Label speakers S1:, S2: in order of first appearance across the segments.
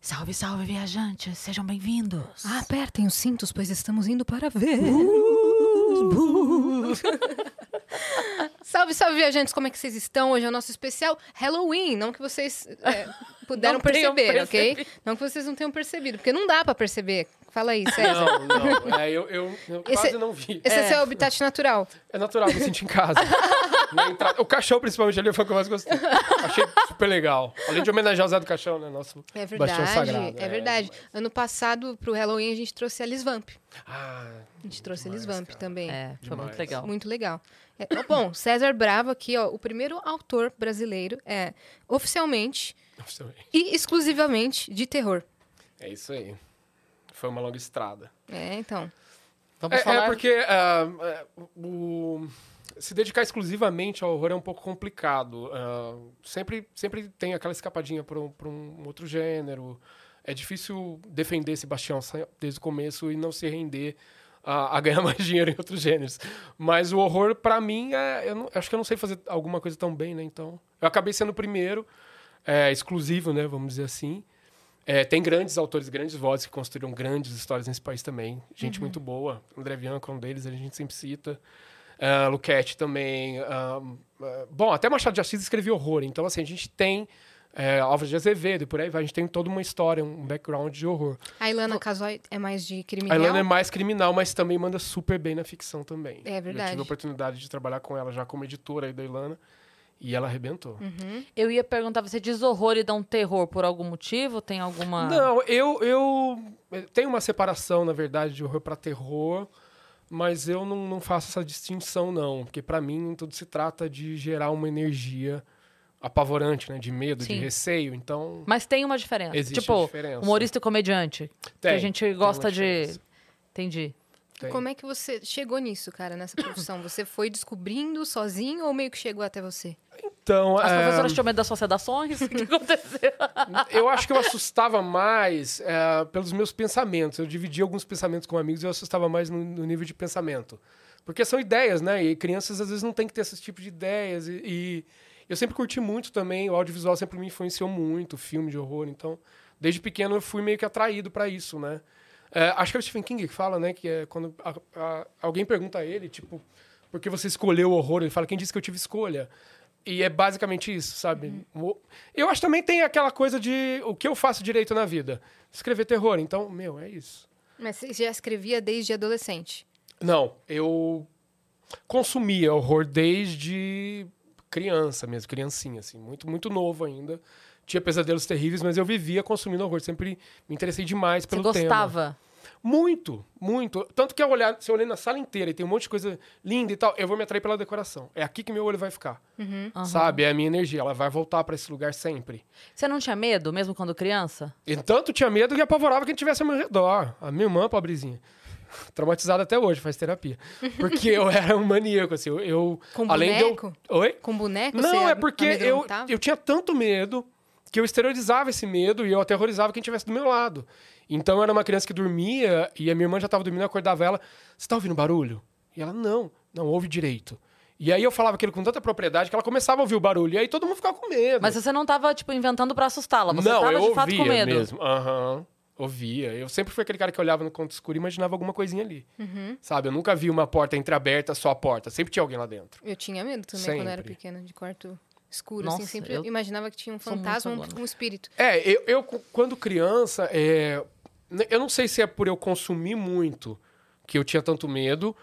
S1: Salve, salve, viajantes! Sejam bem-vindos!
S2: Apertem os cintos, pois estamos indo para ver. salve, salve, viajantes! Como é que vocês estão? Hoje é o nosso especial Halloween. Não que vocês é, puderam
S3: Não tenham
S2: perceber, ok? Não que vocês não tenham percebido, porque não dá para perceber. Fala aí, César.
S3: Não, não. É, eu, eu- eu
S2: Esse-
S3: quase não vi.
S2: Esse é. seu habitat natural.
S3: É natural me sentir em casa. Na entrada- O caixão, principalmente, ali foi o que eu mais gostei. Achei super legal. Além de homenagear o Zé do Caixão, né? Nosso
S2: É verdade.
S3: bastião sagrado.
S2: é verdade. Ano passado, pro Halloween, a gente trouxe a Liz Vamp.
S3: Ah,
S2: A gente trouxe a Liz
S3: Demais,
S2: Vamp
S3: cara.
S2: também.
S1: É, foi
S3: Demais.
S1: muito legal.
S2: Muito legal. É, ó, bom, César Bravo aqui, ó, o primeiro autor brasileiro é oficialmente
S3: oficialmente.
S2: e exclusivamente de terror.
S3: é isso aí. Foi uma longa estrada.
S2: É, então.
S4: Vamos
S3: É,
S4: falar.
S3: é porque ah, é, o- se dedicar exclusivamente ao horror é um pouco complicado. Ah, sempre, sempre tem aquela escapadinha para um, pra um outro gênero. É difícil defender esse bastião sa- desde o começo e não se render a, a ganhar mais dinheiro em outros gêneros. Mas o horror, para mim, é, eu não- acho que eu não sei fazer alguma coisa tão bem, né? Então, eu acabei sendo o primeiro, é, exclusivo, né? Vamos dizer assim. É, tem grandes autores, grandes vozes que construíram grandes histórias nesse país também. Gente
S2: Uhum.
S3: muito boa. André Bianco é um deles, a gente sempre cita. Ah, Luquete também. Ah, ah, bom, até Machado de Assis escreveu horror. Então, assim, a gente tem é, Álvares de Azevedo e por aí vai. A gente tem toda uma história, um background de horror.
S2: A Ilana Casoy é mais de crime
S3: A Ilana é
S2: real.
S3: mais criminal, mas também manda super bem na ficção também.
S2: É verdade.
S3: Eu tive a oportunidade de trabalhar com ela já como editora aí da Ilana. E ela arrebentou.
S1: Eu ia perguntar, você diz horror e dá um terror por algum motivo? Tem alguma...
S3: Não, eu, eu eh, tenho uma separação, na verdade, de horror para terror, mas eu não, não faço essa distinção, não. Porque para mim tudo se trata de gerar uma energia apavorante, né? De medo,
S1: Sim.
S3: de receio. Então.
S1: Mas tem uma diferença.
S3: Existe
S1: tipo,
S3: a diferença.
S1: humorista e comediante. que a
S3: Tem, tem
S1: gente
S3: uma
S1: gosta de...
S3: diferença.
S1: Entendi.
S3: tem.
S2: Como é que você chegou nisso, cara, nessa profissão? Você foi descobrindo sozinho ou meio que chegou até você?
S3: Então,
S1: As
S3: é,
S1: professoras tinham medo das associações? O que aconteceu?
S3: eu acho que eu assustava mais é, pelos meus pensamentos. Eu dividia alguns pensamentos com amigos e eu assustava mais no, no nível de pensamento. Porque são ideias, né? E crianças às vezes não tem que ter esse tipo de ideias. E, e eu sempre curti muito também, o audiovisual sempre me influenciou muito, filme de horror. Então, desde pequeno eu fui meio que atraído para isso, né? É, acho que é o Stephen King que fala, né? Que é quando a- a- alguém pergunta a ele, tipo, por que você escolheu o horror? Ele fala, quem disse que eu tive escolha? E é basicamente isso, sabe? O- Eu acho que também tem aquela coisa de o que eu faço direito na vida? Escrever terror. Então, meu, é isso.
S2: Mas você já escrevia desde adolescente.
S3: Não, eu consumia horror desde criança mesmo, criancinha, assim, muito, muito novo ainda. Tinha pesadelos terríveis, mas eu vivia consumindo horror. Sempre me interessei demais
S1: Você
S3: pelo um tema.
S1: gostava?
S3: Muito, muito. Tanto que eu olhar, se eu olhar na sala inteira e tem um monte de coisa linda e tal, eu vou me atrair pela decoração. É aqui que meu olho vai ficar.
S2: Uhum.
S1: Aham.
S3: Sabe? É a minha energia. Ela vai voltar pra esse lugar sempre.
S1: Você não tinha medo, mesmo quando criança?
S3: E tanto tinha medo que apavorava quem tivesse ao meu redor. A minha irmã, pobrezinha. Traumatizada até hoje, faz terapia. Porque eu era um maníaco, assim. Eu. eu-
S2: Com
S3: além de eu-
S2: boneco?
S3: Oi?
S2: Com boneco? você
S3: Não, é
S2: am-
S3: porque eu,
S2: amedrontava?
S3: eu tinha tanto medo que eu exteriorizava esse medo e eu aterrorizava quem estivesse do meu lado. Então eu era uma criança que dormia e a minha irmã já estava dormindo, eu acordava ela, você tá ouvindo barulho? E ela, não, não ouve direito. E aí eu falava aquilo com tanta propriedade que ela começava a ouvir o barulho e aí todo mundo ficava com medo.
S1: Mas você não tava, tipo, inventando pra assustá-la. Você
S3: não,
S1: tava,
S3: eu
S1: de fato,
S3: ouvia
S1: com medo.
S3: mesmo. Aham. Ouvia. Eu sempre fui aquele cara que olhava no canto escuro e imaginava alguma coisinha ali.
S1: Uhum.
S3: Sabe? Eu nunca vi uma porta entreaberta, só a porta. Sempre tinha alguém lá dentro.
S2: Eu tinha medo também quando eu era
S3: Sempre.
S2: pequena, de quarto escuro. assim,
S1: Nossa,
S2: sempre
S1: eu
S2: imaginava que tinha um
S1: sou muito
S2: fantasma,
S1: agora.
S2: um, um espírito.
S3: É, eu, eu, cu- quando criança, é, n- eu não sei se é por eu consumir muito que eu tinha tanto medo,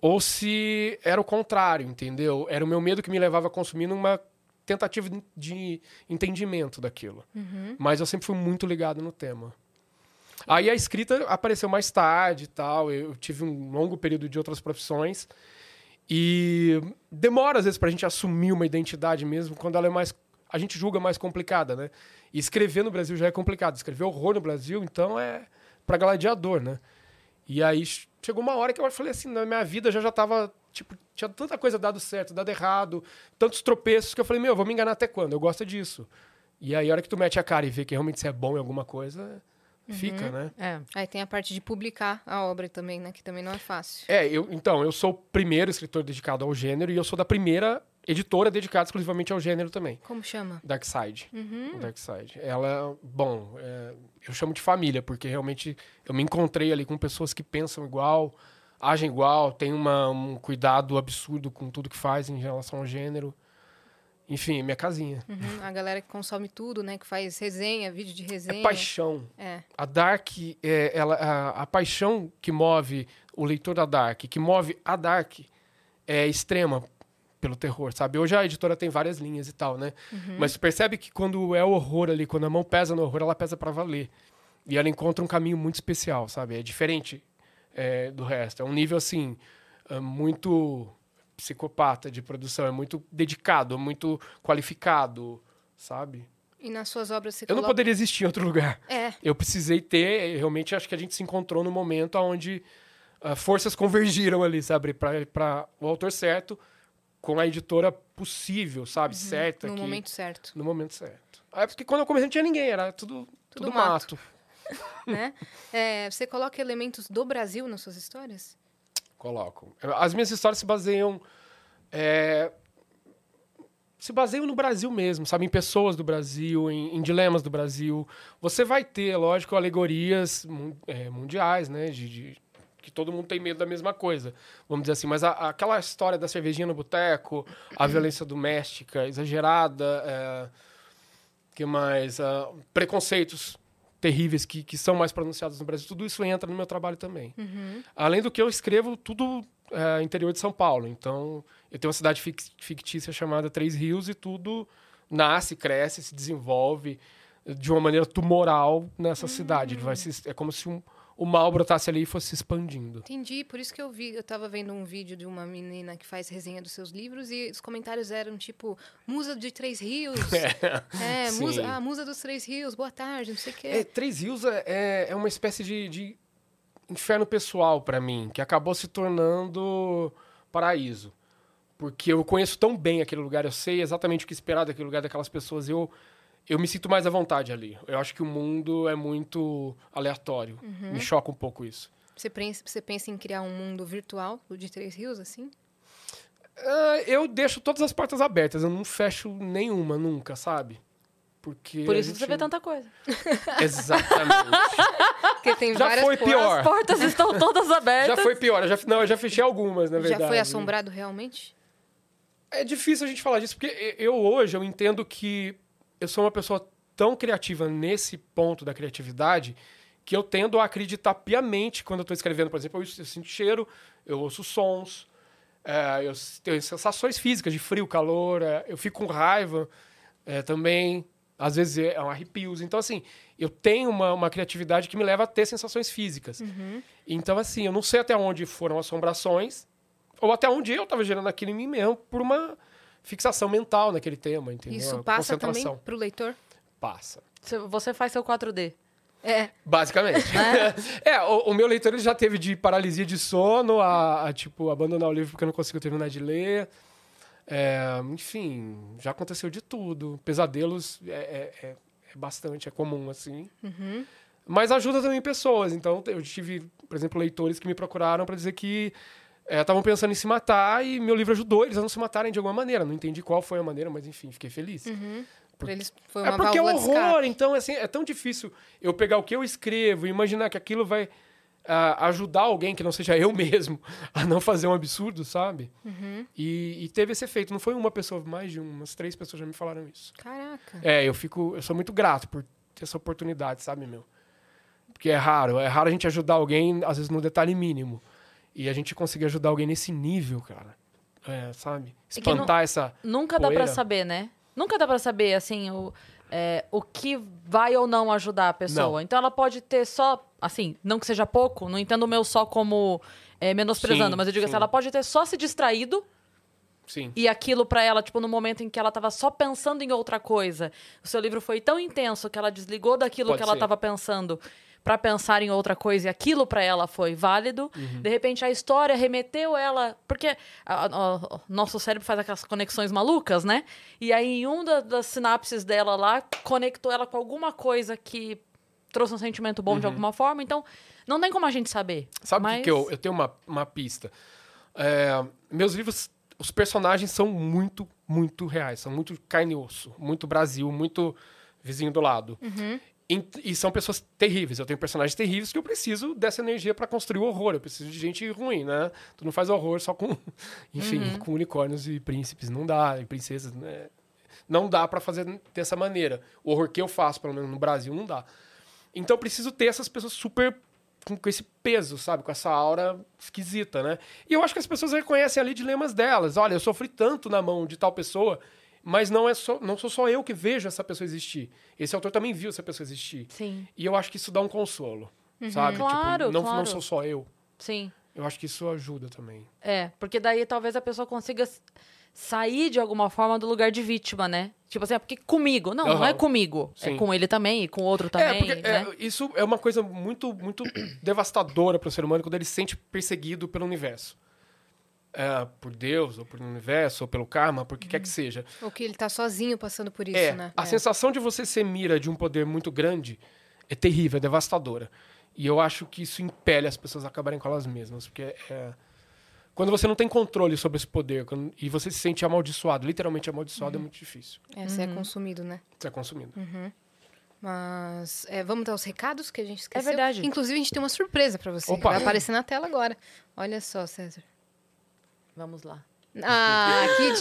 S3: ou se era o contrário, entendeu? Era o meu medo que me levava a consumir numa tentativa de- de entendimento daquilo. Mas eu sempre fui muito ligado no tema. Aí a escrita apareceu mais tarde e tal. Eu tive um longo período de outras profissões. E demora, às vezes, pra gente assumir uma identidade mesmo, quando ela é mais. A gente julga mais complicada, né? E escrever no Brasil já é complicado. Escrever horror no Brasil, então, é pra gladiador, né? E aí ch- chegou uma hora que eu falei assim: na minha vida eu já, já tava. Tipo, tinha tanta coisa dado certo, dado errado, tantos tropeços que eu falei: meu, eu vou me enganar até quando? Eu gosto disso. E aí, a hora que tu mete a cara e vê que realmente você é bom em alguma coisa, Fica, né?
S1: É.
S2: Aí tem a parte de publicar a obra também, né? Que também não é fácil.
S3: É, eu, então, eu sou o primeiro escritor dedicado ao gênero e eu sou da primeira editora dedicada exclusivamente ao gênero também.
S2: Como chama?
S3: Darkside. O Darkside. Ela, bom, é, eu chamo de família, porque realmente eu me encontrei ali com pessoas que pensam igual, agem igual, tem uma- um cuidado absurdo com tudo que faz em relação ao gênero. Enfim, é minha casinha.
S2: Uhum, A galera que consome tudo, né? Que faz resenha, vídeo de resenha.
S3: É paixão.
S2: É.
S3: A Dark, é, ela, a, a paixão que move o leitor da Dark, que move a Dark, é extrema pelo terror, sabe? Hoje a editora tem várias linhas e tal, né? Mas você percebe que quando é o horror ali, quando a mão pesa no horror, ela pesa pra valer. E ela encontra um caminho muito especial, sabe? É diferente é, do resto. É um nível, assim, é muito psicopata de produção. É muito dedicado, é muito qualificado, sabe?
S2: E nas suas obras você
S3: Eu não
S2: coloca-
S3: poderia existir em outro lugar
S2: É.
S3: eu precisei ter, realmente acho que a gente se encontrou no momento onde forças convergiram ali, sabe? Para o autor certo, com a editora possível, sabe? Certa.
S2: Uhum. No
S3: que-
S2: momento certo,
S3: No momento certo. É porque quando eu comecei não tinha ninguém, era tudo, tudo,
S2: mato.
S3: mato.
S2: né? É, você coloca elementos do Brasil nas suas histórias?
S3: Coloco. As minhas histórias se baseiam. é, se baseiam no Brasil mesmo, sabe? Em pessoas do Brasil, em, em dilemas do Brasil. Você vai ter, lógico, alegorias mun- é, mundiais, né? De, de- que todo mundo tem medo da mesma coisa, vamos dizer assim. Mas a- aquela história da cervejinha no boteco, a violência doméstica exagerada, é, que mais? Ah, preconceitos terríveis que, que são mais pronunciados no Brasil. Tudo isso entra no meu trabalho também. Além do que eu escrevo tudo é, interior de São Paulo. Então, eu tenho uma cidade fic- fictícia chamada Três Rios e tudo nasce, cresce, se desenvolve eh, de uma maneira tumoral nessa cidade. Ele vai se- é como se um- o mal brotasse ali e fosse se expandindo.
S2: Entendi, por isso que eu vi, eu tava vendo um vídeo de uma menina que faz resenha dos seus livros e os comentários eram tipo, musa de Três Rios. É,
S3: sim.
S2: musa, ah, musa dos Três Rios, boa tarde, não sei o quê.
S3: É, Três Rios é- é, é uma espécie de, de inferno pessoal pra mim, que acabou se tornando paraíso. Porque eu conheço tão bem aquele lugar, eu sei exatamente o que esperar daquele lugar, daquelas pessoas, eu, eu me sinto mais à vontade ali. Eu acho que o mundo é muito aleatório.
S1: Uhum.
S3: Me choca um pouco isso.
S2: Você, pensa, você pensa em criar um mundo virtual do de Três Rios, assim?
S1: É.
S3: Ah, eu deixo todas as portas abertas, eu não fecho nenhuma nunca, sabe? Porque.
S1: Por
S3: a
S1: isso que você vê
S3: gente-
S1: tanta coisa.
S3: Exatamente.
S2: Porque tem
S3: Já
S2: várias
S3: foi
S2: portas.
S3: pior.
S1: As portas estão todas abertas.
S3: já foi pior, eu já, não, eu já fechei algumas, na verdade.
S2: Já foi assombrado realmente?
S3: É difícil a gente falar disso, porque eu hoje eu entendo que eu sou uma pessoa tão criativa nesse ponto da criatividade que eu tendo a acreditar piamente quando eu estou escrevendo. Por exemplo, eu, eu sinto cheiro, eu ouço sons, é, eu s- tenho sensações físicas de frio, calor, é, eu fico com raiva é, também. Às vezes é é um arrepios. Então, assim, eu tenho uma, uma criatividade que me leva a ter sensações físicas.
S2: Uhum.
S3: Então, assim, eu não sei até onde foram assombrações, ou até onde eu estava gerando aquilo em mim mesmo, por uma fixação mental naquele tema, entendeu?
S2: Isso
S3: Uma
S2: passa também
S3: concentração.
S2: pro leitor?
S3: Passa.
S1: Você- Você faz seu 4D.
S2: É,
S3: Basicamente. é, o, o meu leitor ele já teve de paralisia de sono a, a, tipo, abandonar o livro porque não conseguiu terminar de ler. É, enfim, já aconteceu de tudo. Pesadelos é, é- é- é bastante, é comum, assim. Mas ajuda também pessoas. Então, eu tive, por exemplo, leitores que me procuraram para dizer que estavam pensando em se matar e meu livro ajudou eles a não se matarem de alguma maneira. Não entendi qual foi a maneira, mas enfim, fiquei feliz
S2: pra
S3: Por-
S2: eles foi
S3: é
S2: uma
S3: porque é um
S2: válvula de escape.
S3: horror, então assim, é tão difícil eu pegar o que eu escrevo e imaginar que aquilo vai ah, ajudar alguém que não seja eu mesmo a não fazer um absurdo, sabe?
S2: Uhum.
S3: E, e teve esse efeito. Não foi uma pessoa, mais de umas três pessoas já me falaram isso.
S2: Caraca.
S3: É, eu fico, eu sou muito grato por ter essa oportunidade, sabe, meu? Porque é raro, é raro a gente ajudar alguém, às vezes no detalhe mínimo. E a gente conseguir ajudar alguém nesse nível, cara. É, sabe?
S1: É que não-
S3: Espantar essa.
S1: Nunca dá
S3: Poeira.
S1: pra saber, né? Nunca dá pra saber, assim, o, é, o que vai ou não ajudar a pessoa.
S3: Não.
S1: Então ela pode ter só, assim, não que seja pouco, não entendo o meu só como é, menosprezando,
S3: Sim,
S1: mas eu digo
S3: sim.
S1: assim, ela pode ter só se distraído
S3: Sim.
S1: e aquilo pra ela, tipo, no momento em que ela tava só pensando em outra coisa. O seu livro foi tão intenso que ela desligou daquilo
S3: Pode
S1: que ela
S3: ser.
S1: tava pensando pra pensar em outra coisa e aquilo pra ela foi válido.
S3: Uhum.
S1: De repente a história remeteu ela, porque a- a- o nosso cérebro faz aquelas conexões malucas, né? E aí em uma das sinapses dela lá conectou ela com alguma coisa que trouxe um sentimento bom de alguma forma. Então, não tem como a gente saber.
S3: Uhum. Sabe o que
S1: Mas-
S3: que eu, eu tenho uma, uma pista? É, meus livros, os personagens são muito, muito reais. São muito carne e osso. Muito Brasil, muito vizinho do lado. Ent- E, são pessoas terríveis. Eu tenho personagens terríveis que eu preciso dessa energia para construir o horror. Eu preciso de gente ruim, né? Tu não faz horror só com, enfim, com unicórnios e príncipes. Não dá. E princesas, né? Não dá para fazer dessa maneira. O horror que eu faço, pelo menos no Brasil, não dá. Então eu preciso ter essas pessoas super com, com esse peso, sabe? Com essa aura esquisita, né? E eu acho que as pessoas reconhecem ali dilemas delas. Olha, eu sofri tanto na mão de tal pessoa, mas não é só, não sou só eu que vejo essa pessoa existir. Esse autor também viu essa pessoa existir.
S1: Sim,
S3: E eu acho que isso dá um consolo, sabe? Tipo,
S1: Claro,
S3: não, não
S1: claro.
S3: sou só eu.
S1: sim.
S3: Eu acho que isso ajuda também.
S1: É, porque daí talvez a pessoa consiga s- sair de alguma forma do lugar de vítima, né? Tipo assim, é porque comigo. Não, não
S3: Aham.
S1: é comigo.
S3: Sim.
S1: É com ele também e com outro também,
S3: é, porque é,
S1: né?
S3: isso é uma coisa muito, muito devastadora para o ser humano quando ele se sente perseguido pelo universo. É, por Deus, ou pelo universo, ou pelo karma, por que quer que seja.
S2: Ou que ele tá sozinho passando por Uhum. isso,
S3: é,
S2: né?
S3: A
S2: É.
S3: sensação de você ser mira de um poder muito grande é terrível, é devastadora. E eu acho que isso impele as pessoas a acabarem com elas mesmas. Porque é, quando você não tem controle sobre esse poder quando- e você se sente amaldiçoado, literalmente amaldiçoado, é muito difícil.
S2: É, você
S1: Uhum.
S2: é consumido, né?
S3: Você é consumido.
S2: Mas é, vamos dar os recados que a gente esqueceu.
S1: É verdade.
S2: Inclusive, a gente tem uma surpresa pra você.
S3: Opa.
S2: Vai aparecer na tela agora. Olha só, César.
S1: Vamos lá.
S2: Ah, que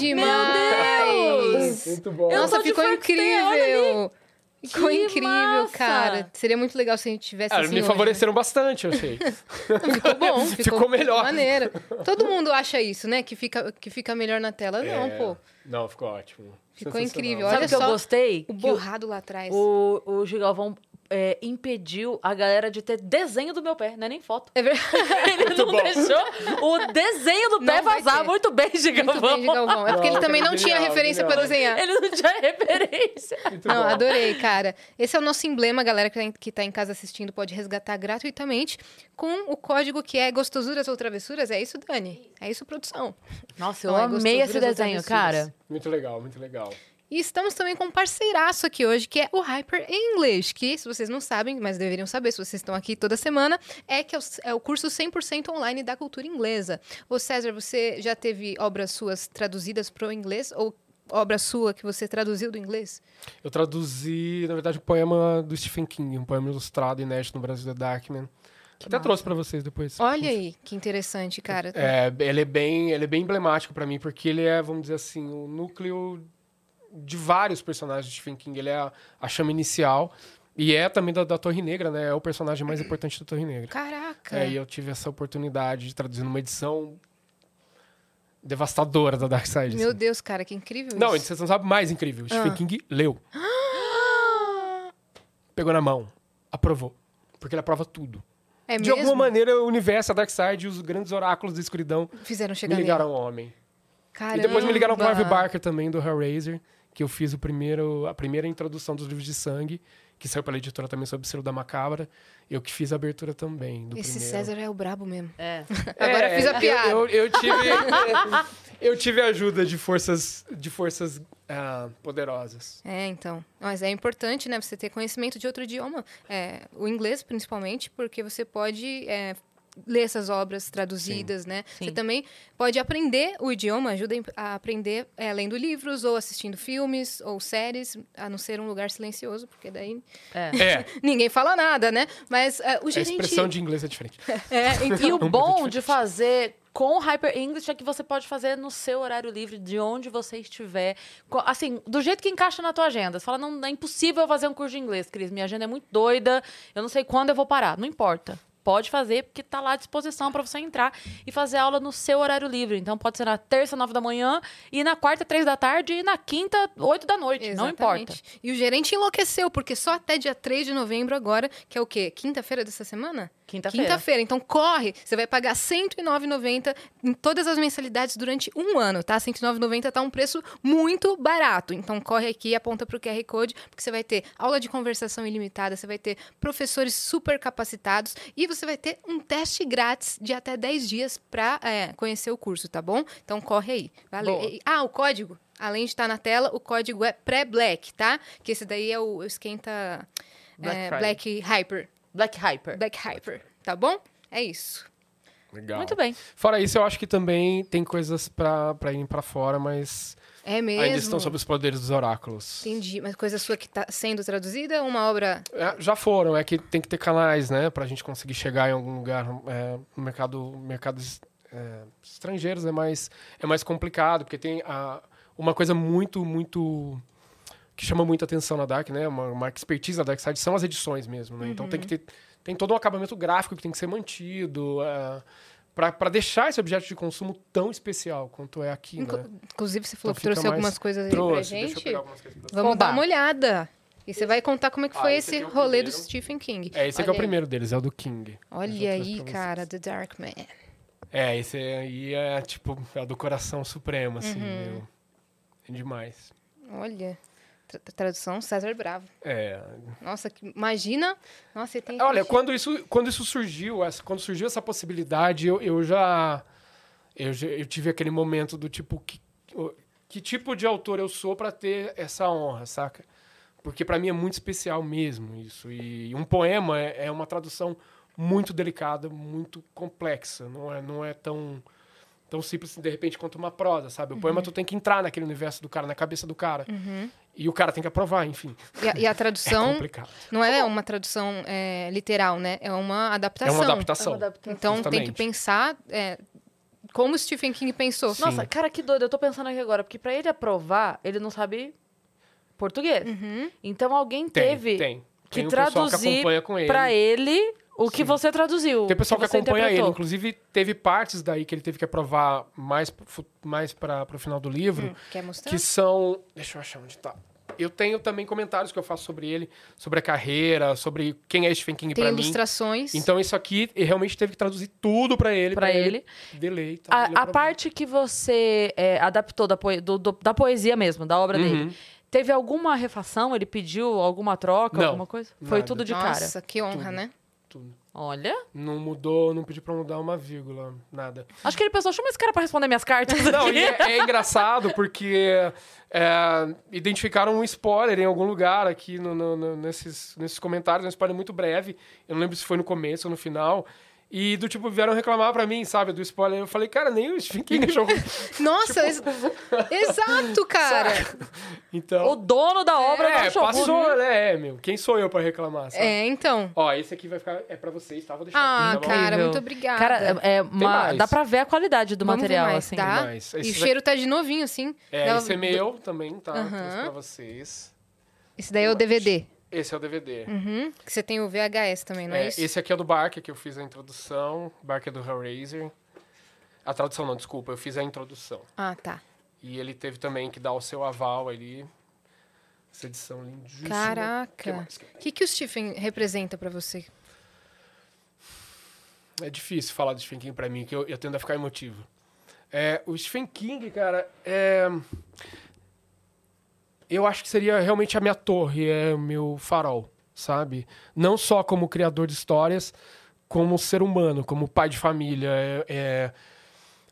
S2: demais!
S3: Muito bom.
S1: Eu
S2: Nossa,
S1: tô de
S2: ficou
S1: Frankenstein, olha
S2: incrível! Ficou
S1: Que
S2: incrível,
S1: massa!
S2: cara. Seria muito legal se a gente tivesse assim
S3: me
S2: hoje.
S3: favoreceram bastante, eu sei.
S2: Não, ficou bom,
S3: Ficou
S2: ficou,
S3: melhor.
S2: maneiro. Todo mundo acha isso, né? Que fica, que fica melhor na tela. Não,
S3: É.
S2: pô.
S3: Não, ficou ótimo.
S2: Ficou
S3: Sensacional.
S2: incrível,
S1: Sabe
S2: olha
S1: o que eu
S2: só
S1: gostei?
S2: O
S1: Que o-
S2: borrado lá atrás.
S1: O, o Gil Galvão é, impediu a galera de ter desenho do meu pé, não é nem foto.
S2: É verdade.
S1: Ele não
S3: bom.
S1: deixou o desenho do
S2: Não
S1: pé
S2: vai
S1: vazar.
S2: ter.
S1: Muito bem, Gil
S2: Muito
S1: Galvão.
S2: bem de Galvão. É porque
S3: Não,
S2: ele também não
S3: genial,
S2: tinha referência pra
S3: genial.
S2: desenhar.
S1: Ele não tinha referência.
S3: Muito
S2: Não,
S3: bom.
S2: adorei, cara. Esse é o nosso emblema, galera que tá em- que tá em casa assistindo pode resgatar gratuitamente com o código que é gostosuras ou travessuras. É isso, Dani? É isso, produção.
S1: Nossa, eu
S2: Não, é
S1: amei esse
S2: gostosuras ou
S1: desenho,
S2: travessuras.
S1: cara.
S3: Muito legal, muito legal.
S2: E estamos também com um parceiraço aqui hoje, que é o Hyper English, que se vocês não sabem, mas deveriam saber se vocês estão aqui toda semana, é que é o, é o curso 100% online da cultura inglesa. Ô César, você já teve obras suas traduzidas pro inglês ou obra sua que você traduziu do inglês?
S3: Eu traduzi, na verdade, um poema do Stephen King, um poema ilustrado inédito no Brasil da Darkman. Até
S2: massa.
S3: trouxe pra vocês depois.
S2: Olha aí, que interessante, cara.
S3: É, ele é bem, ele é bem emblemático pra mim porque ele é, vamos dizer assim, o núcleo de vários personagens de Stephen King. Ele é a, a chama inicial e é também da, da Torre Negra, né? É o personagem mais importante da Torre Negra.
S2: Caraca.
S3: É, e eu tive essa oportunidade de traduzir numa edição devastadora da Dark Side.
S2: Meu
S3: assim.
S2: Deus, Ah. cara, que incrível
S3: Não,
S2: isso.
S3: vocês não sabem mais incrível. Stephen King leu. Pegou na mão. Aprovou. Porque ele aprova tudo.
S2: É
S3: de
S2: mesmo?
S3: alguma maneira, o universo, a Darkseid e os grandes oráculos da escuridão
S2: Fizeram chegar
S3: me
S2: nele.
S3: ligaram ao homem.
S2: Caramba.
S3: E depois me ligaram pro Harvey Barker também, do Hellraiser, que eu fiz o primeiro, a primeira introdução dos livros de sangue, que saiu pela editora também sobre o Selo da Macabra. Eu que fiz a abertura também do
S2: Esse
S3: primeiro.
S2: César é o brabo mesmo.
S1: É.
S2: Agora eu fiz a
S3: eu-
S2: piada.
S3: Eu, eu tive, eu tive ajuda de forças, de forças ah, poderosas.
S2: É, então. Mas é importante, né, você ter conhecimento de outro idioma. É, o inglês, principalmente, porque você pode é, ler essas obras traduzidas, né? Você
S1: Sim.
S2: também pode aprender o idioma, ajuda em- a aprender é, lendo livros, ou assistindo filmes, ou séries, a não ser um lugar silencioso, porque daí
S1: É.
S3: É,
S2: ninguém fala nada, né? Mas é, o
S3: a
S2: gerente...
S3: expressão de inglês é diferente.
S2: É, então...
S1: E o bom de fazer com o Hyper English é que você pode fazer no seu horário livre, de onde você estiver. Co- Assim, do jeito que encaixa na tua agenda. Você fala, não, é impossível eu fazer um curso de inglês, Cris. Minha agenda é muito doida, eu não sei quando eu vou parar. Não importa. Pode fazer, porque tá lá à disposição para você entrar e fazer aula no seu horário livre. Então pode ser na terça, nove da manhã, e na quarta, três da tarde, e na quinta, oito da noite. Não importa.
S2: Exatamente. E o gerente enlouqueceu, porque só até dia 3 de novembro agora, que é o quê? Quinta-feira dessa semana?
S1: Quinta-feira.
S2: Quinta-feira. Então corre, você vai pagar R$ 109,90 em todas as mensalidades durante um ano, tá? R$ 109,90 tá um preço muito barato. Então corre aqui e aponta pro QR Code, porque você vai ter aula de conversação ilimitada, você vai ter professores super capacitados e você vai ter um teste grátis de até 10 dias pra é, conhecer o curso, tá bom? Então corre aí. Valeu.
S1: Boa.
S2: E- ah, o código? tá? Além de estar na tela, o código é pré-black, tá? Que esse daí é o, o esquenta.
S1: Black
S2: é,
S1: Friday.
S2: Black Hyper.
S1: Black
S3: É,
S1: Hyper.
S2: Black Hyper, tá bom? É isso.
S3: Legal.
S1: Muito bem.
S3: Fora isso, eu acho que também tem coisas pra, pra ir pra fora, mas
S2: É mesmo.
S3: ainda estão sob os poderes dos oráculos.
S2: Entendi, mas coisa sua que tá sendo traduzida, uma obra
S3: É, já foram, é que tem que ter canais, né? Pra gente conseguir chegar em algum lugar é, no mercado, mercados é, estrangeiros é mais, é mais complicado, porque tem a, uma coisa muito, muito. que chama muita atenção na Dark, né? Uma, uma expertise da Dark Side são as edições mesmo, né? Então tem que
S2: Uhum.
S3: ter. Tem todo um acabamento gráfico que tem que ser mantido. É, para deixar esse objeto de consumo tão especial quanto é aqui,
S2: Inclu-
S3: né?
S2: Inclusive, você falou
S3: Então
S2: que
S3: fica
S2: trouxe
S3: mais-
S2: algumas coisas aí pra
S3: Trouxe, deixa eu
S2: gente.
S3: pegar algumas coisas pra-
S2: Vamos
S1: Oba.
S2: dar uma olhada. E você vai contar como é que foi
S3: Ah, esse
S2: esse,
S3: aqui é o
S2: rolê do
S3: primeiro.
S2: Stephen King.
S3: É, esse aqui é
S2: Olha
S3: o primeiro deles, é o do King. Mas eu
S2: Olha
S3: trouxe
S2: aí,
S3: pra vocês.
S2: cara, The Dark Man.
S3: É, esse aí é tipo, é do coração supremo, assim, meu. É demais.
S2: Olha. Tra- Tradução César Bravo.
S3: É.
S2: Nossa, que- imagina. Nossa, ele tem.
S3: Olha, quando isso, quando isso surgiu, essa, quando surgiu essa possibilidade, eu, eu já. Eu, já- eu tive aquele momento do tipo, que, o- que tipo de autor eu sou pra ter essa honra, saca? Porque pra mim é muito especial mesmo isso. E um poema é, é uma tradução muito delicada, muito complexa. Não é, não é tão, tão simples, assim, de repente, quanto uma prosa, sabe? O poema tu tem que entrar naquele universo do cara, na cabeça do cara. E o cara tem que aprovar, enfim.
S2: E a, e a
S3: é
S2: tradução
S3: complicado.
S2: não é uma tradução é, literal, né? É uma
S3: É
S2: adaptação.
S3: uma adaptação.
S2: Então tem que
S3: Justamente.
S2: pensar é, como Stephen King pensou.
S3: Sim.
S1: Nossa, hum, cara, que doido. Eu tô pensando aqui agora, porque pra ele aprovar, ele não sabe português. Então alguém
S3: Tem,
S1: teve
S3: tem.
S1: que
S3: Tem um pessoal que
S1: traduzir
S3: acompanha com ele.
S1: pra ele o que
S3: Sim.
S1: você traduziu.
S3: Tem pessoal que,
S1: você
S3: acompanha ele.
S1: interpretou.
S3: Inclusive, teve partes daí que ele teve que aprovar mais, pro fu- mais para o final do livro,
S1: Hum.
S2: Quer mostrar?
S1: Tá.
S3: que são... Deixa eu achar onde tá. Eu tenho também comentários que eu faço sobre ele, sobre a carreira, sobre quem é Stephen King
S2: Tem
S3: pra mim.
S2: ilustrações.
S3: Então, isso aqui, ele realmente teve que traduzir tudo pra ele. Então,
S1: Pra ele.
S3: Deleita.
S1: A- A, parte que você é, adaptou da, poe- do- do- da poesia mesmo, da obra
S3: Uhum.
S1: dele, teve alguma refação? Ele pediu alguma troca,
S3: Não,
S1: alguma coisa? Foi
S3: nada.
S1: tudo de cara.
S2: Nossa, que honra, né?
S1: Olha.
S3: Não mudou, não pediu pra mudar uma vírgula, nada.
S1: Acho que ele pensou, chama esse cara pra responder minhas cartas.
S3: Não,
S1: aqui.
S3: e é, é engraçado porque é, identificaram um spoiler em algum lugar aqui no- no- no- nesses, nesses comentários, um spoiler muito breve. Eu não lembro se foi no começo ou no final. E do tipo, vieram reclamar pra mim, sabe, do spoiler. Eu falei, cara, nem o Stephen King achou. ruim.
S2: Nossa,
S1: Tipo,
S2: ex- exato, cara.
S1: O
S3: Então.
S1: dono da obra não
S3: é,
S1: achou Uhum. ruim.
S3: passou, né? É, meu. Quem sou eu pra reclamar, sabe?
S2: É, então.
S3: Ó, esse aqui vai ficar. É pra vocês, tá? Vou deixar
S2: Ah,
S3: aqui, tá bom?
S2: cara,
S1: Incrível.
S2: muito obrigada.
S1: Cara, é- é uma-
S3: mais.
S1: dá pra ver a qualidade do
S2: Vamos ver
S1: material,
S2: mais,
S1: assim.
S2: tá?
S3: Mas
S2: E o
S3: esse
S2: cheiro tá de novinho, assim.
S3: É,
S2: Dá-
S3: esse é meu também, tá?
S2: Aham.
S3: Trouxe pra vocês.
S2: Esse daí é o DVD.
S3: Esse é o DVD.
S2: Uhum. Que você tem o VHS também, não é,
S3: É,
S2: isso?
S3: esse aqui é do Barker, que eu fiz a introdução. Barker do Hellraiser. A tradução não, desculpa, eu fiz a introdução.
S2: Ah, tá.
S3: E ele teve também que dar o seu aval ali. Essa edição lindíssima. Que
S2: Caraca.
S3: mais que-
S2: O que, que o Stephen representa pra você?
S3: É difícil falar do Stephen King pra mim, que eu, eu tendo a ficar emotivo. É, o Stephen King, cara, é... Eu acho que seria realmente a minha torre, é o meu farol, sabe? Não só como criador de histórias, como ser humano, como pai de família. É, é-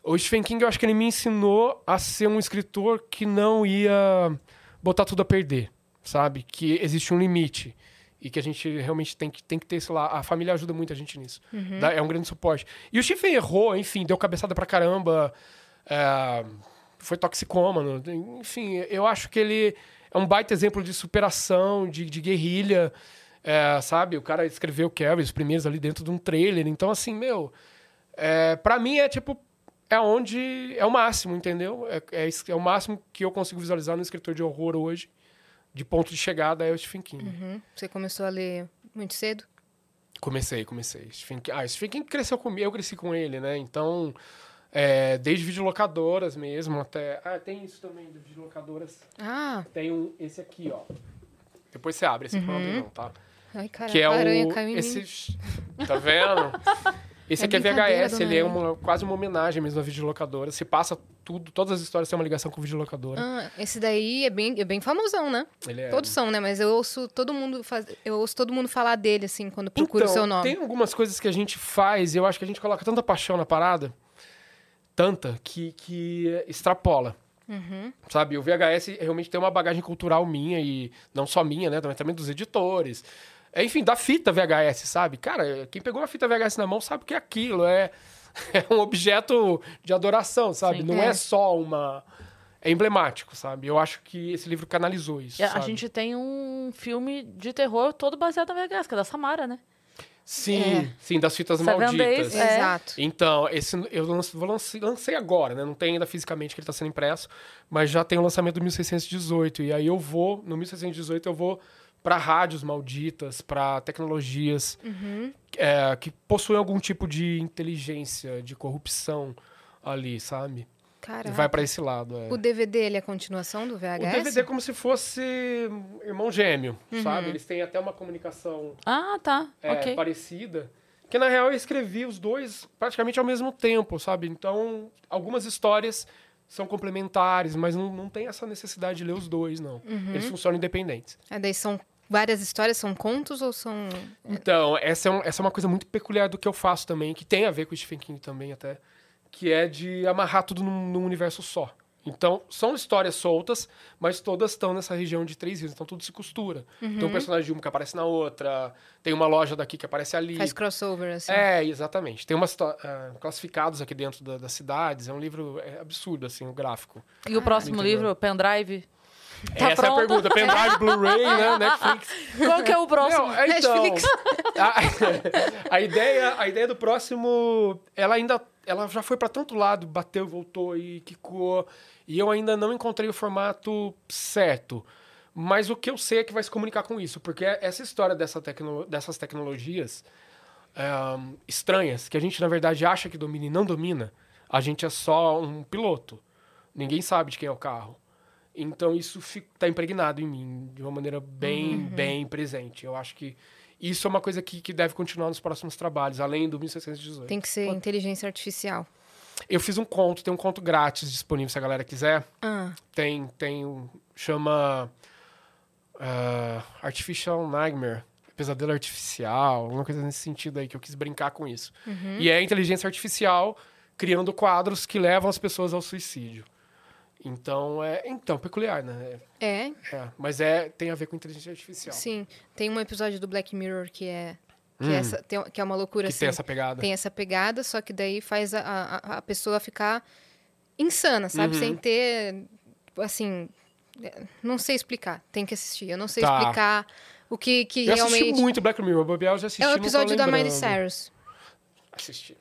S3: O Stephen King, eu acho que ele me ensinou a ser um escritor que não ia botar tudo a perder, sabe? Que existe um limite. E que a gente realmente tem que, tem que ter, sei lá, a família ajuda muito a gente nisso. Dá- É um grande suporte. E o Stephen errou, enfim, deu cabeçada pra caramba, é, foi toxicômano, enfim, eu acho que ele é um baita exemplo de superação, de, de guerrilha, é, sabe? O cara escreveu Carrie, os primeiros ali dentro de um trailer, então assim, meu, é, para mim é tipo, é onde, é o máximo, entendeu? É, é, isso- é o máximo que eu consigo visualizar no escritor de horror hoje, de ponto de chegada é o Stephen King.
S2: Uhum. Você começou a ler muito cedo?
S3: Comecei, comecei. Stephen King- Ah, Stephen King cresceu comigo, eu cresci com ele, né? Então, é, desde videolocadoras mesmo até... Ah, tem isso também, de videolocadoras.
S2: Ah,
S3: Tem um, esse aqui, ó. Depois você abre, esse aqui não abre não, tá?
S2: ai, Uhum. cara,
S3: que é
S2: a aranha
S3: o...
S2: caiu em mim.
S3: esse... Tá vendo? Esse
S2: É
S3: aqui é
S2: brincadeira,
S3: VHS,
S2: dona
S3: ele é
S2: Ana.
S3: uma, quase uma homenagem mesmo à videolocadora. Se passa tudo, todas as histórias têm uma ligação com videolocadora.
S2: Ah, esse daí é bem, é bem famosão, né?
S3: ele é...
S2: Todos são, né? Mas eu ouço todo mundo faz... eu ouço todo mundo falar dele, assim, quando procuro o
S3: Então,
S2: seu nome.
S3: Tem algumas coisas que a gente faz, e eu acho que a gente coloca tanta paixão na parada, tanta, que, que extrapola.
S2: Uhum.
S3: Sabe, o VHS realmente tem uma bagagem cultural minha e não só minha, né? Também, também dos editores. é, enfim, da fita VHS, sabe? Cara, quem pegou uma fita VHS na mão sabe o que é aquilo. É, é um objeto de adoração, sabe?
S1: Sim.
S3: Não
S2: É.
S3: é. só uma. É emblemático, sabe? Eu acho que esse livro canalizou isso.
S1: É, A
S3: sabe?
S1: gente tem um filme de terror todo baseado na VHS, que é da Samara, né?
S3: Sim,
S1: é.
S3: sim, das fitas
S1: Seven
S3: malditas.
S1: Days, É.
S2: Exato.
S3: Então, esse eu lance- vou lance- lancei agora, né? Não tem ainda fisicamente que ele está sendo impresso, mas já tem o lançamento do 1618. E aí eu vou, no 1618, eu vou para rádios malditas, para tecnologias
S2: Uhum.
S3: é, que possuem algum tipo de inteligência, de corrupção ali, sabe? E
S2: Caraca.
S3: vai para esse lado. É.
S2: O DVD, ele é a continuação do VHS?
S3: O DVD é como se fosse hum, irmão gêmeo,
S2: Uhum.
S3: sabe? Eles têm até uma comunicação
S1: Ah, tá.
S3: é,
S1: ok.
S3: parecida. Que na real eu escrevi os dois praticamente ao mesmo tempo, sabe? Então, algumas histórias são complementares, mas não, não tem essa necessidade de ler os dois, não. Eles funcionam independentes.
S2: Ah, daí são várias histórias, são contos ou são...
S3: Então, essa é, um- essa é uma coisa muito peculiar do que eu faço também, que tem a ver com o Stephen King também até, que é de amarrar tudo num, num universo só. Então, são histórias soltas, mas todas estão nessa região de três rios, então tudo se costura. Então, o personagem de uma que aparece na outra, tem uma loja daqui que aparece ali.
S2: Faz crossover, assim.
S3: É, exatamente. Tem umas to- ah, classificados aqui dentro da- das cidades. É um livro é, absurdo, assim, o gráfico.
S1: E o próximo
S3: Muito
S1: livro, Pendrive? Tá
S3: Essa
S1: pronto?
S3: é a pergunta. Pendrive, Blu-ray, né? Netflix.
S1: Qual que é o próximo?
S3: Não, é, então,
S2: Netflix.
S3: A, a ideia, a ideia do próximo, ela ainda, ela já foi para tanto lado, bateu, voltou e quicou. E eu ainda não encontrei o formato certo. Mas o que eu sei é que vai se comunicar com isso, porque essa história dessa tecno- dessas tecnologias ahn, estranhas, que a gente na verdade acha que domina e não domina, a gente é só um piloto. Ninguém sabe de quem é o carro. Então isso está impregnado em mim de uma maneira bem, bem presente. Eu acho que isso é uma coisa que, que deve continuar nos próximos trabalhos, além do 1618.
S2: Tem que ser inteligência artificial.
S3: Eu fiz um conto, tem um conto grátis disponível se a galera quiser.
S2: Ah,
S3: Tem, tem um. Chama. ah, Artificial Nightmare. Pesadelo artificial, alguma coisa nesse sentido aí que eu quis brincar com isso.
S2: Uhum.
S3: E é a inteligência artificial criando quadros que levam as pessoas ao suicídio. Então é. Então, peculiar, né?
S2: é,
S3: É, mas é, tem a ver com inteligência artificial.
S2: sim. Tem um episódio do Black Mirror que é... Que, é, essa, tem- que é uma loucura,
S3: Hum. que
S2: assim.
S3: tem essa pegada.
S2: tem essa pegada, só que daí faz a, a, a pessoa ficar insana, sabe?
S3: Uhum.
S2: Sem ter, assim, é, não sei explicar. Tem que assistir. Eu não sei
S3: Tá.
S2: explicar o que, que
S3: eu assisti
S2: realmente...
S3: muito Black Mirror, Bobear, eu já assisti.
S2: é o
S3: não tô
S2: episódio da Miley
S3: lembrando.
S2: Cyrus. Uhum.
S3: Assisti.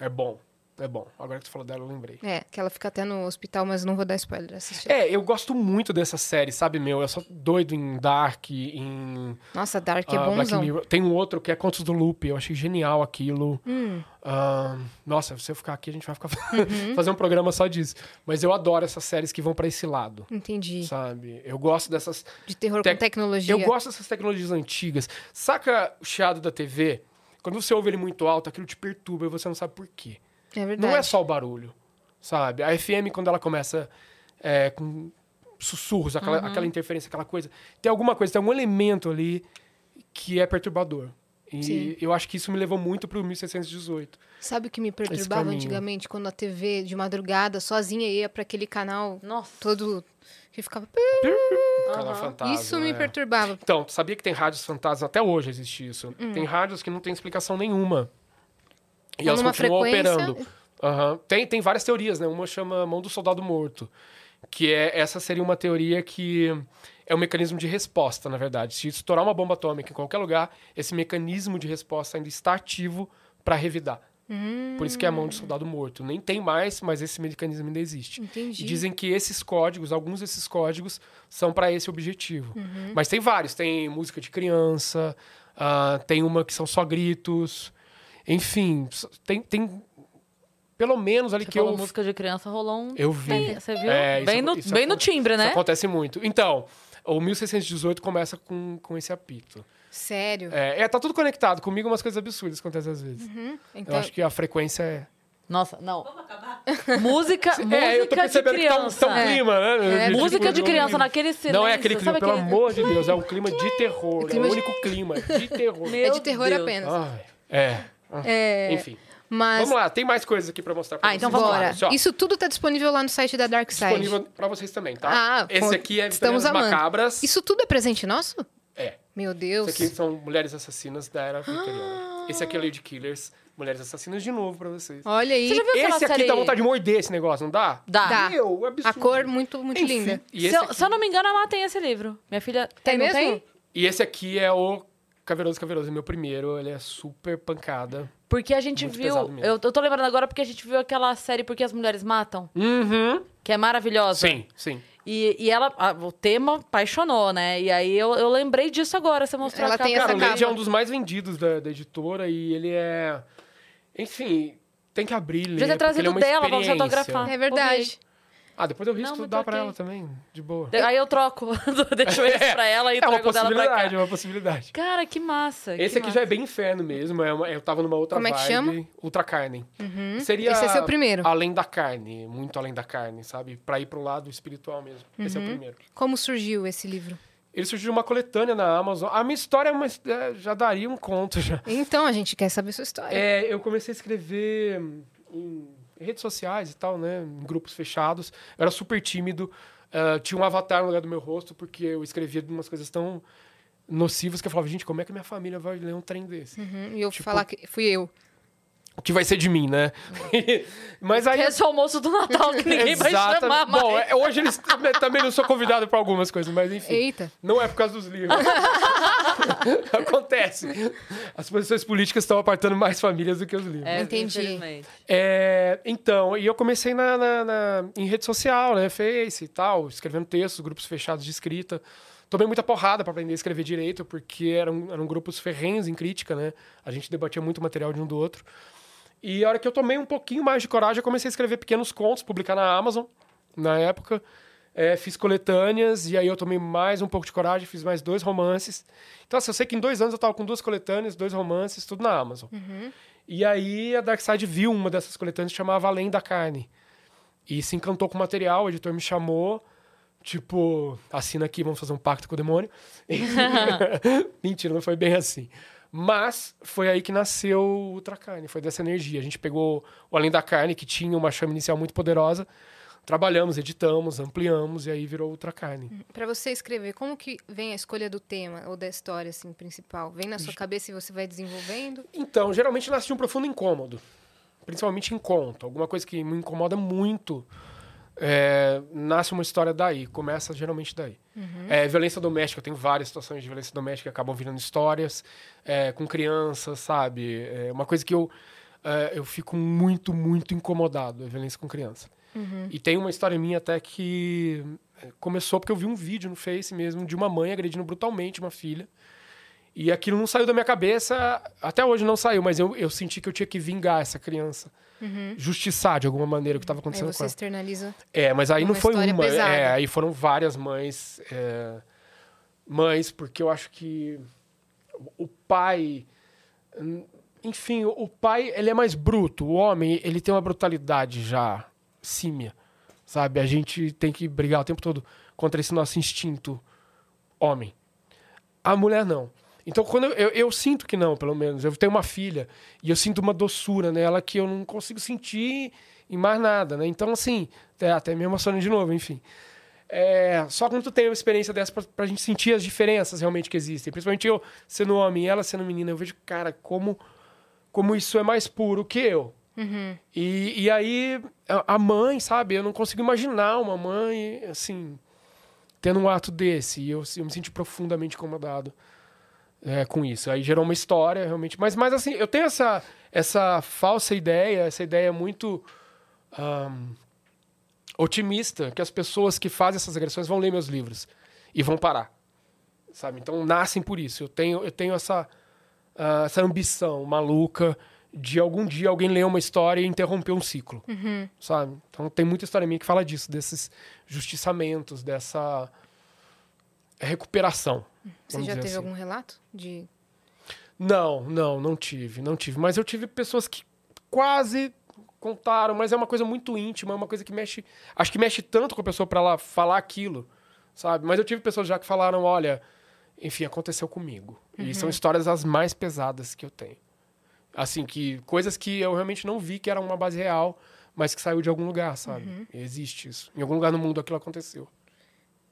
S3: É bom, é bom. Agora que tu falou dela, eu lembrei.
S2: É, que ela fica até no hospital, mas não vou dar spoiler. Assistir.
S3: É, eu gosto muito dessa série, sabe, meu? Eu sou doido em Dark, em
S2: Nossa, Dark é
S3: ah, Black
S2: bonzão.
S3: Mirror. Tem um outro que é Contos do Loop, eu achei genial aquilo. Ah, nossa, se eu ficar aqui, a gente vai ficar fazer um programa só disso. Mas eu adoro essas séries que vão pra esse lado,
S2: Entendi.
S3: sabe? Eu gosto dessas...
S2: De terror
S3: Tec-
S2: com tecnologia.
S3: Eu gosto dessas tecnologias antigas. Saca o chiado da TV? Quando você ouve ele muito alto, aquilo te perturba e você não sabe por quê.
S2: É verdade.
S3: Não é só o barulho, sabe? A FM, quando ela começa é, com sussurros, aquela,
S2: Uhum.
S3: aquela interferência, aquela coisa, tem alguma coisa, tem algum elemento ali que é perturbador. E
S2: Sim.
S3: eu acho que isso me levou muito pro 1618.
S2: Sabe o que me perturbava
S3: caminho.
S2: antigamente? Quando a TV, de madrugada, sozinha ia pra aquele canal
S1: Nossa.
S2: todo... Que ficava...
S3: Canal Fantasma,
S2: Isso me
S3: é.
S2: perturbava.
S3: Então, tu sabia que tem rádios fantasmas? Até hoje existe isso. Tem rádios que não tem explicação nenhuma. E
S2: Hum. Ou
S3: elas
S2: numa
S3: continuam
S2: frequência.
S3: operando. Aham. Tem, tem várias teorias, né? Uma chama Mão do Soldado Morto. Que é, essa seria uma teoria que é um mecanismo de resposta, na verdade. Se estourar uma bomba atômica em qualquer lugar, esse mecanismo de resposta ainda está ativo para revidar.
S2: Hum.
S3: Por isso que é a mão do soldado morto. Nem tem mais, mas esse mecanismo ainda existe.
S2: Entendi.
S3: E dizem que esses códigos, alguns desses códigos, são para esse objetivo.
S1: Uhum.
S3: Mas tem vários. Tem música de criança, ah, tem uma que são só gritos. Enfim, s- tem, tem pelo menos ali
S1: Você
S3: que
S1: falou
S3: eu,
S1: tipo, música de criança, rolou um...
S3: eu vi.
S1: Você viu?
S3: É, isso
S1: bem
S3: acon-
S1: no,
S3: isso
S1: bem
S3: acon-
S1: no timbre,
S3: Isso é
S1: né?
S3: acontece muito. Então, o 1618 começa com, com esse apito.
S2: Sério?
S3: É, é, tá tudo conectado. Comigo umas coisas absurdas acontecem às vezes.
S1: Uhum.
S2: Então,
S3: Eu acho que a frequência é...
S1: Nossa, não. Música, Tá, música
S3: é, eu tô
S1: de
S3: percebendo que tá um,
S1: criança.
S3: tá um clima, né?
S2: É,
S3: Tipo,
S1: Música de
S3: não-
S1: criança, naquele silêncio.
S3: Não é aquele clima,
S1: sabe
S3: pelo
S1: aquele-
S3: amor de Deus. É um clima de terror. É
S2: clima
S3: o
S2: de-
S3: único clima de terror.
S1: Meu
S2: é de terror
S1: Deus.
S2: apenas.
S3: Ai, é. Ah,
S2: É,
S3: Enfim.
S2: Mas,
S3: Vamos lá, tem mais coisas aqui pra mostrar pra
S1: Ah,
S3: vocês.
S1: então vamos lá.
S2: bora.
S3: Isso, ó,
S2: Isso tudo tá disponível lá no site da Dark Side.
S3: disponível pra vocês também, tá?
S2: Ah,
S3: Esse
S2: pô,
S3: aqui é
S2: estamos
S3: Vitaminas
S2: amando.
S3: Macabras.
S2: Isso tudo é presente nosso?
S3: É.
S2: Meu Deus.
S3: Isso aqui são Mulheres Assassinas da Era
S2: Ah.
S3: Vitoriana. Esse aqui é Lady Killers, Mulheres Assassinas de novo pra vocês.
S2: Olha aí.
S1: Você já viu aquela
S3: Esse aqui
S1: série?
S3: dá vontade de morder esse negócio, não dá?
S1: Dá.
S2: Dá.
S3: Meu, é absurdo.
S2: A cor muito, muito
S3: Enfim,
S2: linda.
S3: E
S1: se,
S3: esse,
S1: eu, se eu não me engano, a Má tem esse livro. Minha filha
S2: Tem
S1: não
S2: mesmo?
S1: Tem?
S3: e esse aqui é o Caveroso Caveroso, é meu primeiro. Ele é super pancada.
S1: Porque a gente
S3: Muito pesado
S1: viu.
S3: mesmo.
S1: Eu, eu tô lembrando agora porque a gente viu aquela série Porque as Mulheres Matam,
S3: Uhum.
S1: que é maravilhosa.
S3: Sim, sim.
S1: E, e ela. a- o tema apaixonou, né? E aí eu, eu lembrei disso agora, você mostrou
S2: Ela
S1: a capa.
S2: tem essa
S3: Cara, o
S2: capa.
S3: Lady é um dos mais vendidos da, da editora e ele é. Enfim, tem que abrir.
S1: ter
S3: Ler, porque
S1: tá trazido
S3: ele é uma
S1: dela pra você
S3: experiência.
S1: autografar.
S2: É verdade.
S3: Ah, depois eu risco
S1: Não, mas
S3: dar pra
S1: ok.
S3: ela também, de boa.
S1: De- Aí eu troco. Deixo esse pra ela e
S3: é uma
S1: trago dela pra cá.
S3: possibilidade, é uma possibilidade.
S1: Cara, que massa.
S3: Esse
S1: que
S3: aqui
S1: massa.
S3: já é bem inferno mesmo. é uma- eu tava numa outra
S2: Como é que
S3: vibe,
S2: chama?
S3: Ultra Carne.
S1: Uhum.
S3: Seria
S2: Esse é seu primeiro.
S3: Além da carne, muito além da carne, sabe? Pra ir pro lado espiritual mesmo. Esse é o
S1: Uhum.
S3: primeiro.
S2: Como surgiu esse livro?
S3: Ele surgiu de uma coletânea na Amazon. A minha história é uma, é, já daria um conto já.
S2: Então, a gente quer saber sua história.
S3: É, eu comecei a escrever em redes sociais e tal, né? Em grupos fechados. Eu era super tímido. ah, tinha um avatar no lugar do meu rosto, porque eu escrevia de umas coisas tão nocivas que eu falava, gente, como é que minha família vai ler um trem desse?
S2: Uhum, e eu
S3: tipo-
S2: falar que fui eu.
S3: O que vai ser de mim, né? Mas aí.
S1: Esse é o almoço do Natal que ninguém vai
S3: Exata-
S1: chamar mais.
S3: Bom, é- hoje eles também não sou convidado pra algumas coisas, mas enfim.
S2: Eita.
S3: Não é por causa dos livros. Acontece. As posições políticas estão apartando mais famílias do que os livros.
S1: É,
S2: Entendi.
S1: infelizmente.
S3: É, então, e eu comecei na, na- na- em rede social, né? Face e tal, escrevendo textos, grupos fechados de escrita. Tomei muita porrada para aprender a escrever direito, porque um, eram, eram grupos ferrenhos em crítica, né? A gente debatia muito material de um do outro. E a hora que eu tomei um pouquinho mais de coragem, eu comecei a escrever pequenos contos, publicar na Amazon, na época. É, fiz coletâneas, e aí eu tomei mais um pouco de coragem, fiz mais dois romances. Então, assim, eu sei que em dois anos eu tava com duas coletâneas, dois romances, tudo na Amazon. E aí a Darkside viu uma dessas coletâneas que chamava Além da Carne. E se encantou com o material, o editor me chamou, tipo, assina aqui, vamos fazer um pacto com o demônio. Mentira, não foi bem assim. Mas foi aí que nasceu o Ultra Carne, foi dessa energia. A gente pegou o Além da Carne, que tinha uma chama inicial muito poderosa, trabalhamos, editamos, ampliamos, e aí virou Ultra Carne.
S2: Pra você escrever, como que vem a escolha do tema ou da história assim principal? Vem na sua cabeça e você vai desenvolvendo?
S3: Então, geralmente nasce de um profundo incômodo. Principalmente em conto. Alguma coisa que me incomoda muito. é, nasce uma história daí. Começa geralmente daí.
S2: Uhum.
S3: É, violência doméstica. Eu tenho várias situações de violência doméstica que acabam virando histórias. é, com crianças, sabe? É uma coisa que eu, é, eu fico muito, muito incomodado. É violência com criança.
S2: Uhum.
S3: E tem uma história minha até que é, começou porque eu vi um vídeo no Face mesmo de uma mãe agredindo brutalmente uma filha. E aquilo não saiu da minha cabeça, até hoje não saiu, mas eu, eu senti que eu tinha que vingar essa criança. Justiçar de alguma maneira o que estava
S2: Uhum. Aí
S3: acontecendo com
S2: você
S3: ela.
S2: externaliza.
S3: É, mas aí
S2: uma
S3: não foi
S2: história
S3: uma.
S2: pesada.
S3: É, aí foram várias mães. é, mães, porque eu acho que o pai. Enfim, o pai, ele é mais bruto. O homem, ele tem uma brutalidade já símia, sabe? A gente tem que brigar o tempo todo contra esse nosso instinto homem. A mulher não. Então, quando eu, eu, eu sinto que não, pelo menos. Eu tenho uma filha e eu sinto uma doçura nela que eu não consigo sentir em mais nada, né? Então, assim, até, até me emociono de novo, enfim. É, só quando tu tem uma experiência dessa pra, pra gente sentir as diferenças realmente que existem. Principalmente eu sendo um homem e ela sendo menina, eu vejo, cara, como, como isso é mais puro que eu. E, e aí, a a mãe, sabe? Eu não consigo imaginar uma mãe, assim, tendo um ato desse. E eu, eu me senti profundamente incomodado é, com isso. Aí gerou uma história, realmente. Mas, mas assim, eu tenho essa, essa falsa ideia, essa ideia muito ahm, otimista, que as pessoas que fazem essas agressões vão ler meus livros e vão parar. Sabe? Então, nascem por isso. Eu tenho, eu tenho essa, ah, essa ambição maluca de algum dia alguém ler uma história e interromper um ciclo.
S2: Uhum.
S3: Sabe? Então, tem muita história minha que fala disso, desses justiçamentos, dessa recuperação.
S2: Você
S3: vamos
S2: já
S3: dizer
S2: teve
S3: assim.
S2: algum relato de
S3: Não, não, não tive, não tive. Mas eu tive pessoas que quase contaram, mas é uma coisa muito íntima, é uma coisa que mexe. Acho que mexe tanto com a pessoa pra ela falar aquilo, sabe? Mas eu tive pessoas já que falaram: olha, enfim, aconteceu comigo. E são histórias as mais pesadas que eu tenho. Assim, que coisas que eu realmente não vi que era uma base real, mas que saiu de algum lugar, sabe? Existe isso. Em algum lugar no mundo aquilo aconteceu.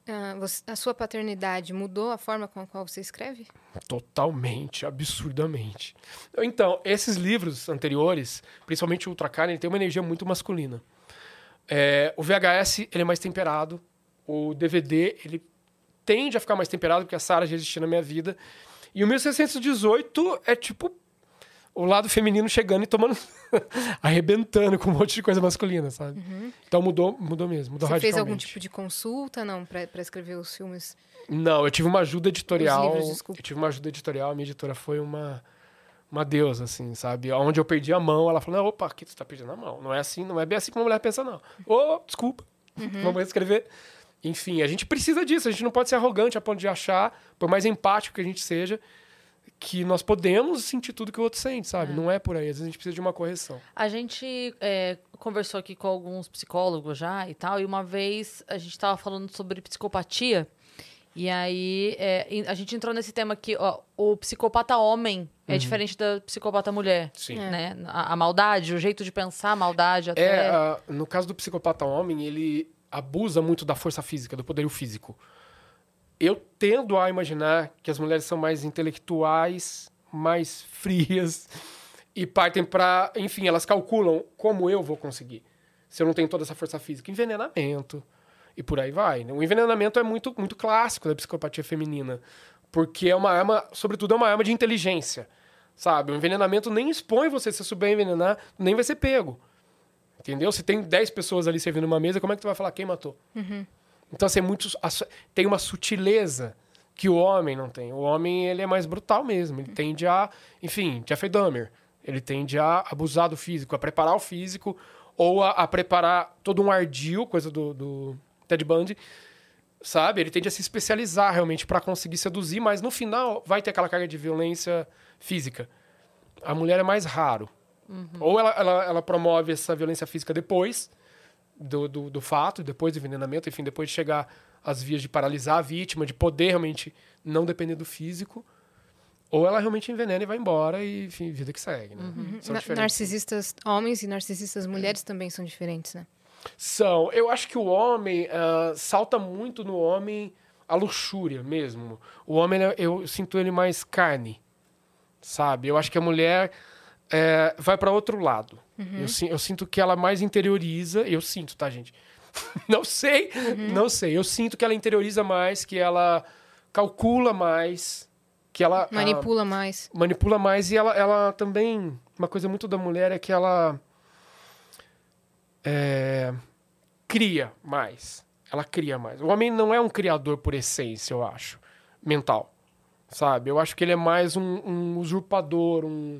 S2: ah, você- a sua paternidade mudou a forma com a qual você escreve?
S3: Totalmente, absurdamente. Então, esses livros anteriores, principalmente o Ultracar, ele tem uma energia muito masculina. É, o VHS, ele é mais temperado. O DVD, ele tende a ficar mais temperado, porque a Sarah já existia na minha vida. E o 1618 é tipo o lado feminino chegando e tomando... arrebentando com um monte de coisa masculina, sabe? Então mudou, mudou mesmo, mudou
S2: Uhum. Você fez algum
S3: radicalmente.
S2: tipo de consulta, não, pra pra escrever os filmes?
S3: Não, eu tive uma ajuda editorial.
S2: Os livros, desculpa.
S3: eu tive uma ajuda editorial, a minha editora foi uma uma deusa, assim, sabe? Onde eu perdi a mão, ela falou: "Não, opa, aqui tu tá perdendo a mão. Não é assim, não é bem assim que uma mulher pensa, não. Ô, desculpa,
S2: Uhum.
S3: vamos escrever. Enfim, a gente precisa disso, a gente não pode ser arrogante a ponto de achar, por mais empático que a gente seja, que nós podemos sentir tudo que o outro sente, sabe? Não é por aí, às vezes a gente precisa de uma correção.
S1: A gente é, conversou aqui com alguns psicólogos já e tal, e uma vez a gente estava falando sobre psicopatia, e aí é, e a gente entrou nesse tema que ó, o psicopata homem é diferente da psicopata mulher.
S3: Uhum. Sim.
S1: Né? A, a maldade, o jeito de pensar, a maldade até.
S3: É, ah, no caso do psicopata homem, ele abusa muito da força física, do poderio físico. Eu tendo a imaginar que as mulheres são mais intelectuais, mais frias e partem pra. enfim, elas calculam como eu vou conseguir se eu não tenho toda essa força física, envenenamento e por aí vai. né? O envenenamento é muito muito clássico da psicopatia feminina, porque é uma arma, sobretudo é uma arma de inteligência. Sabe, o envenenamento nem expõe você, se você souber envenenar, nem vai ser pego. Entendeu? Se tem 10 pessoas ali servindo uma mesa, como é que tu vai falar quem matou? Então, assim, é muito, a su- tem uma sutileza que o homem não tem. O homem, ele é mais brutal mesmo. Ele tende a, enfim, Jeffrey Dahmer. Ele tende a abusar do físico, a preparar o físico, ou a, a preparar todo um ardil, coisa do, do Ted Bundy, sabe? Ele tende a se especializar realmente para conseguir seduzir, mas no final vai ter aquela carga de violência física. A mulher é mais raro. Ou ela, ela, ela promove essa violência física depois do, do, do fato, depois do envenenamento, enfim, depois de chegar às vias de paralisar a vítima, de poder realmente não depender do físico, ou ela realmente envenena e vai embora e, enfim, vida que segue, né? São
S2: Na-
S3: diferentes. É.
S2: narcisistas homens e narcisistas mulheres também são diferentes, né?
S3: São. Eu acho que o homem ah, salta muito no homem a luxúria mesmo. O homem, ele- é, eu sinto ele mais carne, sabe? Eu acho que a mulher eh, vai para outro lado. Eu, sin- eu sinto que ela mais interioriza. Eu sinto, tá, gente? não sei, não sei. Eu sinto que ela interioriza mais, que ela calcula mais, que ela. ah,
S2: Manipula mais.
S3: manipula mais e ela, ela também. Uma coisa muito da mulher é que ela. é, cria mais. Ela cria mais. O homem não é um criador por essência, eu acho. Mental. Sabe? Eu acho que ele é mais um, um usurpador, um.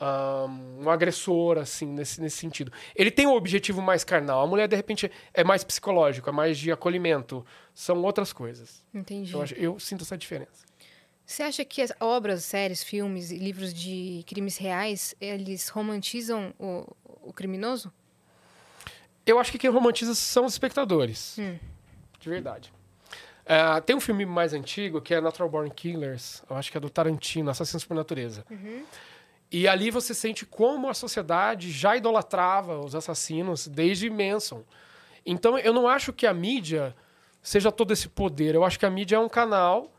S3: ah, um agressor, assim, nesse, nesse sentido. Ele tem um objetivo mais carnal. A mulher, de repente, é mais psicológico, é mais de acolhimento. São outras coisas.
S2: Entendi.
S3: Eu, acho- eu sinto essa diferença.
S2: Você acha que as obras, séries, filmes e livros de crimes reais, eles romantizam o, o criminoso?
S3: Eu acho que quem romantiza são os espectadores. De verdade. Ah, tem um filme mais antigo que é Natural Born Killers, eu acho que é do Tarantino, Assassinos por Natureza. E ali você sente como a sociedade já idolatrava os assassinos desde Manson. Então eu não acho que a mídia seja todo esse poder. Eu acho que a mídia é um canal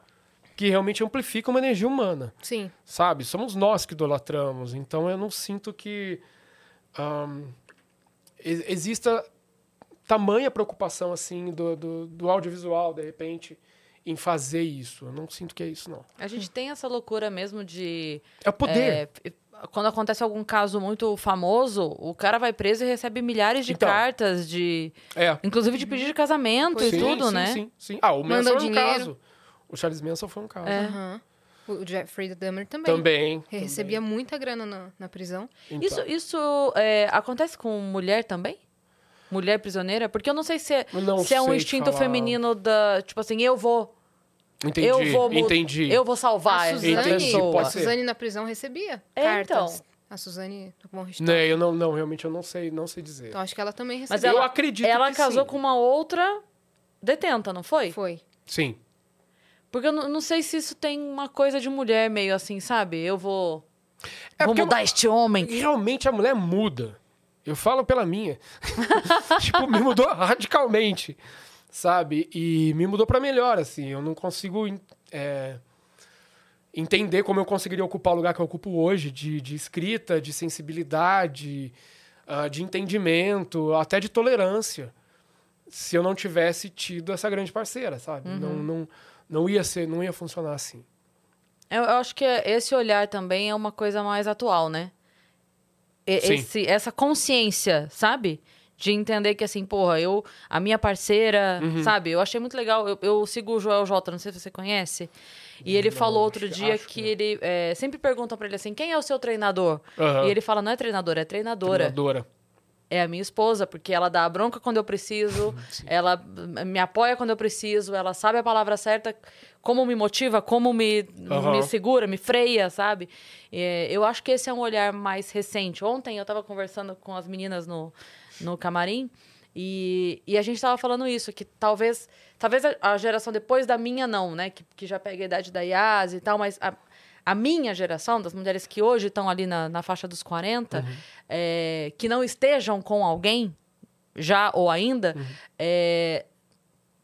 S3: que realmente amplifica uma energia humana
S2: Sim.
S3: sabe? Somos nós que idolatramos. Então eu não sinto que ahm, e- exista tamanha preocupação assim do, do, do audiovisual, de repente, em fazer isso. Eu não sinto que é isso, não.
S1: A gente tem essa loucura mesmo de.
S3: É o poder.
S1: é, f- quando acontece algum caso muito famoso, o cara vai preso e recebe milhares de
S3: Então.
S1: cartas de.
S3: É.
S1: Inclusive de pedido de casamento e
S3: Sim,
S1: tudo,
S3: sim,
S1: né?
S3: Sim, sim. Ah, o
S2: Manda
S3: Manson
S2: o
S3: é um
S2: dinheiro.
S3: caso. O Charles Manson foi um caso.
S2: É.
S1: É.
S2: Aham. O Jeffrey Dahmer também.
S3: Também.
S2: Ele
S3: também.
S2: recebia muita grana na, na prisão.
S3: Então,
S1: Isso, isso é, acontece com mulher também? Mulher prisioneira? Porque eu não sei se é,
S3: Eu não
S1: se é um
S3: sei te
S1: instinto
S3: falar.
S1: feminino da. Tipo assim, eu vou.
S3: Entendi.
S1: eu vou. mu-
S3: entendi.
S1: Eu vou salvar
S2: a
S1: essa
S2: Suzane,
S3: Entendi,
S1: pessoa.
S3: Então, assim, pode
S2: a
S3: ser.
S2: Suzane na prisão recebia
S1: É,
S2: cartas.
S1: então.
S2: A Suzane do Bom Restante.
S3: Né, eu não, não, realmente eu não sei, não sei dizer.
S2: Então acho que ela também recebeu.
S1: Mas
S3: eu
S1: ela,
S3: acredito
S1: ela
S3: que
S1: casou
S3: sim.
S1: com uma outra detenta, não foi?
S2: Foi.
S3: Sim.
S1: Porque eu não, não sei se isso tem uma coisa de mulher meio assim, sabe? Eu vou.
S3: É
S1: vou
S3: porque-
S1: mudar este homem.
S3: realmente a mulher muda. Eu falo pela minha. tipo, me mudou radicalmente. sabe? E me mudou para melhor, assim. Eu não consigo é, entender como eu conseguiria ocupar o lugar que eu ocupo hoje, de, de escrita, de sensibilidade, ah, de entendimento, até de tolerância, se eu não tivesse tido essa grande parceira, sabe?
S1: Uhum.
S3: Não, não, não ia ser, não ia funcionar assim.
S1: Eu, eu acho que é, esse olhar também é uma coisa mais atual, né? E-
S3: Sim.
S1: esse- essa consciência, sabe? De entender que, assim, porra, eu, a minha parceira,
S3: Uhum.
S1: sabe? Eu achei muito legal. Eu, eu sigo o Joel Jota, não sei se você conhece. E ele
S3: Não,
S1: falou outro
S3: acho-
S1: dia
S3: acho
S1: que
S3: que não.
S1: ele. é, sempre perguntam pra ele assim: quem é o seu treinador?
S3: Aham.
S1: E ele fala: não é treinador, é treinadora
S3: Dora.
S1: é a minha esposa, porque ela dá a bronca quando eu preciso, ela m- me apoia quando eu preciso, ela sabe a palavra certa, como me motiva, como me,
S3: Aham.
S1: me segura, me freia, sabe? É, eu acho que esse é um olhar mais recente. Ontem eu tava conversando com as meninas no, no camarim e, e a gente tava falando isso, que talvez talvez a, a geração depois da minha não, né? Que, que já pega a idade da Yas e tal, mas a, a minha geração, das mulheres que hoje estão ali na, na faixa dos 40, é, que não estejam com alguém, já ou ainda,
S3: Uhum.
S1: é,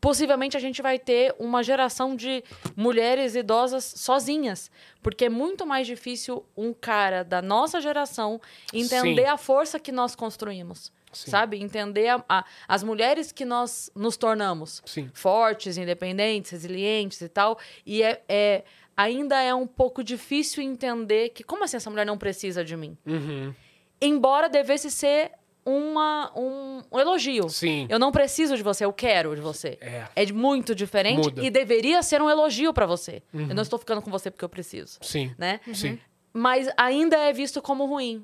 S1: possivelmente a gente vai ter uma geração de mulheres idosas sozinhas. Porque é muito mais difícil um cara da nossa geração entender
S3: Sim.
S1: a força que nós construímos.
S3: Sim.
S1: Sabe? Entender a- a- as mulheres que nós nos tornamos
S3: Sim.
S1: fortes, independentes, resilientes e tal. E é, é- ainda é um pouco difícil entender que, como assim essa mulher não precisa de mim?
S3: Uhum.
S1: Embora devesse ser uma, um, um elogio.
S3: Sim.
S1: Eu não preciso de você, eu quero de você.
S3: É.
S1: de- muito diferente
S3: Muda. Uhum.
S1: e deveria ser um elogio pra você. Eu não estou ficando com você porque eu preciso,
S3: Sim.
S1: né?
S3: Sim.
S1: Mas ainda é visto como ruim.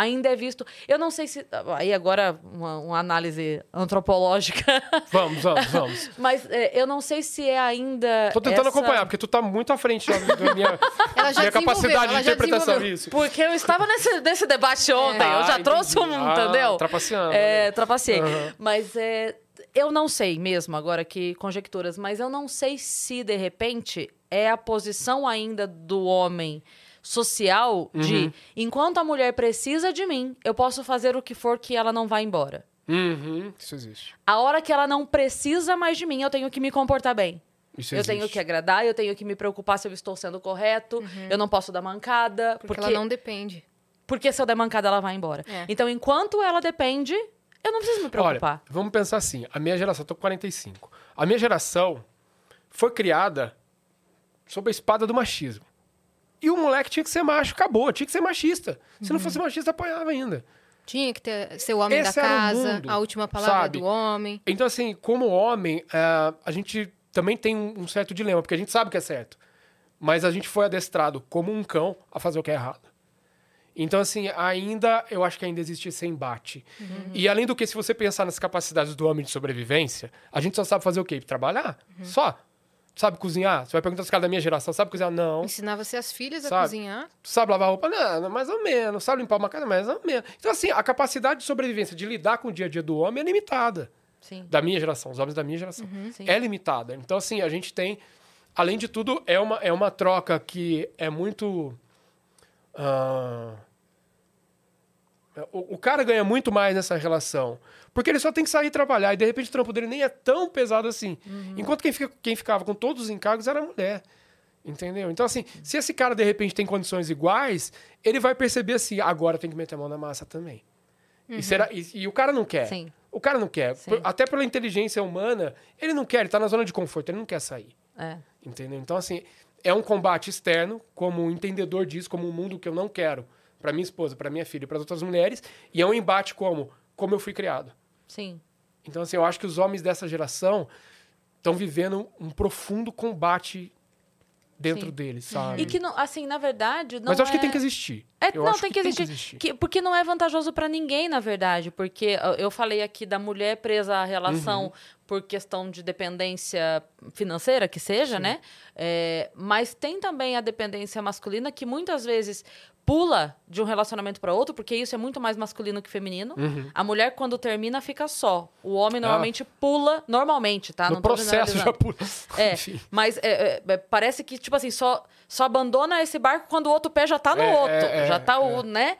S1: Ainda é visto. Eu não sei se. Aí agora, uma- uma análise antropológica.
S3: Vamos, vamos, vamos.
S1: Mas é, eu não sei se é ainda.
S3: Tô tentando
S1: essa-
S3: acompanhar, porque tu tá muito à frente da da minha,
S2: Ela já
S3: minha
S2: desenvolveu,
S3: capacidade
S2: ela
S3: de
S2: já
S3: interpretação.
S2: desenvolveu.
S3: Isso.
S1: Porque eu estava nesse, nesse debate ontem. eu já
S3: Ah,
S1: trouxe
S3: entendi.
S1: um,
S3: Ah,
S1: entendeu?
S3: trapaceando,
S1: É,
S3: né?
S1: trapaceei.
S3: Aham.
S1: Mas é, eu não sei mesmo, agora que conjecturas, mas eu não sei se, de repente, é a posição ainda do homem social de
S3: Uhum.
S1: enquanto a mulher precisa de mim, eu posso fazer o que for que ela não vá embora.
S3: Uhum, isso existe.
S1: A hora que ela não precisa mais de mim, eu tenho que me comportar bem.
S3: Isso
S1: eu
S3: existe.
S1: tenho que agradar, eu tenho que me preocupar se eu estou sendo correto, eu não posso dar mancada,
S2: Uhum. Porque,
S1: porque,
S2: ela não depende.
S1: porque se eu der mancada ela vai embora.
S2: É.
S1: Então, enquanto ela depende, eu não preciso me preocupar.
S3: Olha, vamos pensar assim. A minha geração, eu tô com 45. A minha geração foi criada sob a espada do machismo. E o moleque tinha que ser macho, acabou, tinha que ser machista. Se
S1: Uhum.
S3: não fosse machista, apanhava ainda.
S2: Tinha que ter, ser o homem
S3: Esse
S2: da
S3: era o
S2: casa,
S3: mundo,
S2: a última palavra
S3: sabe?
S2: do homem.
S3: Então, assim, como homem, ah, a gente também tem um um certo dilema, porque a gente sabe o que é certo. Mas a gente foi adestrado como um cão a fazer o que é errado. Então, assim, ainda, eu acho que ainda existe esse embate. E além do que, se você pensar nas capacidades do homem de sobrevivência, a gente só sabe fazer o quê? Trabalhar? Só. Sabe cozinhar? Você vai perguntar os caras da minha geração, sabe cozinhar? Não.
S2: Ensinava se as filhas a
S3: Sabe?
S2: cozinhar.
S3: Sabe lavar roupa? Não, não, mais ou menos. Sabe limpar uma casa? Mais ou menos. Então, assim, a capacidade de sobrevivência, de lidar com o dia a dia do homem é limitada
S1: Sim.
S3: da minha geração, os homens da minha geração,
S1: Sim.
S3: é limitada. Então, assim, a gente tem. Além de tudo, é uma, é uma troca que é muito. ah, o, o cara ganha muito mais nessa relação. Porque ele só tem que sair e trabalhar. E de repente o trampo dele nem é tão pesado assim. Enquanto quem, fica- quem ficava com todos os encargos era a mulher. Entendeu? Então, assim, se esse cara de repente tem condições iguais, ele vai perceber assim: agora tem que meter a mão na massa também. E, será, e, e o cara não quer.
S1: Sim.
S3: O cara não quer.
S1: Sim.
S3: Por- até pela inteligência humana, ele não quer, ele tá na zona de conforto, ele não quer sair.
S1: É.
S3: Entendeu? Então, assim, é um combate externo, como um entendedor disso, como um mundo que eu não quero para minha esposa, para minha filha, para as outras mulheres, e é um embate como como eu fui criado.
S1: Sim.
S3: Então, assim, eu acho que os homens dessa geração estão vivendo um profundo combate dentro
S1: Sim.
S3: deles, sabe?
S1: E que, não, assim, na verdade. Não
S3: Mas eu acho
S1: é-
S3: que tem que existir.
S1: É,
S3: Eu
S1: não,
S3: acho
S1: tem que existir. Que- porque não é vantajoso pra ninguém, na verdade. Porque ó, eu falei aqui da mulher presa à relação
S3: Uhum.
S1: por questão de dependência financeira, que seja, né? É, mas tem também a dependência masculina que muitas vezes pula de um relacionamento pra outro, porque isso é muito mais masculino que feminino.
S3: Uhum.
S1: A mulher, quando termina, fica só. O homem normalmente pula, normalmente, tá?
S3: Ah. No
S1: Não tô
S3: processo já
S1: generalizando.
S3: pula.
S1: É,
S3: Enfim.
S1: mas é, é, é, parece que, tipo assim, só, só abandona esse barco quando o outro pé já tá no
S3: É,
S1: outro.
S3: é, é,
S1: já tá o, né?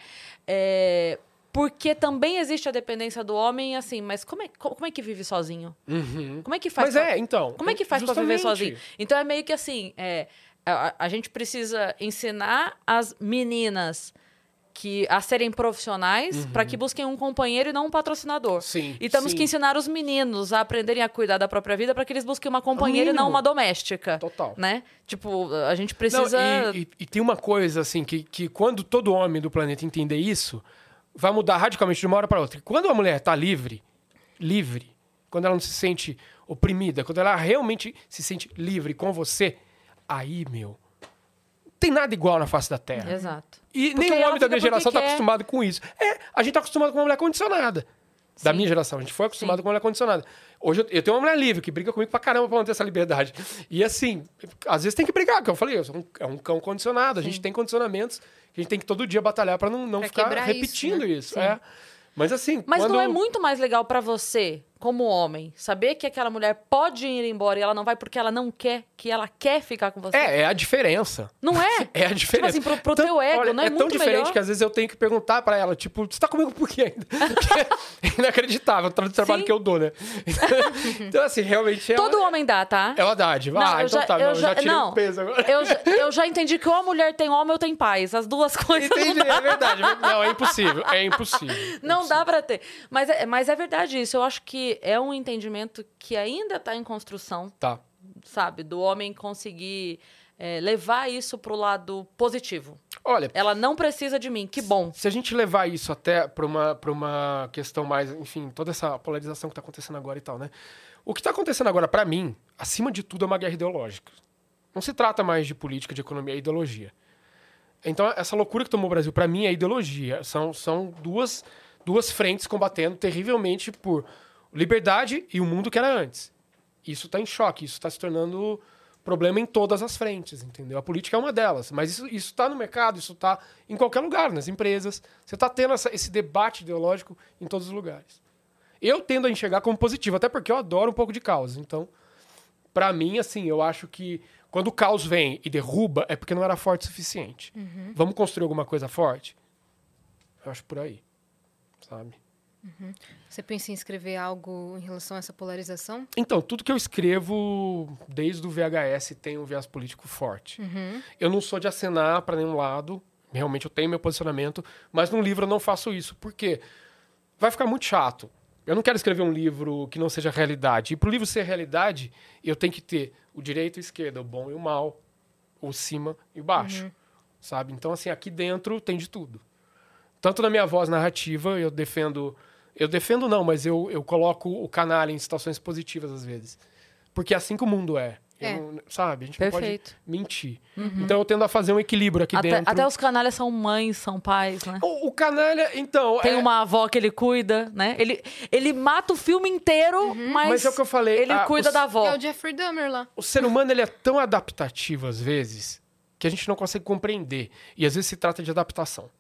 S1: É, Porque também existe a dependência do homem, assim, mas como é, co- como é que vive sozinho?
S3: Uhum.
S1: Como é que faz?
S3: Mas
S1: pra-
S3: é, então.
S1: Como é que faz pra viver
S3: justamente.
S1: sozinho? Então é meio que assim, é, a, a- a gente precisa ensinar as meninas que a serem profissionais pra que busquem um companheiro e não um patrocinador.
S3: Uhum. Sim.
S1: E temos
S3: sim.
S1: que ensinar os meninos a aprenderem a cuidar da própria vida pra que eles busquem uma companheira e não
S3: mínimo.
S1: uma doméstica,
S3: Total.
S1: né? Tipo, a gente
S3: Não,
S1: precisa
S3: e, e- e tem uma coisa, assim, que, que quando todo homem do planeta entender isso, vai mudar radicalmente de uma hora para outra. Quando a mulher tá livre, livre, quando ela não se sente oprimida, quando ela realmente se sente livre com você, aí, meu, tem nada igual na face da Terra.
S1: É. Exato.
S3: E
S1: Porque
S3: nenhum
S1: ela
S3: homem da
S1: fica
S3: minha
S1: porque
S3: geração tá
S1: quer.
S3: acostumado com isso. É, a gente tá acostumado com uma mulher condicionada. Da minha geração, a gente foi acostumado com uma mulher condicionada. Hoje eu, eu tenho uma mulher livre que briga comigo pra caramba pra manter essa liberdade. E assim, às vezes tem que brigar, que eu falei, eu sou um, é um cão condicionado, a gente tem condicionamentos que a gente tem que todo dia batalhar pra não, não
S2: Pra
S3: ficar
S2: quebrar isso,
S3: repetindo
S2: né?
S3: isso. é. Mas assim,
S1: Mas
S3: quando...
S1: não é muito mais legal pra você, como homem, saber que aquela mulher pode ir embora e ela não vai porque ela não quer, que ela quer ficar com você?
S3: É, é a diferença.
S1: Não é?
S3: É a diferença.
S1: Tipo assim, pro, pro teu ego,
S3: olha,
S1: não é,
S3: é tão
S1: muito
S3: diferente
S1: melhor?
S3: que às vezes eu tenho que perguntar pra ela, tipo, você tá comigo por quê ainda? Porque é inacreditável o tra- trabalho
S1: Sim. Uhum.
S3: que eu dou, né? então, assim, realmente ela,
S1: Todo homem dá, tá?
S3: ela dá, de, ah, então tá, não, eu já tirei o peso agora.
S1: Eu, já- eu já entendi que ou a mulher tem homem ou tem paz. As duas coisas
S3: Entendi,
S1: não dá,
S3: é verdade. Não, é impossível, é impossível.
S1: não dá pra ter. Mas é, mas é verdade isso. Eu acho que é um entendimento que ainda tá em construção,
S3: Tá.
S1: sabe? Do homem conseguir é, levar isso pro lado positivo.
S3: Olha,
S1: Ela não precisa de mim, que bom.
S3: se a gente levar isso até pra uma, pra uma questão mais, enfim, toda essa polarização que tá acontecendo agora e tal, né? O que tá acontecendo agora, pra mim, acima de tudo, é uma guerra ideológica. Não se trata mais de política, de economia, é ideologia. Então, essa loucura que tomou o Brasil, pra mim, é ideologia. São, são duas, duas frentes combatendo terrivelmente por liberdade e o mundo que era antes. Isso está em choque, isso está se tornando problema em todas as frentes, entendeu? A política é uma delas, mas isso está no mercado, isso está em qualquer lugar, nas empresas. Você está tendo essa- esse debate ideológico em todos os lugares. Eu tendo a enxergar como positivo, até porque eu adoro um pouco de caos. Então, Pra mim, assim, eu acho que quando o caos vem e derruba, é porque não era forte o suficiente. Vamos construir alguma coisa forte? Eu acho por aí. Sabe?
S2: Você pensa em escrever algo em relação a essa polarização?
S3: Então, tudo que eu escrevo desde o VHS tem um viés político forte. Eu não sou de acenar pra nenhum lado, realmente eu tenho meu posicionamento, mas num livro eu não faço isso. Por quê? Vai ficar muito chato. Eu não quero escrever um livro que não seja realidade. E pro livro ser realidade, eu tenho que ter o direito e a esquerda, o bom e o mal, o cima e o baixo. Sabe? Então, assim, aqui dentro tem de tudo. Tanto na minha voz narrativa, eu defendo. Eu defendo não, mas eu, eu coloco o canalha em situações positivas às vezes. Porque é assim que o mundo é. Eu
S2: É.
S3: não- sabe? A gente
S1: Perfeito. Uhum.
S3: não pode mentir. Então eu tendo a fazer um equilíbrio aqui
S1: Até,
S3: dentro.
S1: até os canalhas são mães, são pais, né?
S3: o, o canalha, então.
S1: Tem
S3: é-
S1: uma avó que ele cuida, né? Ele, ele mata o filme inteiro, mas,
S3: Mas é o que eu falei,
S1: ele
S3: a-
S1: cuida
S3: os-
S1: da
S2: É
S1: avó.
S2: o Jeffrey Dahmer lá.
S3: O ser humano ele é tão adaptativo às vezes que a gente não consegue compreender. E às vezes se trata de adaptação.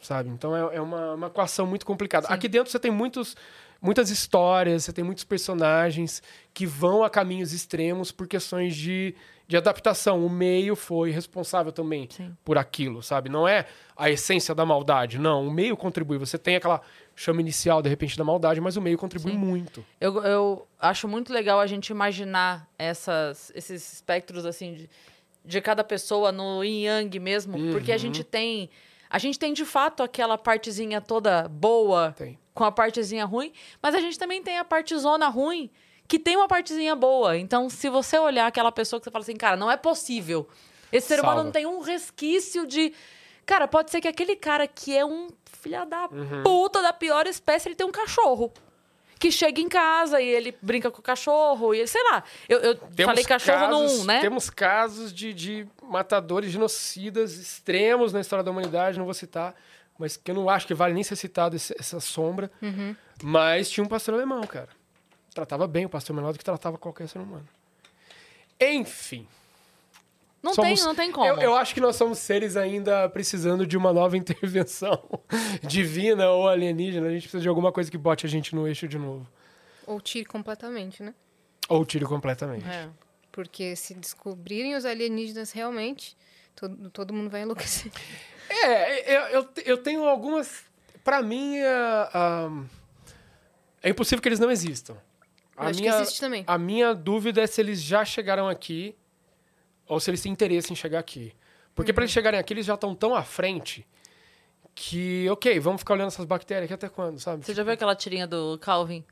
S3: Sabe? Então é, é uma, uma equação muito complicada. Aqui dentro você tem muitos, muitas histórias, você tem muitos personagens que vão a caminhos extremos por questões de, de adaptação. O meio foi responsável também
S1: Sim.
S3: por aquilo, sabe? Não é a essência da maldade, não. O meio contribui. Você tem aquela chama inicial, de repente, da maldade, mas o meio contribui muito.
S1: Eu, eu acho muito legal a gente imaginar essas, esses espectros, assim, de, de cada pessoa no yin yang mesmo, porque a gente tem. A gente tem de fato aquela partezinha toda boa
S3: Tem.
S1: com a partezinha ruim, mas a gente também tem a partezona ruim que tem uma partezinha boa. Então, se você olhar aquela pessoa que você fala assim, cara, não é possível. Esse ser humano
S3: Salva.
S1: não tem um resquício de. Cara, pode ser que aquele cara que é um filha da
S3: Uhum.
S1: puta da pior espécie, ele tem um cachorro. Que chega em casa e ele brinca com o cachorro, e ele, sei lá. Eu, eu falei cachorro
S3: casos,
S1: no 1, né?
S3: Temos casos de, de matadores, genocidas extremos na história da humanidade, não vou citar, mas que eu não acho que vale nem ser citado esse- essa sombra.
S1: Uhum.
S3: Mas tinha um pastor alemão, cara. Tratava bem o pastor menor do que tratava qualquer ser humano. Enfim.
S1: Não
S3: somos-
S1: tem, não tem como.
S3: Eu, eu acho que nós somos seres ainda precisando de uma nova intervenção divina ou alienígena. A gente precisa de alguma coisa que bote a gente no eixo de novo.
S2: Ou tire completamente, né?
S3: Ou tire completamente.
S1: É.
S2: Porque se descobrirem os alienígenas realmente, todo, todo mundo vai enlouquecer.
S3: É, eu, eu, eu tenho algumas Pra mim, a- a- é impossível que eles não existam.
S2: Eu acho que existe também.
S3: A minha dúvida é se eles já chegaram aqui ou se eles têm interesse em chegar aqui. Porque pra eles chegarem aqui, eles já estão tão à frente que, ok, vamos ficar olhando essas bactérias aqui até quando, sabe?
S1: Você já viu aquela tirinha do Calvin?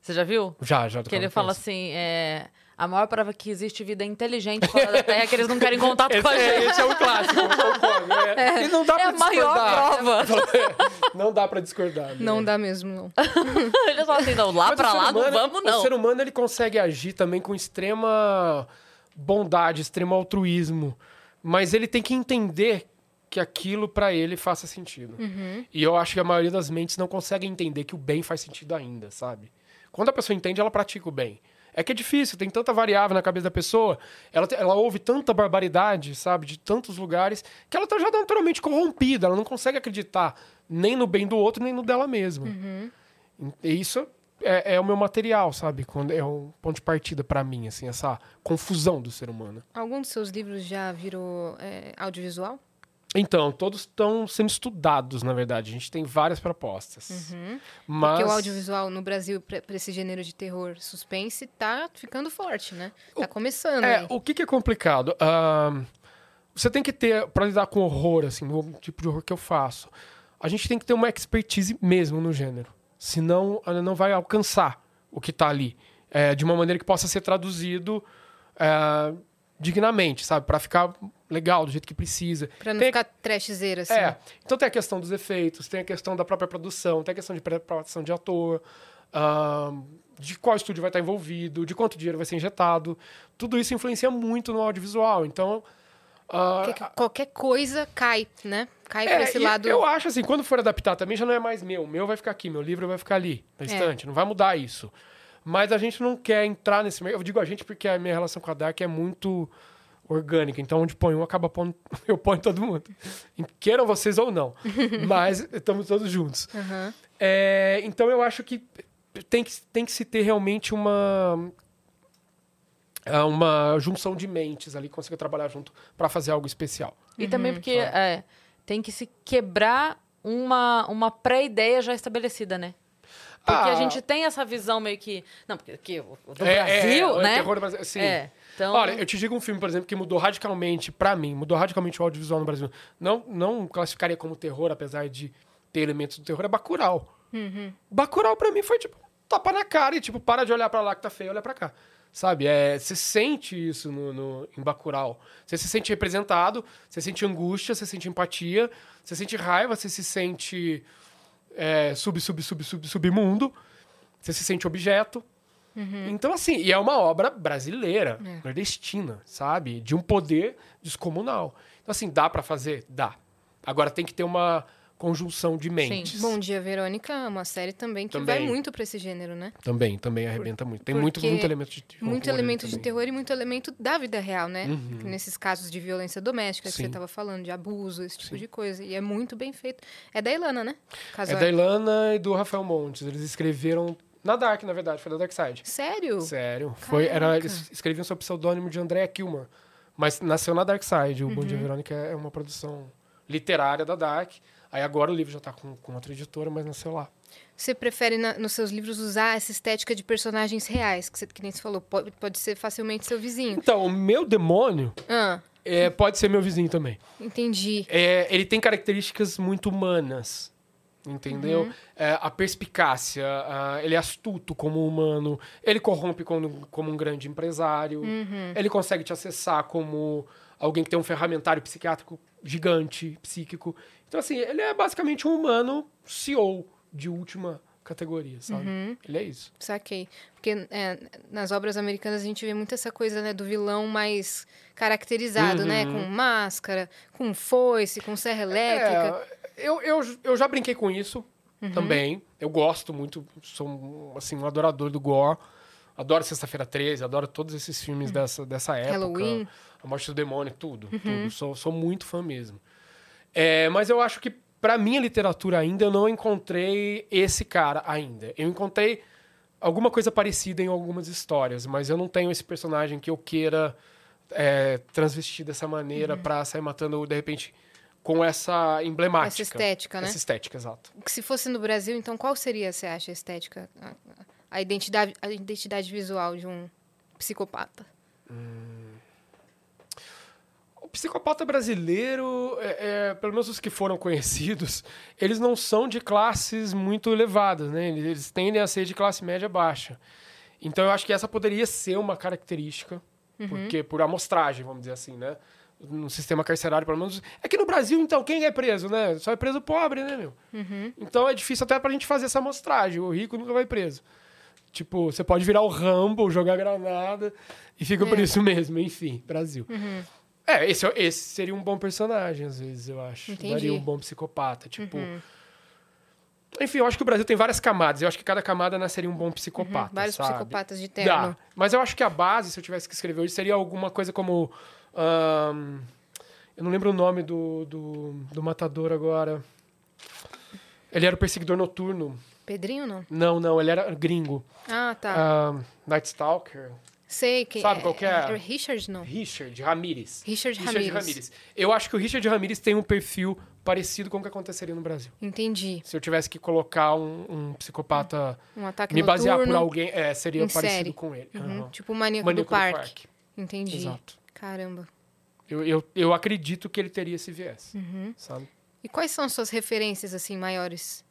S1: Você já viu?
S3: Já, já.
S1: Que ele fala assim, é... A maior prova que existe vida inteligente fora da Terra é que eles não querem contato
S3: Esse
S1: com a
S3: é,
S1: gente.
S3: esse é o clássico, eu concordo, é. E não dá
S1: É
S3: pra Tá
S1: a maior
S3: discordar.
S1: prova.
S3: Não dá pra discordar. né?
S2: Não dá mesmo, não.
S1: Eles falam assim, não, lá
S3: Mas o
S1: pra
S3: ser
S1: lá não
S3: humano, é
S1: vamos,
S3: O
S1: não.
S3: ser humano ele consegue agir também com extrema bondade, extremo altruísmo, mas ele tem que entender que aquilo pra ele faça sentido.
S1: Uhum.
S3: E eu acho que a maioria das mentes não consegue entender que o bem faz sentido ainda, sabe? Quando a pessoa entende, ela pratica o bem. É que é difícil, tem tanta variável na cabeça da pessoa, ela, te- ela ouve tanta barbaridade, sabe, de tantos lugares, que ela tá já naturalmente corrompida, ela não consegue acreditar nem no bem do outro, nem no dela mesma. E isso é, é o meu material, sabe? Quando é um ponto de partida pra mim, assim, essa confusão do ser humano.
S2: Algum dos seus livros já virou é, audiovisual?
S3: Então, todos estão sendo estudados, na verdade. A gente tem várias propostas. Mas
S2: Uhum. Porque o audiovisual no Brasil, pra pra esse gênero de terror suspense, tá ficando forte, né? Tá começando.
S3: é,
S2: aí.
S3: o que, que é complicado? Ahn, você tem que ter pra lidar com horror, assim, o tipo de horror que eu faço. A gente tem que ter uma expertise mesmo no gênero, senão ela não vai alcançar o que tá ali é, de uma maneira que possa ser traduzido é, dignamente, sabe, Pra ficar legal do jeito que precisa.
S2: Pra não
S3: Tem-
S2: ficar trashzeira, assim.
S3: É. Então tem a questão dos efeitos, tem a questão da própria produção, tem a questão de preparação de ator, ahn, de qual estúdio vai estar envolvido, de quanto dinheiro vai ser injetado. Tudo isso influencia muito no audiovisual. Então. ah,
S2: Porque qualquer coisa cai, né? Cai
S3: é,
S2: pra esse
S3: e
S2: lado.
S3: Eu acho assim, quando for adaptar também já não é mais meu. O meu vai ficar aqui, meu livro vai ficar ali,
S2: É.
S3: na estante. Não vai mudar isso. Mas a gente não quer entrar nesse meio. Eu digo a gente porque a minha relação com a Dark é muito orgânica. Então, onde põe um, acaba pondo. Eu ponho todo mundo. Queiram vocês ou não. Mas estamos todos juntos.
S2: Aham.
S3: É, então eu acho que tem, que tem que se ter realmente uma ah, uma junção de mentes ali, conseguir trabalhar junto pra fazer algo especial.
S1: E
S3: Uhum,
S1: também porque é, tem que se quebrar uma, uma pré-ideia já estabelecida, né? Porque a
S3: Ah.
S1: gente tem essa visão meio que. Não, porque aqui, o do
S3: É, é,
S1: Brasil,
S3: é,
S1: né?
S3: o terror do Brasil, sim.
S1: É. Então,
S3: Olha, eu te digo um filme, por exemplo, que mudou radicalmente, pra mim, mudou radicalmente o audiovisual no Brasil. Não, não classificaria como terror, apesar de ter elementos do terror, é Bacurau.
S1: Uhum.
S3: Bacurau, pra mim, foi tipo, tapa na cara e tipo, para de olhar pra lá que tá feio, olha pra cá. Sabe? É, Você sente isso no, no- em Bacurau. Você se sente representado, você sente angústia, você sente empatia, você sente raiva, você se sente é, sub, sub, sub, sub, submundo. Você se sente objeto.
S2: Uhum.
S3: Então, assim, e é uma obra brasileira,
S2: É.
S3: nordestina, sabe? De um poder descomunal. Então, assim, dá pra fazer? Dá. Agora tem que ter uma conjunção de mentes.
S2: Bom Dia, Verônica é uma série também que vai
S3: Também.
S2: muito pra esse gênero, né?
S3: Também, também arrebenta muito. Tem muito,
S2: porque
S3: muito elemento de terror.
S2: Muito
S3: ali
S2: elemento de
S3: também. Uhum.
S2: terror e muito elemento da vida real, né? Nesses casos de violência doméstica que você
S3: Sim.
S2: tava falando, de abuso, esse tipo de coisa. E é muito bem feito. É da Ilana, né? Caso
S3: É da Ilana e do Rafael Montes. Eles escreveram na Dark, na verdade, foi da Dark Side.
S2: Sério?
S3: Sério. Foi, era, eles escreviam sob o pseudônimo de Andrea Kilmer. Mas nasceu na Dark Side. O Bom Dia Verônica é uma produção literária da Dark. Aí agora o livro já tá com, com outra editora, mas nasceu lá.
S2: Você prefere na- nos seus livros usar essa estética de personagens reais, que, você, que nem você falou, po- pode, ser facilmente seu vizinho.
S3: Então, o meu demônio
S2: Ah,
S3: é, pode ser meu vizinho também.
S2: entendi.
S3: É, ele tem características muito humanas. Entendeu? É, a perspicácia, a- ele é astuto como humano, ele corrompe como, como um grande empresário, ele consegue te acessar como alguém que tem um ferramentário psiquiátrico gigante, psíquico. Então, assim, ele é basicamente um humano CEO de última categoria, sabe? Ele é isso.
S2: Saquei. Porque é, nas obras americanas a gente vê muito essa coisa né, do vilão mais caracterizado, né?
S3: Uhum.
S2: Com máscara, com foice, com serra elétrica. Uhum.
S3: É, eu, eu, eu já brinquei com isso também. Eu gosto muito, sou um, assim, um adorador do gore. Adoro Sexta-feira 13, adoro todos esses filmes dessa, dessa época.
S2: Hum. Halloween. Uhum.
S3: A Morte do Demônio, tudo. tudo. Sou, sou muito fã mesmo. É, mas eu acho que, pra minha literatura ainda, eu não encontrei esse cara ainda. Eu encontrei alguma coisa parecida em algumas histórias, mas eu não tenho esse personagem que eu queira é, transvestir dessa maneira pra sair matando, de repente, com essa
S2: Uhum. Essa
S3: emblemática.
S2: estética, né?
S3: Essa estética, exato.
S2: Que Se fosse no Brasil, então qual seria, você acha, a estética? A, a identidade, a identidade visual de um psicopata?
S3: O psicopata brasileiro, é, é, pelo menos os que foram conhecidos, eles não são de classes muito elevadas, né? Eles- Eles tendem a ser de classe média baixa. Então eu acho que essa poderia ser uma característica,
S2: Uhum.
S3: porque por amostragem, vamos dizer assim, né? No sistema carcerário, pelo menos. É que no Brasil, então, quem é preso, né? Só é preso pobre, né, meu?
S2: Uhum.
S3: Então é difícil até pra gente fazer essa amostragem. O rico nunca vai preso. Tipo, você pode virar o Rambo, jogar granada e fica
S2: É.
S3: por isso mesmo. Enfim, Brasil.
S2: Uhum.
S3: É, esse, é- esse seria um bom personagem, às vezes, eu acho.
S2: Entendi. Uhum.
S3: Daria um bom psicopata. Tipo. Enfim, eu acho que o Brasil tem várias camadas. Eu acho que cada camada nasceria um bom psicopata.
S2: Uhum. Vários
S3: sabe?
S2: psicopatas de
S3: Dá.
S2: terno.
S3: Mas eu acho que a base, se eu tivesse que escrever hoje, seria alguma coisa como. ahn, eu não lembro o nome do, do, do matador agora. Ele era o perseguidor noturno.
S2: Pedrinho, não?
S3: Não, não, ele era gringo.
S2: Ah, tá.
S3: Ahn, Night Stalker.
S2: Sei quem
S3: sabe qual que é?
S2: Richard, não.
S3: Richard Ramirez.
S2: Richard
S3: Richard
S2: Ramirez.
S3: Ramirez. Eu acho que o Richard Ramirez tem um perfil parecido com o que aconteceria no Brasil.
S2: Entendi.
S3: Se eu tivesse que colocar um, um psicopata,
S2: Um ataque
S3: me
S2: noturno.
S3: basear por alguém, é, seria
S2: em
S3: parecido
S2: série.
S3: com ele.
S2: Uhum.
S3: Aham.
S2: Tipo o maníaco, do
S3: Maníaco
S2: parque.
S3: parque.
S2: Entendi.
S3: Exato.
S2: Caramba.
S3: Eu, eu, eu acredito que ele teria esse viés, sabe?
S2: E quais são as suas referências, assim, maiores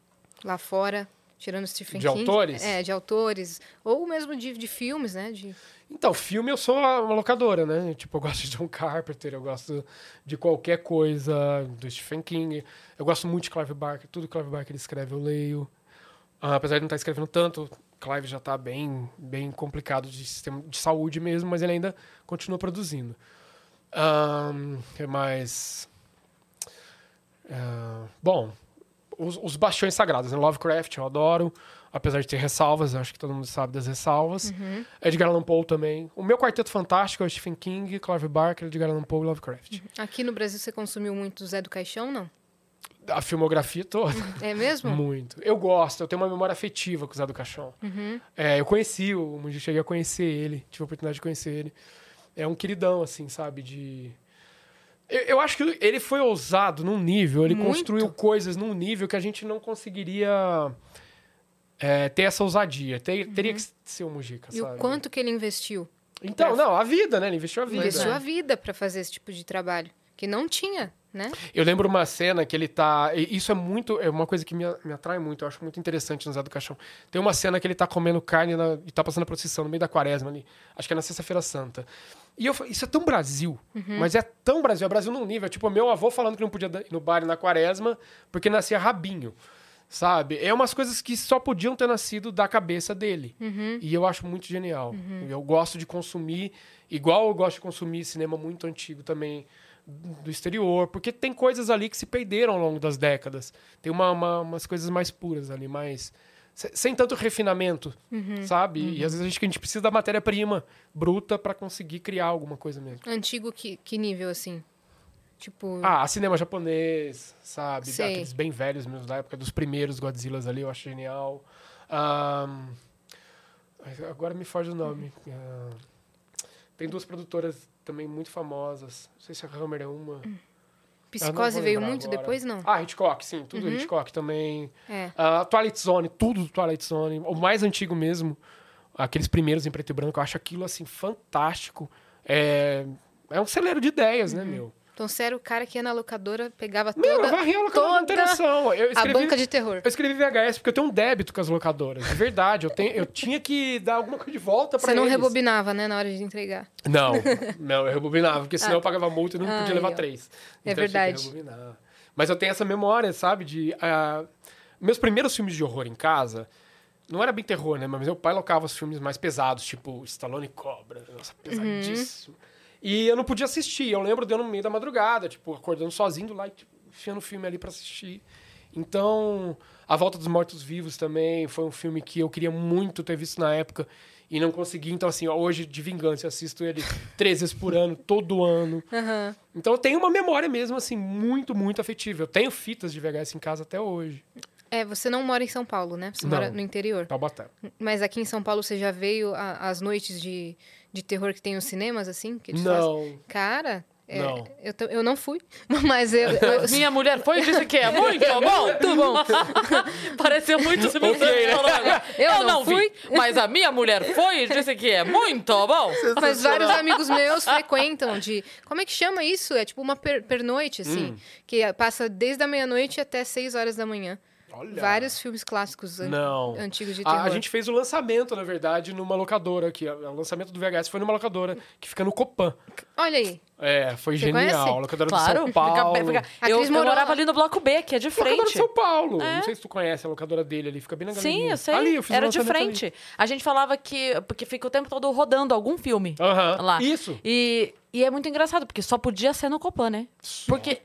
S2: lá fora? Tirando Stephen
S3: De
S2: King.
S3: autores?
S2: É, de autores. Ou mesmo de, de filmes, né? De...
S3: Então, filme eu sou uma locadora, né? Tipo, eu gosto de John Carpenter, eu gosto de qualquer coisa do Stephen King. Eu gosto muito de Clive Barker, tudo que Clive Barker escreve eu leio. Ah, apesar de não estar escrevendo tanto, Clive já está bem, bem complicado de sistema de saúde mesmo, mas ele ainda continua produzindo. Ahn, que mais? Ah, bom, os, os bastiões sagrados, né? Lovecraft eu adoro, apesar de ter ressalvas, eu acho que todo mundo sabe das ressalvas. Edgar Allan Poe também. O meu quarteto fantástico é o Stephen King, Clive Barker, Edgar Allan Poe e Lovecraft.
S2: Aqui no Brasil você consumiu muito Zé do Caixão, não?
S3: A filmografia toda.
S2: É mesmo?
S3: Muito. Eu gosto, eu tenho uma memória afetiva com o Zé do Caixão.
S2: Uhum.
S3: É, eu conheci o Mundi, cheguei a conhecer ele, tive a oportunidade de conhecer ele. É um queridão, assim, sabe? De. Eu, eu acho que ele foi ousado num nível, ele
S2: Muito.
S3: construiu coisas num nível que a gente não conseguiria é, ter essa ousadia. Ter- Teria que ser o Mujica,
S2: Uhum. E
S3: sabe?
S2: o quanto que ele investiu?
S3: Então, não, a vida, né? Ele investiu a vida.
S2: Investiu
S1: é.
S2: a vida pra fazer esse tipo de trabalho. Que não tinha, né?
S3: Eu lembro uma cena que ele tá. e Isso é muito. É uma coisa que me, me atrai muito. Eu acho muito interessante no Zé do Caixão. Tem uma cena que ele tá comendo carne na- e tá passando a procissão no meio da quaresma ali. Acho que é na Sexta-feira Santa. E eu falei, isso é tão Brasil. Mas é tão Brasil. É Brasil num nível. Tipo, meu avô falando que não podia ir no bar na quaresma porque nascia rabinho. Sabe? É umas coisas que só podiam ter nascido da cabeça dele. E eu acho muito genial. Eu gosto de consumir, igual eu gosto de consumir cinema muito antigo também do exterior, porque tem coisas ali que se perderam ao longo das décadas. Tem uma- uma- umas coisas mais puras ali, mais. se- Sem tanto refinamento, sabe? E às vezes a gente, a gente precisa da matéria-prima bruta para conseguir criar alguma coisa mesmo.
S2: Antigo que, que nível, assim? Tipo,
S3: Ah, cinema japonês, sabe?
S2: Sei.
S3: Aqueles bem velhos mesmo da época, dos primeiros Godzillas ali, eu acho genial. Ahn, agora me foge o nome. Ahn, tem duas produtoras também muito famosas. Não sei se a Hammer é uma.
S2: Hum.
S3: Eu não
S2: psicose
S3: vou
S2: veio
S3: lembrar
S2: muito
S3: agora.
S2: depois, não?
S3: Ah, Hitchcock, sim. Tudo
S2: Uhum.
S3: Hitchcock também.
S2: É.
S3: Ah, Twilight Zone, tudo do Twilight Zone. O mais antigo mesmo. Aqueles primeiros em preto e branco. Eu acho aquilo, assim, fantástico. É, é um celeiro de ideias, né, meu?
S2: Então você era o cara que ia na locadora, pegava
S3: Meu, eu
S2: toda
S3: varri a locadora
S2: toda
S3: da interação. Eu
S2: a
S3: escrevi, um
S2: banca de terror.
S3: eu escrevi VHS porque eu tenho um débito com as locadoras. De verdade, eu, tenho, eu tinha que dar alguma coisa de volta pra
S2: Você não
S3: eles.
S2: rebobinava, né, na hora de entregar.
S3: Não, não, eu rebobinava, porque
S2: Ah.
S3: senão eu pagava multa e não
S2: Ai,
S3: podia levar
S2: ó.
S3: três.
S2: É
S3: Então, eu tinha
S2: verdade.
S3: que rebobinar. Mas eu tenho essa memória, sabe? De. ah, meus primeiros filmes de horror em casa. Não era bem terror, né? Mas meu pai locava os filmes mais pesados, tipo Stallone e Cobra. Nossa,
S2: Uhum.
S3: pesadíssimo. E eu não podia assistir. Eu lembro de eu no meio da madrugada, tipo, acordando sozinho lá e tipo, enfiando o filme ali pra assistir. Então, A Volta dos Mortos Vivos também foi um filme que eu queria muito ter visto na época e não consegui. Então, assim, ó, hoje, de vingança, eu assisto ele três vezes por ano, todo ano.
S2: Aham.
S3: Então eu tenho uma memória mesmo, assim, muito, muito afetiva. Eu tenho fitas de VHS em casa até hoje.
S2: É, você não mora em São Paulo, né? Você
S3: Não.
S2: mora no interior.
S3: Taubaté.
S2: Mas aqui em São Paulo você já veio a- às noites de, de terror que tem nos cinemas, assim? Que eles fazem?
S3: Não.
S2: Cara, É,
S3: Não.
S2: Eu, tam- eu não fui, mas eu, eu-
S1: Assim, Minha mulher foi e disse que é muito bom. Muito bom. Pareceu muito simultâneo
S3: né?
S1: falando.
S2: Eu não
S1: vi, mas a minha mulher foi e disse que é muito bom.
S2: Mas vários amigos meus frequentam de. Como é que chama isso? É tipo uma per- pernoite,
S3: Hum.
S2: assim. Que passa desde a meia-noite até seis horas da manhã.
S3: Olha.
S2: Vários filmes clássicos an-
S3: Não.
S2: antigos de terror.
S3: A, a gente fez o lançamento, na verdade, numa locadora aqui. O lançamento do VHS foi numa locadora que fica no Copan.
S2: Olha aí.
S3: É, foi
S2: Você
S3: genial.
S2: conhece?
S3: Locadora do
S1: Claro.
S3: São Paulo.
S1: Fica- fica-
S2: A
S1: Eu,
S2: Cris
S1: eu
S2: morou
S1: morava
S2: lá.
S1: ali no Bloco B, que é de
S3: Locadora de
S1: frente.
S3: São Paulo.
S1: É.
S3: Não sei se tu conhece a locadora dele ali, fica bem na galerinha.
S1: Sim, eu sei.
S3: Ali, eu fiz o
S1: Era de
S3: lançamento
S1: frente. A gente falava que. Porque fica o tempo todo rodando algum filme
S3: ali. Aham.
S1: lá.
S3: Isso.
S1: E, e é muito engraçado, porque só podia ser no Copan, né? Porque.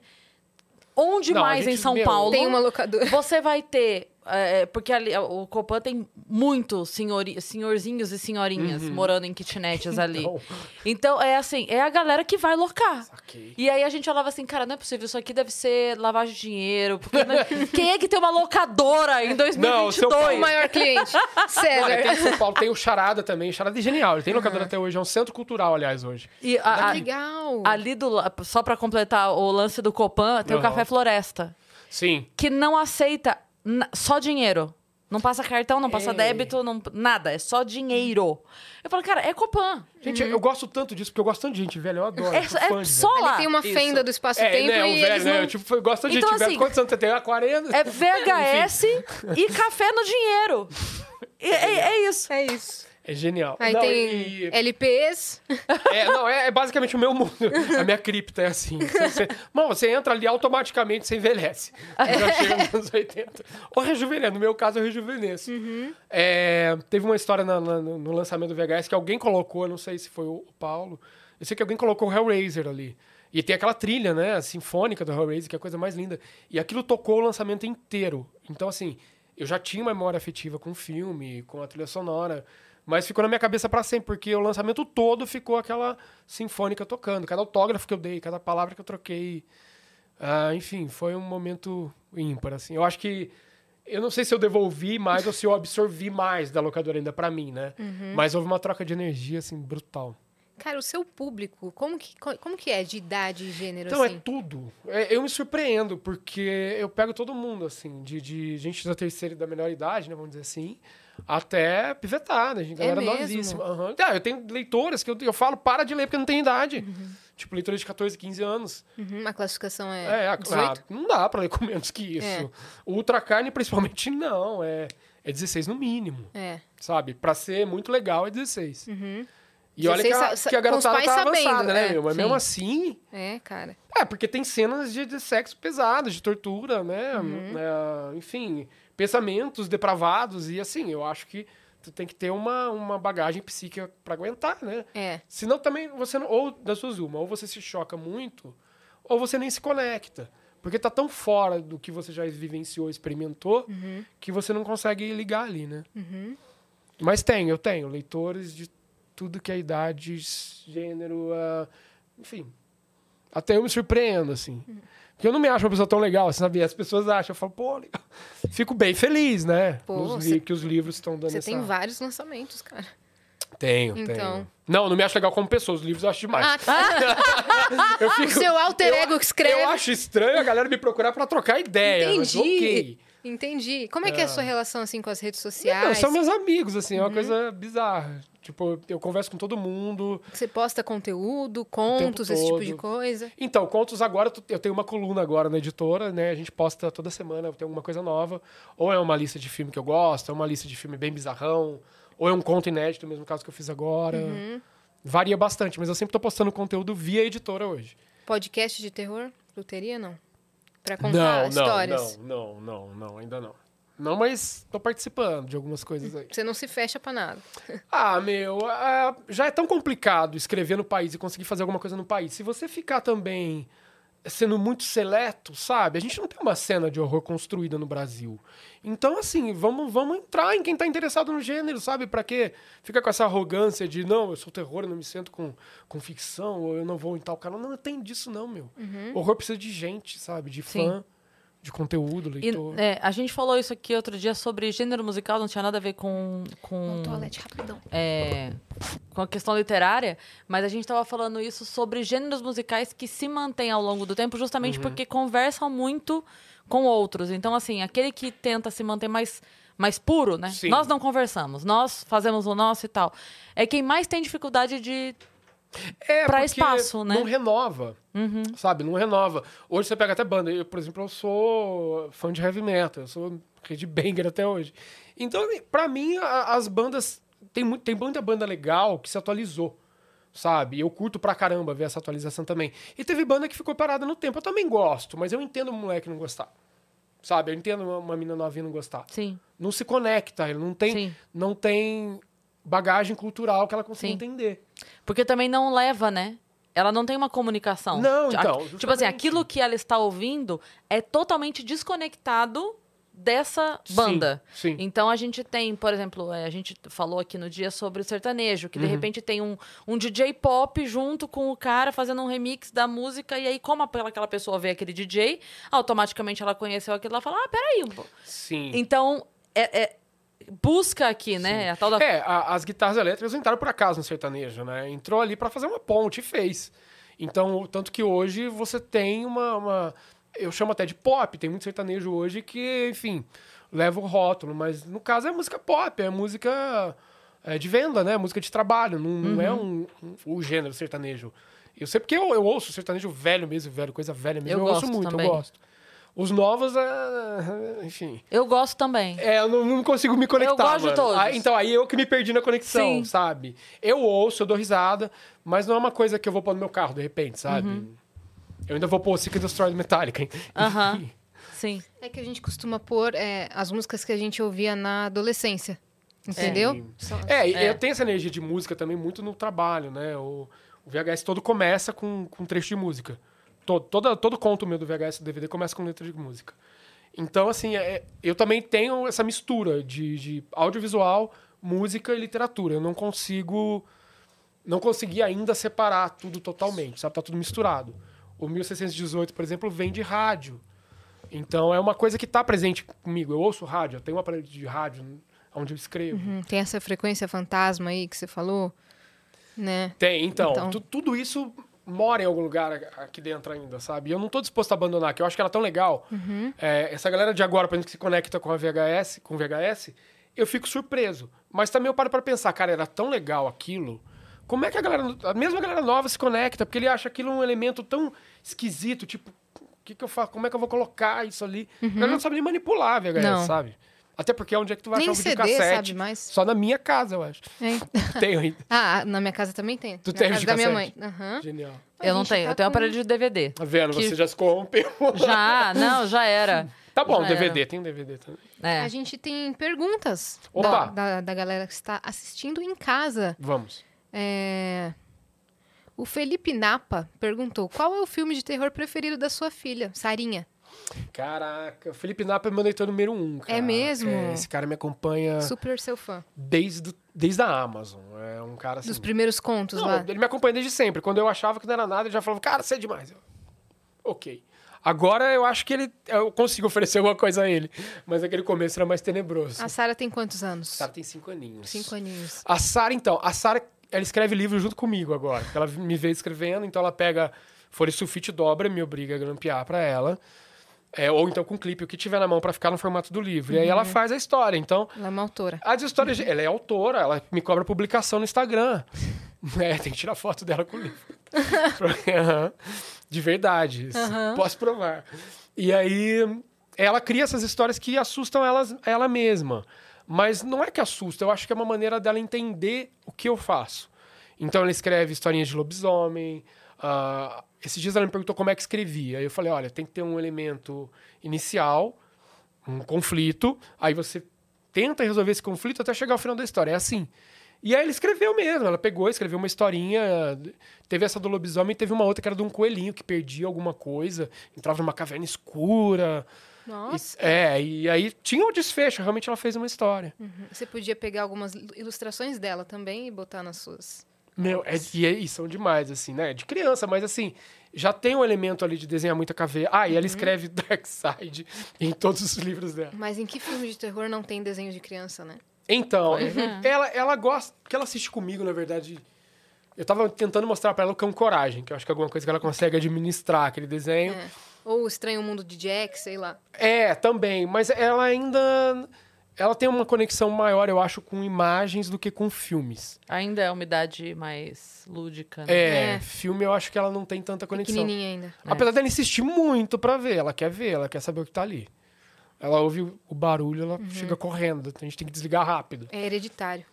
S1: Onde
S3: é? Não, a
S1: mais
S3: gente-
S1: em São
S3: meu,
S1: Paulo.
S2: Tem uma locadora.
S1: Você vai ter. é, porque ali, é, o Copan tem muitos senhori, senhorzinhos e senhorinhas morando em kitnetes ali.
S3: Uhum. Então.
S1: Então, é assim, é a galera que vai locar.
S3: Saquei.
S1: E aí a gente falava assim, cara, não é possível, isso aqui deve ser lavagem de dinheiro. porque não é- Quem é que tem uma locadora em
S3: Não, São
S1: 2022?
S2: O maior cliente,
S1: É,
S3: Olha, tem
S1: né?
S2: César.
S3: em
S2: Ah,
S3: São Paulo, tem o Charada também. O Charada é genial. Ele tem locadora até hoje. É um centro cultural, aliás, hoje.
S1: E a- a-
S2: Legal.
S1: ali do la- só pra completar o lance do Copan, tem o
S3: é. Aham.
S1: Café Floresta,
S3: Sim.
S1: que não aceita na- só dinheiro. Não passa cartão, não passa
S3: É.
S1: débito, não, nada, é só dinheiro. Eu falo, cara, é Copan.
S3: Gente, eu gosto tanto disso, porque eu gosto tanto de gente, velho. Eu adoro.
S1: É,
S3: eu sou fã
S1: é
S3: de
S1: só
S3: velho.
S1: lá.
S2: Ali tem uma
S3: Isso.
S2: fenda do espaço-tempo
S3: É, né?
S2: e
S3: O velho,
S2: eles
S3: né?
S2: não...
S3: Eu tipo, eu gosto de
S1: Então,
S3: gente, velho.
S1: assim,
S3: Quantos anos você tem? Ah, 40?
S1: É VHS e café no dinheiro. E- é, é isso.
S2: É isso.
S3: É genial.
S2: Aí
S3: Não,
S2: tem
S3: e-
S2: LPs.
S3: É, não, é, é basicamente o meu mundo. A minha cripta é assim. Você, você- bom, você entra ali automaticamente, você envelhece. Eu Já chega nos anos 80. Ou rejuvenesce. No meu caso, eu rejuvenesço. É, teve uma história na- na- no lançamento do VHS que alguém colocou, eu não sei se foi o Paulo, eu sei que alguém colocou o Hellraiser ali. E tem aquela trilha, né, sinfônica do Hellraiser, que é a coisa mais linda. E aquilo tocou o lançamento inteiro. Então, assim, eu já tinha uma memória afetiva com o filme, com a trilha sonora, mas ficou na minha cabeça pra sempre, porque o lançamento todo ficou aquela sinfônica tocando. Cada autógrafo que eu dei, cada palavra que eu troquei. Ah, enfim, foi um momento ímpar, assim. Eu acho que. Eu não sei se eu devolvi mais ou se eu absorvi mais da locadora ainda pra mim, né? Mas houve uma troca de energia, assim, brutal.
S2: Cara, o seu público, como que, como que é de idade e gênero,
S3: Então,
S2: assim?
S3: é tudo. É, eu me surpreendo, porque eu pego todo mundo, assim, de, de gente da terceira e da melhor idade, né, vamos dizer assim, até pivetada, gente,
S2: É
S3: galera
S2: mesmo?
S3: novíssima. Aham. Ah, eu tenho leitoras que eu, eu falo, para de ler, porque não tem idade. Tipo, leitoras de 14, 15 anos.
S2: Uhum, a classificação é,
S3: É, a-
S2: 18?
S3: ah, não dá pra ler com menos que isso.
S2: É.
S3: Ultra carne, principalmente, não. É, é 16 no mínimo,
S2: É.
S3: sabe? Pra ser muito legal, é 16. E
S2: 16
S3: olha que a,
S2: Uhum. sa- sa-
S3: que a
S2: com os
S3: garotada
S2: pais
S3: tá
S2: sabendo,
S3: avançada, né,
S2: é,
S3: meu? Mas
S1: sim.
S3: mesmo assim...
S2: É, cara.
S3: É, porque tem cenas de, de sexo pesado, de tortura, né? É, enfim, pensamentos depravados e assim, eu acho que tu tem que ter uma, uma bagagem psíquica pra aguentar, né?
S2: É.
S3: Senão também você não, ou das suas uma, ou você se choca muito, ou você nem se conecta. Porque tá tão fora do que você já vivenciou, experimentou,
S2: Uhum.
S3: que você não consegue ligar ali, né? Mas tem, eu tenho leitores de tudo que é idade, gênero, ah, enfim. Até eu me surpreendo, assim.
S2: Uhum.
S3: Porque eu não me acho uma pessoa tão legal, assim, sabe? As pessoas acham, eu falo, pô, legal. Fico bem feliz, né?
S2: Pô,
S3: Nos li-
S2: você-
S3: Que os livros estão dando
S2: Você
S3: essa...
S2: tem vários lançamentos, cara.
S3: Tenho,
S2: Então.
S3: tenho. Não, não me acho legal como pessoa, os livros eu acho demais.
S2: Ah, o seu alter ego que escreve.
S3: Eu acho estranho a galera me procurar pra trocar ideia. Mas,
S2: Entendi.
S3: ok.
S2: Entendi. Como é que é a sua relação, assim, com as redes
S3: Não,
S2: sociais?
S3: são meus amigos, assim, é
S2: Uhum.
S3: uma coisa bizarra. Tipo, eu converso com todo mundo.
S2: Você posta conteúdo, contos,
S3: tempo
S2: esse tipo
S3: todo.
S2: de coisa?
S3: Então, contos agora, eu tô- eu tenho uma coluna agora na editora, né? A gente posta toda semana, tem alguma coisa nova. Ou é uma lista de filme que eu gosto, é uma lista de filme bem bizarrão, ou é um conto inédito, mesmo caso que eu fiz agora.
S2: Uhum.
S3: Varia bastante, mas eu sempre tô postando conteúdo via editora hoje.
S2: Podcast de terror? Luteria, não? Pra
S3: não,
S2: contar
S3: não,
S2: histórias?
S3: não, não, não, não, ainda não. Não, mas tô participando de algumas coisas aí.
S2: Você não se fecha pra nada.
S3: Ah, meu, ah, já é tão complicado escrever no país e conseguir fazer alguma coisa no país. Se você ficar também sendo muito seleto, sabe? A gente não tem uma cena de horror construída no Brasil. Então, assim, vamos, vamos entrar em quem tá interessado no gênero, sabe? Pra quê? Fica com essa arrogância de, não, eu sou terror, eu não me sinto com, com ficção, ou eu não vou em tal canal. Não, não tem disso não, meu. Horror precisa de gente, sabe? De
S1: Uhum. Sim.
S3: fã, de conteúdo,
S1: E,
S3: leitor.
S1: é, a gente falou isso aqui outro dia sobre gênero musical, não tinha nada a ver com. com
S2: No toalete, rapidão.
S1: é, com a questão literária, mas a gente estava falando isso sobre gêneros musicais que se mantêm ao longo do tempo,
S3: Uhum.
S1: justamente porque conversam muito com outros. Então, assim, aquele que tenta se manter mais, mais puro, né?
S3: Sim.
S1: Nós não conversamos, nós fazemos o nosso e tal. É quem mais tem dificuldade de.
S3: É,
S1: Pra
S3: porque
S1: espaço, né? Uhum.
S3: Não renova. Sabe? Não renova. Hoje você pega até banda. Eu, por exemplo, eu sou fã de heavy metal. Eu sou head banger até hoje. Então, pra mim, a- as bandas. Tem, muito, tem muita banda legal que se atualizou. Sabe? Eu curto pra caramba ver essa atualização também. E teve banda que ficou parada no tempo. Eu também gosto, mas eu entendo um moleque não gostar. Sabe? Eu entendo uma, uma menina novinha não gostar
S1: Sim.
S3: não se conecta, ele não tem,
S1: Sim.
S3: não tem bagagem cultural que ela consiga
S1: Sim.
S3: entender.
S1: Porque também não leva, né? Ela não tem uma comunicação.
S3: Não,
S1: Ti-
S3: então,
S1: Tipo assim,
S3: justamente.
S1: aquilo que ela está ouvindo é totalmente desconectado dessa banda.
S3: Sim, sim.
S1: Então a gente tem, por exemplo, é, a gente falou aqui no dia sobre o sertanejo,
S3: Uhum.
S1: que de repente tem um, um DJ pop junto com o cara fazendo um remix da música, e aí, como aquela aquela pessoa vê aquele DJ, automaticamente ela conheceu aquilo e fala: Ah, peraí. pô."
S3: Sim.
S1: Então, é- é- busca aqui, né? A tal da
S3: É, a- as guitarras elétricas não entraram por acaso no sertanejo, né? Entrou ali pra fazer uma ponte e fez. Então, o- tanto que hoje você tem uma, uma- Eu chamo até de pop, tem muito sertanejo hoje que, enfim, leva o rótulo, mas no caso é música pop, é música é, de venda, né? Música de trabalho, não, não é
S1: Uhum.
S3: um, um- o gênero sertanejo. Eu sei porque eu, eu ouço sertanejo velho mesmo, velho, coisa velha mesmo.
S1: Eu
S3: Eu,
S1: gosto
S3: ouço muito,
S1: também.
S3: eu gosto. Os novos, é, enfim.
S1: Eu gosto também.
S3: É, eu não, não consigo me conectar.
S1: Eu gosto de
S3: mano.
S1: todos.
S3: Ah, então, aí eu que me perdi na conexão,
S1: Sim.
S3: sabe? Eu ouço, eu dou risada, mas não é uma coisa que eu vou pôr no meu carro, de repente, sabe?
S1: Uhum.
S3: Eu ainda vou pôr o Sick Destroy do Metallica. hein?
S1: Aham. Sim.
S2: É que a gente costuma pôr é, as músicas que a gente ouvia na adolescência. Entendeu? São-
S3: É, e
S1: É.
S3: eu tenho essa energia de música também muito no trabalho, né? O, o VHS todo começa com, com um trecho de música. Todo, toda, todo conto meu do VHS do DVD começa com letra de música. Então, assim, é- eu também tenho essa mistura de, de audiovisual, música e literatura. Eu não consigo. Não consegui ainda separar tudo totalmente, sabe? Tá tudo misturado. O 1618, por exemplo, vem de rádio. Então é uma coisa que tá presente comigo. Eu ouço rádio, eu tenho um aparelho de rádio onde eu escrevo.
S2: Hum, Tem essa frequência fantasma aí que você falou, né?
S3: Tem, então.
S2: Então.
S3: tu- tudo isso mora em algum lugar a- aqui dentro ainda, sabe? E eu não tô disposto a abandonar, que eu acho que ela é tão legal.
S2: Uhum.
S3: É, essa galera de agora, por exemplo, que se conecta com a VHS, com o VHS, eu fico surpreso. Mas também eu paro pra pensar, cara, era tão legal aquilo. Como é que a galera, a mesma galera nova se conecta? Porque ele acha aquilo um elemento tão esquisito, tipo, o que que eu faço? Como é que eu vou colocar isso ali? A galera não sabe nem manipular a VHS,
S2: Uhum. Não.
S3: sabe? Até porque onde é que tu vai
S2: Nem
S3: achar um
S2: CD,
S3: videocassete?
S2: sabe, mais?
S3: Só na minha casa, eu acho.
S2: É.
S3: Tenho ainda.
S2: Ah, na minha casa também tem.
S3: Tu
S2: na
S3: tem
S2: casa da minha mãe.
S3: videocassete?
S2: Aham.
S3: Genial.
S2: A
S1: Eu não
S2: gente
S1: tenho.
S2: tá
S1: eu tenho um
S2: com-
S1: aparelho de DVD.
S3: Tá vendo?
S1: Que-
S3: Você já se corrompeu.
S1: Já, não, já era.
S3: Tá bom,
S1: Já
S3: DVD, tem DVD também.
S1: É.
S2: A gente tem perguntas da,
S3: Opa!
S2: da, da galera que está assistindo em casa.
S3: Vamos.
S2: É, O Felipe Napa perguntou: qual é o filme de terror preferido da sua filha, Sarinha?
S3: Caraca, o Felipe Napa é meu leitor número um, cara.
S2: É mesmo?
S3: esse cara me acompanha
S2: Super seu fã.
S3: desde, desde a Amazon. É um cara assim...
S2: Dos primeiros contos
S3: Não,
S2: lá.
S3: ele me acompanha desde sempre. Quando eu achava que não era nada, ele já falava, cara, você é demais. Eu, ok. Agora eu acho que ele... Eu consigo oferecer alguma coisa a ele. Mas aquele começo era mais tenebroso.
S2: A Sara tem quantos anos?
S3: O cara tem Ah, cinco aninhos.
S2: Cinco aninhos.
S3: A Sara, então, a Sara, ela escreve livro junto comigo agora. porque Ela me vê escrevendo, então ela pega folha de sulfite, dobra, me obriga a grampear pra ela. É, ou então com clipe, o que tiver na mão pra ficar no formato do livro. E aí ela faz a história. Então,
S2: Ela é uma autora.
S3: as histórias. Ela é autora, ela me cobra publicação no Instagram. É, tem que tirar foto dela com o livro. Aham. De verdade. isso Posso provar. E aí, ela cria essas histórias que assustam elas, ela mesma. Mas não é que assusta, eu acho que é uma maneira dela entender o que eu faço. Então, ela escreve historinhas de lobisomem. ah, esses dias ela me perguntou como é que escrevia. Aí eu falei: olha, tem que ter um elemento inicial, um conflito, aí você tenta resolver esse conflito até chegar ao final da história. É assim. E aí ela escreveu mesmo, ela pegou, escreveu uma historinha, teve essa do lobisomem, teve uma outra que era de um coelhinho que perdia alguma coisa, entrava numa caverna escura.
S2: Nossa.
S3: E- é, e aí tinha o desfecho, realmente ela fez uma história.
S2: Você podia pegar algumas il- ilustrações dela também e botar nas suas.
S3: Meu, é, e, é- e são demais, assim, né? De criança, mas assim, já tem um elemento ali de desenhar muita caveira. Ah, e ela escreve Dark Side em todos os livros dela.
S2: Mas em que filme de terror não tem desenho de criança, né?
S3: Então, ela, ela gosta. Porque ela assiste comigo, na verdade. Eu tava tentando mostrar pra ela o cão coragem, que eu acho que é alguma coisa que ela consegue administrar, aquele desenho.
S2: É. Ou o Estranho Mundo de Jack, sei lá.
S3: É, também. Mas ela ainda. Ela tem uma conexão maior, eu acho, com imagens do que com filmes.
S1: Ainda é uma idade mais lúdica, né?
S3: É,
S2: É.
S3: filme eu acho que ela não tem tanta conexão.
S2: Pequenininha ainda.
S3: Apesar dela insistir muito pra ver, ela quer ver, ela quer saber o que tá ali. Ela ouve o- o barulho, ela
S2: Uhum.
S3: chega correndo. então A gente tem que desligar rápido.
S2: É hereditário.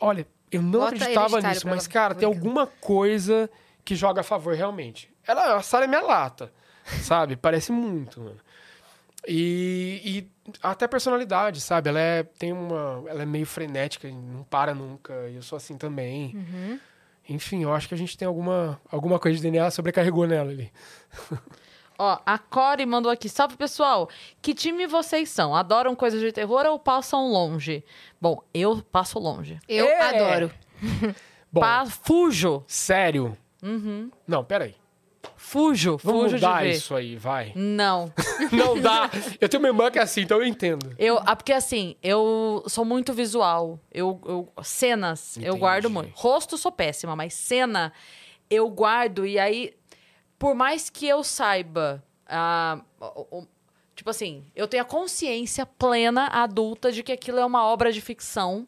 S3: Olha, eu não
S2: Bota
S3: acreditava
S2: hereditário
S3: nisso,
S2: pra
S3: mas,
S2: ela.
S3: cara, tem
S2: Obrigada.
S3: alguma coisa que joga a favor realmente. Ela, a Sarah é minha lata, sabe? Parece muito, mano. E, e até a personalidade, sabe? Ela é, tem uma, ela é meio frenética, e não para nunca. E eu sou assim também.
S1: Uhum.
S3: Enfim, eu acho que a gente tem alguma, alguma coisa de DNA sobrecarregou nela ali.
S1: Ó, a Core mandou aqui. Salve, pessoal. Que time vocês são? Adoram coisas de terror ou passam longe? Bom, eu passo longe.
S2: Eu
S3: É.
S2: adoro.
S3: Bom,
S1: Pa- fujo.
S3: sério? Não, peraí.
S1: Fujo.
S3: Vamos
S1: fujo Uhum. de
S3: mudar
S1: ver.
S3: isso aí, vai.
S1: Não.
S3: não dá. Eu tenho uma irmã que é assim, então eu entendo.
S1: Eu, ah, porque assim, eu sou muito visual. Eu, eu- cenas, eu
S3: Entendi.
S1: guardo muito. Rosto sou péssima, mas cena eu guardo e aí por mais que eu saiba, ah, o- o- tipo assim, eu tenho a consciência plena adulta de que aquilo é uma obra de ficção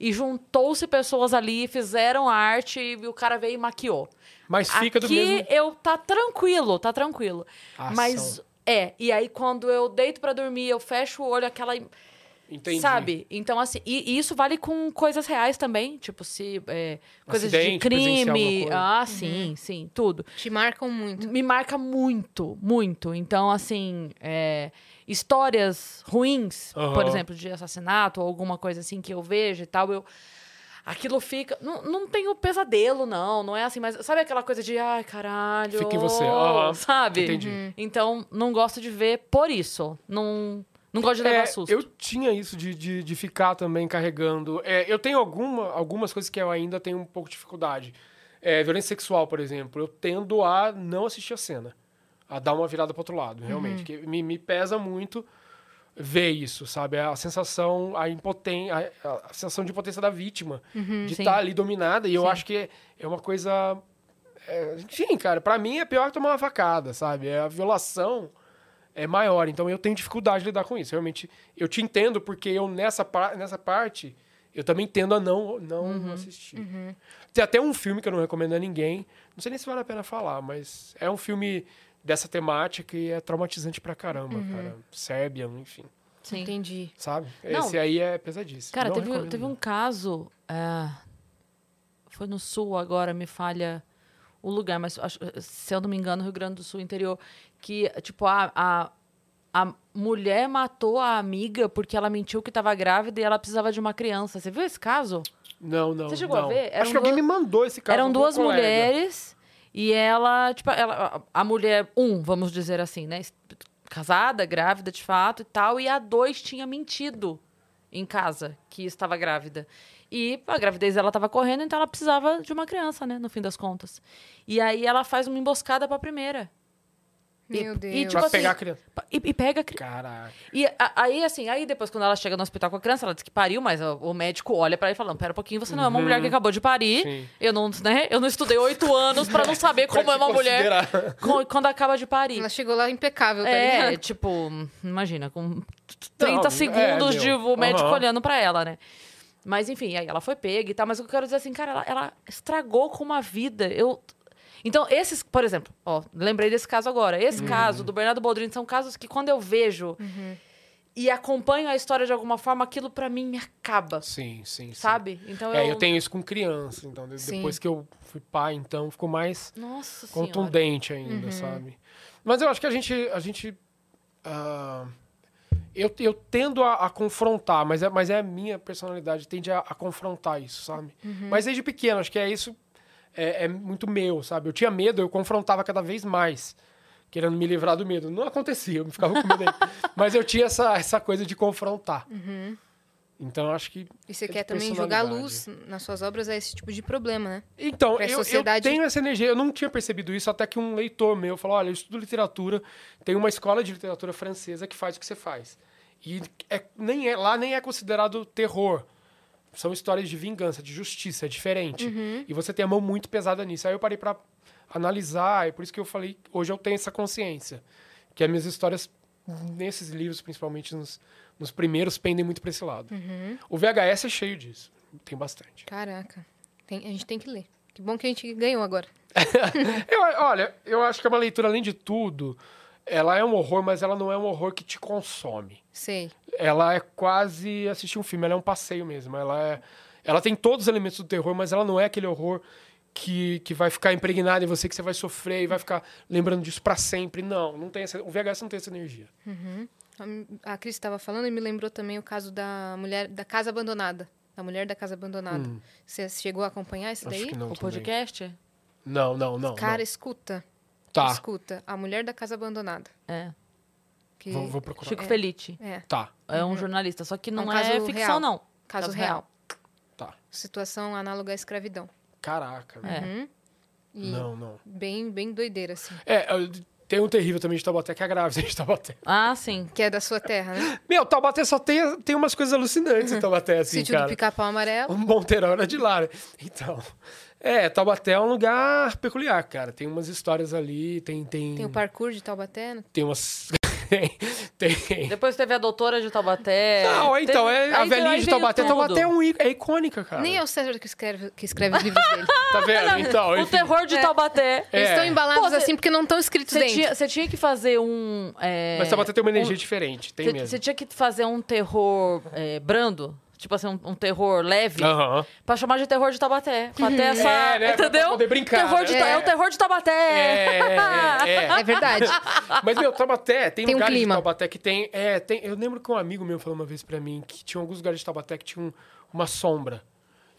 S1: e juntou-se pessoas ali, fizeram a arte e o cara veio e maquiou.
S3: Mas fica
S1: Aqui
S3: do mesmo. Ah,
S1: eu tá tranquilo, tá tranquilo.
S3: Ação.
S1: Mas é, e aí quando eu deito pra dormir, eu fecho o olho, aquela
S3: Entendi.
S1: Sabe? Então, assim, e, e isso vale com coisas reais também, tipo, se. é, coisas de
S3: Acidente, presenciar
S1: crime.
S3: alguma coisa.
S1: Ah, sim, sim, tudo.
S2: Te marcam muito.
S1: Me marca muito, muito. Então, assim, é, histórias ruins,
S3: Aham.
S1: por exemplo, de assassinato ou alguma coisa assim que eu vejo e tal, eu. Aquilo fica. Não, não tem o pesadelo, não. Não é assim, mas sabe aquela coisa de. Ai, caralho.
S3: Fica em você, aham.
S1: Sabe?
S3: Entendi.
S1: Então, não gosto de ver por isso. Não, não gosto de levar
S3: É,
S1: susto.
S3: eu tinha isso de, de, de ficar também carregando. É, eu tenho alguma, algumas coisas que eu ainda tenho um pouco de dificuldade. É, violência sexual, por exemplo, eu tendo a não assistir a cena. A dar uma virada pro outro lado, realmente.
S1: Uhum.
S3: Que me, me pesa muito ver isso, sabe? É A sensação, a impotência, a, a sensação de impotência da vítima. de
S1: Uhum, sim.
S3: estar ali dominada. E eu acho que é uma coisa. é, enfim, cara, pra mim é pior que tomar uma facada, sabe? É, a violação é maior. Então eu tenho dificuldade de lidar com isso. Realmente, eu te entendo, porque eu nessa, par- nessa parte. Eu também tendo a não, não
S1: Uhum,
S3: assistir. Tem até um filme que eu não recomendo a ninguém. Não sei nem se vale a pena falar, mas é um filme dessa temática e é traumatizante pra caramba,
S1: Uhum.
S3: cara. Sérvia, enfim.
S1: Sim.
S2: Entendi.
S3: Sabe?
S1: Não.
S3: Esse aí é pesadíssimo.
S1: Cara,
S3: Não
S1: teve,
S3: recomendo.
S1: teve um caso. ah, foi no sul agora, me falha o lugar, mas acho- se eu não me engano, Rio Grande do Sul, interior, que, tipo, a, a, a mulher matou a amiga porque ela mentiu que estava grávida e ela precisava de uma criança. Você viu esse caso?
S3: Não, não.
S1: Você chegou
S3: não.
S1: a ver? Eram
S3: Acho que alguém
S1: duas-
S3: me mandou esse caso.
S1: Eram
S3: algum
S1: duas
S3: um colega.
S1: mulheres e ela, tipo, ela, a a mulher, um, vamos dizer assim, né? est- Casada, grávida de fato e tal, e a dois tinha mentido em casa que estava grávida. E a gravidez dela estava correndo, então ela precisava de uma criança, né? No fim das contas. E aí ela faz uma emboscada pra primeira.
S2: Meu Deus.
S1: e,
S3: Pra
S1: tipo, assim,
S3: pegar a criança.
S1: pa- E, e pega a criança.
S3: Caraca.
S1: E a- aí, assim, aí depois, quando ela chega no hospital com a criança, ela diz que pariu, mas o, o médico olha pra ela e fala: "Não, Pera um pouquinho, você não é uma mulher que acabou de parir.
S3: Uhum. Sim.
S1: Eu não, né? Eu não estudei oito anos pra não saber como é
S3: Vai te
S1: uma mulher
S3: considerar.
S1: co- quando acaba de parir.
S2: Ela chegou lá impecável, tá
S1: assim É,
S2: ligado?
S1: tipo, imagina, com 30
S3: Não, é,
S1: segundos de
S3: meu.
S1: o médico
S3: Aham.
S1: olhando pra ela, né? Mas enfim, aí ela foi pega e tal. Mas o que eu quero dizer assim, cara, ela, ela estragou com uma vida. Eu. Então, esses, por exemplo, ó, lembrei desse caso agora. Esse
S3: Uhum.
S1: caso do Bernardo Boldrini são casos que quando eu vejo e acompanho a história de alguma forma, aquilo pra mim me acaba,
S3: Sim, sim, sim.
S1: sabe? Então
S3: É, eu tenho isso com criança. Então, de-
S2: Sim.
S3: depois que eu fui pai, então, ficou mais
S1: Nossa senhora. Uhum.
S3: contundente um ainda, sabe? Mas eu acho que a gente... A gente ah, eu, eu tendo a, a confrontar, mas é, mas é a minha personalidade, tende a, a confrontar isso, sabe?
S1: Uhum.
S3: Mas desde pequeno, acho que é isso... É, é muito meu, sabe? Eu tinha medo, eu confrontava cada vez mais, querendo me livrar do medo. Não acontecia, eu me ficava com medo. ainda. mas eu tinha essa, essa coisa de confrontar.
S1: Uhum.
S3: Então, eu acho que
S2: E você
S3: de
S2: quer também jogar luz
S3: personalidade.
S2: nas suas obras a esse tipo de problema, né?
S3: Então,
S2: Pra
S3: eu, eu
S2: sociedade-
S3: tenho essa energia. Eu não tinha percebido isso até que um leitor meu falou: olha, eu estudo literatura, tem uma escola de literatura francesa que faz o que você faz. E é, nem é, lá nem é considerado terror. São histórias de vingança, de justiça, é diferente.
S2: Uhum.
S3: E você tem a mão muito pesada nisso. Aí eu parei pra analisar, e por isso que eu falei, hoje eu tenho essa consciência. Que as minhas histórias, nesses livros, principalmente nos, nos primeiros, pendem muito pra esse lado.
S2: Uhum.
S3: O VHS é cheio disso. Tem bastante.
S2: Caraca. Tem- a gente tem que ler. Que bom que a gente ganhou agora.
S3: Eu, olha, eu acho que é uma leitura, além de tudo, ela é um horror, mas ela não é um horror que te consome.
S2: Sei.
S3: ela é quase assistir um filme, ela é um passeio mesmo. Ela é, ela tem todos os elementos do terror, mas ela não é aquele horror que, que vai ficar impregnado em você, que você vai sofrer e vai ficar lembrando disso pra sempre. Não, não tem essa, o VHS não tem essa energia.
S2: A Cris estava falando e me lembrou também o caso da mulher da casa abandonada. Da mulher da casa abandonada. Você chegou a acompanhar esse daí?
S3: Hum. Acho que não.
S1: O
S3: também.
S1: podcast?
S3: Não, não, não.
S2: Cara,
S3: não.
S2: escuta.
S3: Tá,
S2: Escuta. A mulher da casa abandonada.
S1: É.
S2: Que
S3: vou, vou procurar.
S1: Chico Felice.
S2: é
S3: Tá,
S1: É um jornalista, só que não
S2: um
S1: é
S2: caso
S1: ficção,
S2: real.
S1: não.
S2: caso,
S1: Caso
S2: real.
S3: tá.
S2: Situação análoga à escravidão.
S3: Caraca, velho.
S1: É.
S2: E
S3: Não, não.
S2: bem, bem doideira, assim.
S3: É, eu- tem um terrível também de Taubaté que é grave, de Taubaté.
S1: Ah, sim.
S2: Que é da sua terra, né?
S3: Meu, Taubaté só tem, tem umas coisas alucinantes em Taubaté, assim,
S2: Sítio
S3: cara.
S2: do pica-pau amarelo.
S3: Um Monteirão era de lá. né? Então, é, Taubaté é um lugar peculiar, cara. Tem umas histórias ali, tem... Tem,
S2: Tem o parkour de Taubaté. né?
S3: tem umas... tem... tem...
S1: Depois teve a doutora de Taubaté.
S3: Não, então,
S1: Teve-
S3: é a
S1: aí-
S3: velhinha
S1: aí
S3: de
S1: veio
S3: Taubaté.
S1: tudo.
S3: Taubaté é, um, í- é icônica, cara.
S2: Nem é o César que escreve, que escreve os livros dele.
S3: Tá vendo? Então,
S1: O
S3: enfim.
S1: terror de
S2: É.
S1: Taubaté.
S2: Eles
S3: É.
S2: estão embalados
S1: Pô, cê-
S2: assim porque não estão escritos
S1: Você
S2: dentro.
S1: tinha, você tinha que fazer um. é,
S3: Mas Taubaté tem uma energia
S1: um-
S3: diferente, tem
S1: Você
S3: mesmo.
S1: você tinha que fazer um terror é, brando, tipo assim, um, um terror leve,
S3: Aham.
S1: pra chamar de terror de Tabaté. Pra ter essa.
S3: Ah. É, né? Pra
S1: Entendeu?
S3: poder brincar,
S1: Terror de
S3: né?
S1: Ta- é.
S3: É.
S1: o terror de Tabaté.
S3: É, é, é.
S2: É verdade.
S3: Mas, meu, Taubaté, tem,
S2: Tem um
S3: lugares
S2: clima.
S3: de Taubaté que tem, é, tem... Eu lembro que um amigo meu falou uma vez pra mim que tinha alguns lugares de Taubaté que tinha um- uma sombra.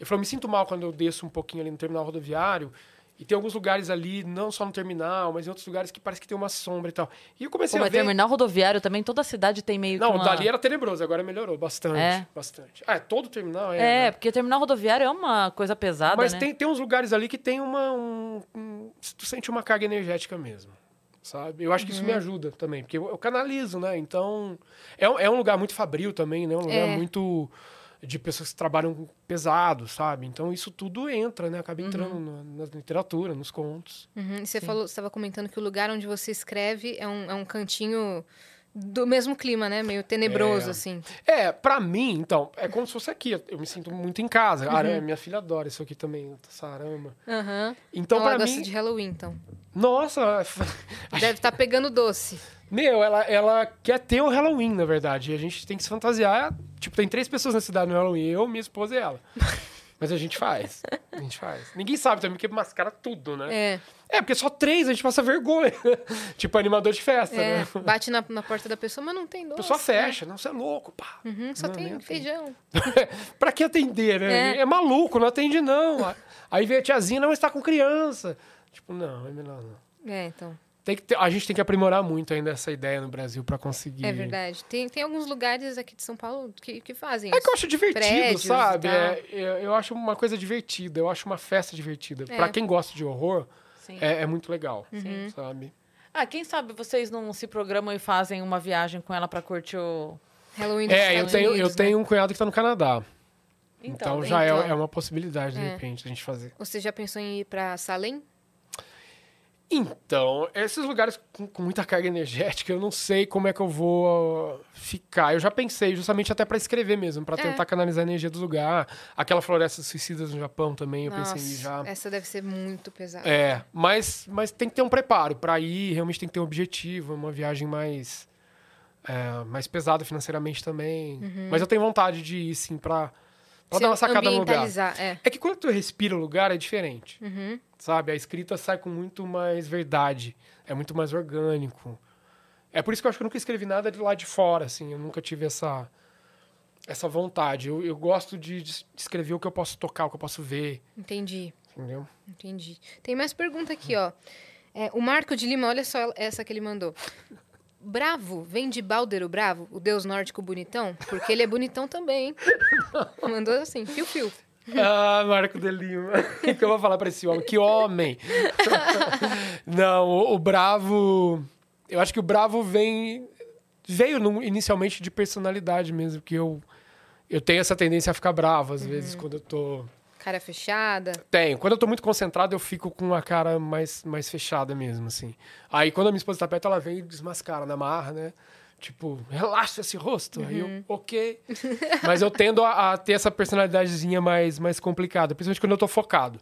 S3: Ele falou, me sinto mal quando eu desço um pouquinho ali no terminal rodoviário e tem alguns lugares ali, não só no terminal, mas em outros lugares que parece que tem uma sombra e tal. E eu comecei
S1: Pô,
S3: a
S1: mas
S3: ver...
S1: terminal rodoviário também, toda a cidade tem meio que.
S3: Não,
S1: uma...
S3: dali era tenebroso, agora melhorou bastante,
S1: É?
S3: bastante. Ah, é todo terminal, é.
S1: É,
S3: né?
S1: porque terminal rodoviário é uma coisa pesada,
S3: Mas
S1: né?
S3: tem, tem uns lugares ali que tem uma. Um, um- tu sente uma carga energética mesmo. Sabe? Eu acho que isso me
S2: Uhum.
S3: ajuda também, porque eu, eu canalizo, né? Então. É, um- é um lugar muito fabril também, né? Um lugar
S2: É.
S3: muito. De pessoas que trabalham pesado, sabe? Então isso tudo entra, né? Acaba entrando na, na literatura, nos contos.
S2: Uhum, e você falou, estava comentando que o lugar onde você escreve é um, é um cantinho do mesmo clima, né? Meio tenebroso,
S3: É.
S2: assim.
S3: É, pra mim, então, é como se fosse aqui. Eu me sinto muito em casa.
S2: Uhum.
S3: Aranha, minha filha adora isso aqui também, sarama.
S2: Aham.
S3: Então,
S2: Ela
S3: pra
S2: gosta
S3: mim.
S2: de Halloween, então.
S3: Nossa,
S2: Deve estar pegando doce.
S3: Meu, ela, ela quer ter o Halloween, na verdade. E a gente tem que se fantasiar. Tipo, tem três pessoas na cidade no Halloween. Eu, minha esposa e ela. Mas a gente faz. A gente faz. Ninguém sabe também, porque mascara tudo, né?
S2: É.
S3: É, porque só três a gente passa vergonha. tipo, animador de festa,
S2: é.
S3: né?
S2: Bate na, na porta da pessoa, mas não tem
S3: A
S2: doce.
S3: pessoa
S2: né?
S3: fecha. Não, você é louco, pá.
S2: Uhum, só
S3: Não,
S2: tem
S3: nem
S2: feijão.
S3: pra que atender, né?
S2: É.
S3: É. maluco, não atende não. Aí vem a tiazinha, não, está com criança. Tipo, não, é melhor não.
S2: É, então.
S3: Tem que ter- a gente tem que aprimorar muito ainda essa ideia no Brasil pra conseguir.
S2: É verdade. Tem, tem alguns lugares aqui de São Paulo que, que fazem
S3: É
S2: isso.
S3: que eu acho divertido,
S2: Prédios e
S3: sabe?
S2: tal.
S3: É, eu, eu acho uma coisa divertida, eu acho uma festa divertida.
S2: É. Uhum.
S3: Pra quem gosta de horror,
S1: Sim.
S3: é, é muito legal, sabe?
S1: Ah, quem sabe vocês não se programam e fazem uma viagem com ela pra curtir o.
S2: Halloween dos
S3: É, eu
S2: Estados
S3: tenho, eu
S2: Unidos, né?
S3: tenho um cunhado que tá no Canadá. Então, já é-
S2: então.
S3: É, uma possibilidade, de
S2: É.
S3: repente, da gente fazer.
S2: Você já pensou em ir pra Salem?
S3: Então, esses lugares com, com muita carga energética, eu não sei como é que eu vou ficar. Eu já pensei, justamente até pra escrever mesmo, pra
S2: É.
S3: tentar canalizar a energia do lugar. Aquela floresta dos suicidas no Japão também, eu
S2: Nossa,
S3: pensei em ir já.
S2: essa deve ser muito pesada.
S3: É, mas, mas tem que ter um preparo para ir, realmente tem que ter um objetivo, uma viagem mais é, mais pesada financeiramente também. Mas eu tenho vontade de ir sim para
S2: Você
S3: dar uma sacada no lugar.
S2: ambientalizar, é.
S3: É que quando tu respira o lugar é diferente. Sabe? A escrita sai com muito mais verdade, é muito mais orgânico. É por isso que eu acho que eu nunca escrevi nada de lá de fora, assim, eu nunca tive essa essa vontade. Eu, eu gosto de, de escrever o que eu posso tocar, o que eu posso ver,
S2: Entendi.
S3: entendeu?
S2: Entendi. Tem mais pergunta aqui, ó. É, o Marco de Lima, olha só essa que ele mandou. Bravo, vem de Balder o Bravo, o deus nórdico bonitão? Porque ele é bonitão também, hein? Mandou assim, fio-fio.
S3: Ah, Marco de Lima. O que eu vou falar pra esse homem? Que homem! Não, o, o Bravo. Eu acho que o Bravo vem veio no- inicialmente de personalidade mesmo, que eu, eu tenho essa tendência a ficar bravo às vezes quando eu tô.
S2: Cara fechada.
S3: Tenho. Quando eu tô muito concentrado, eu fico com a cara mais, mais fechada mesmo, assim. Aí quando a minha esposa tá perto, ela vem e desmascara na marra, né? Tipo, relaxa esse rosto. Aí
S2: Uhum.
S3: eu, ok. Mas eu tendo a, a ter essa personalidadezinha mais, mais complicada, principalmente quando eu tô focado.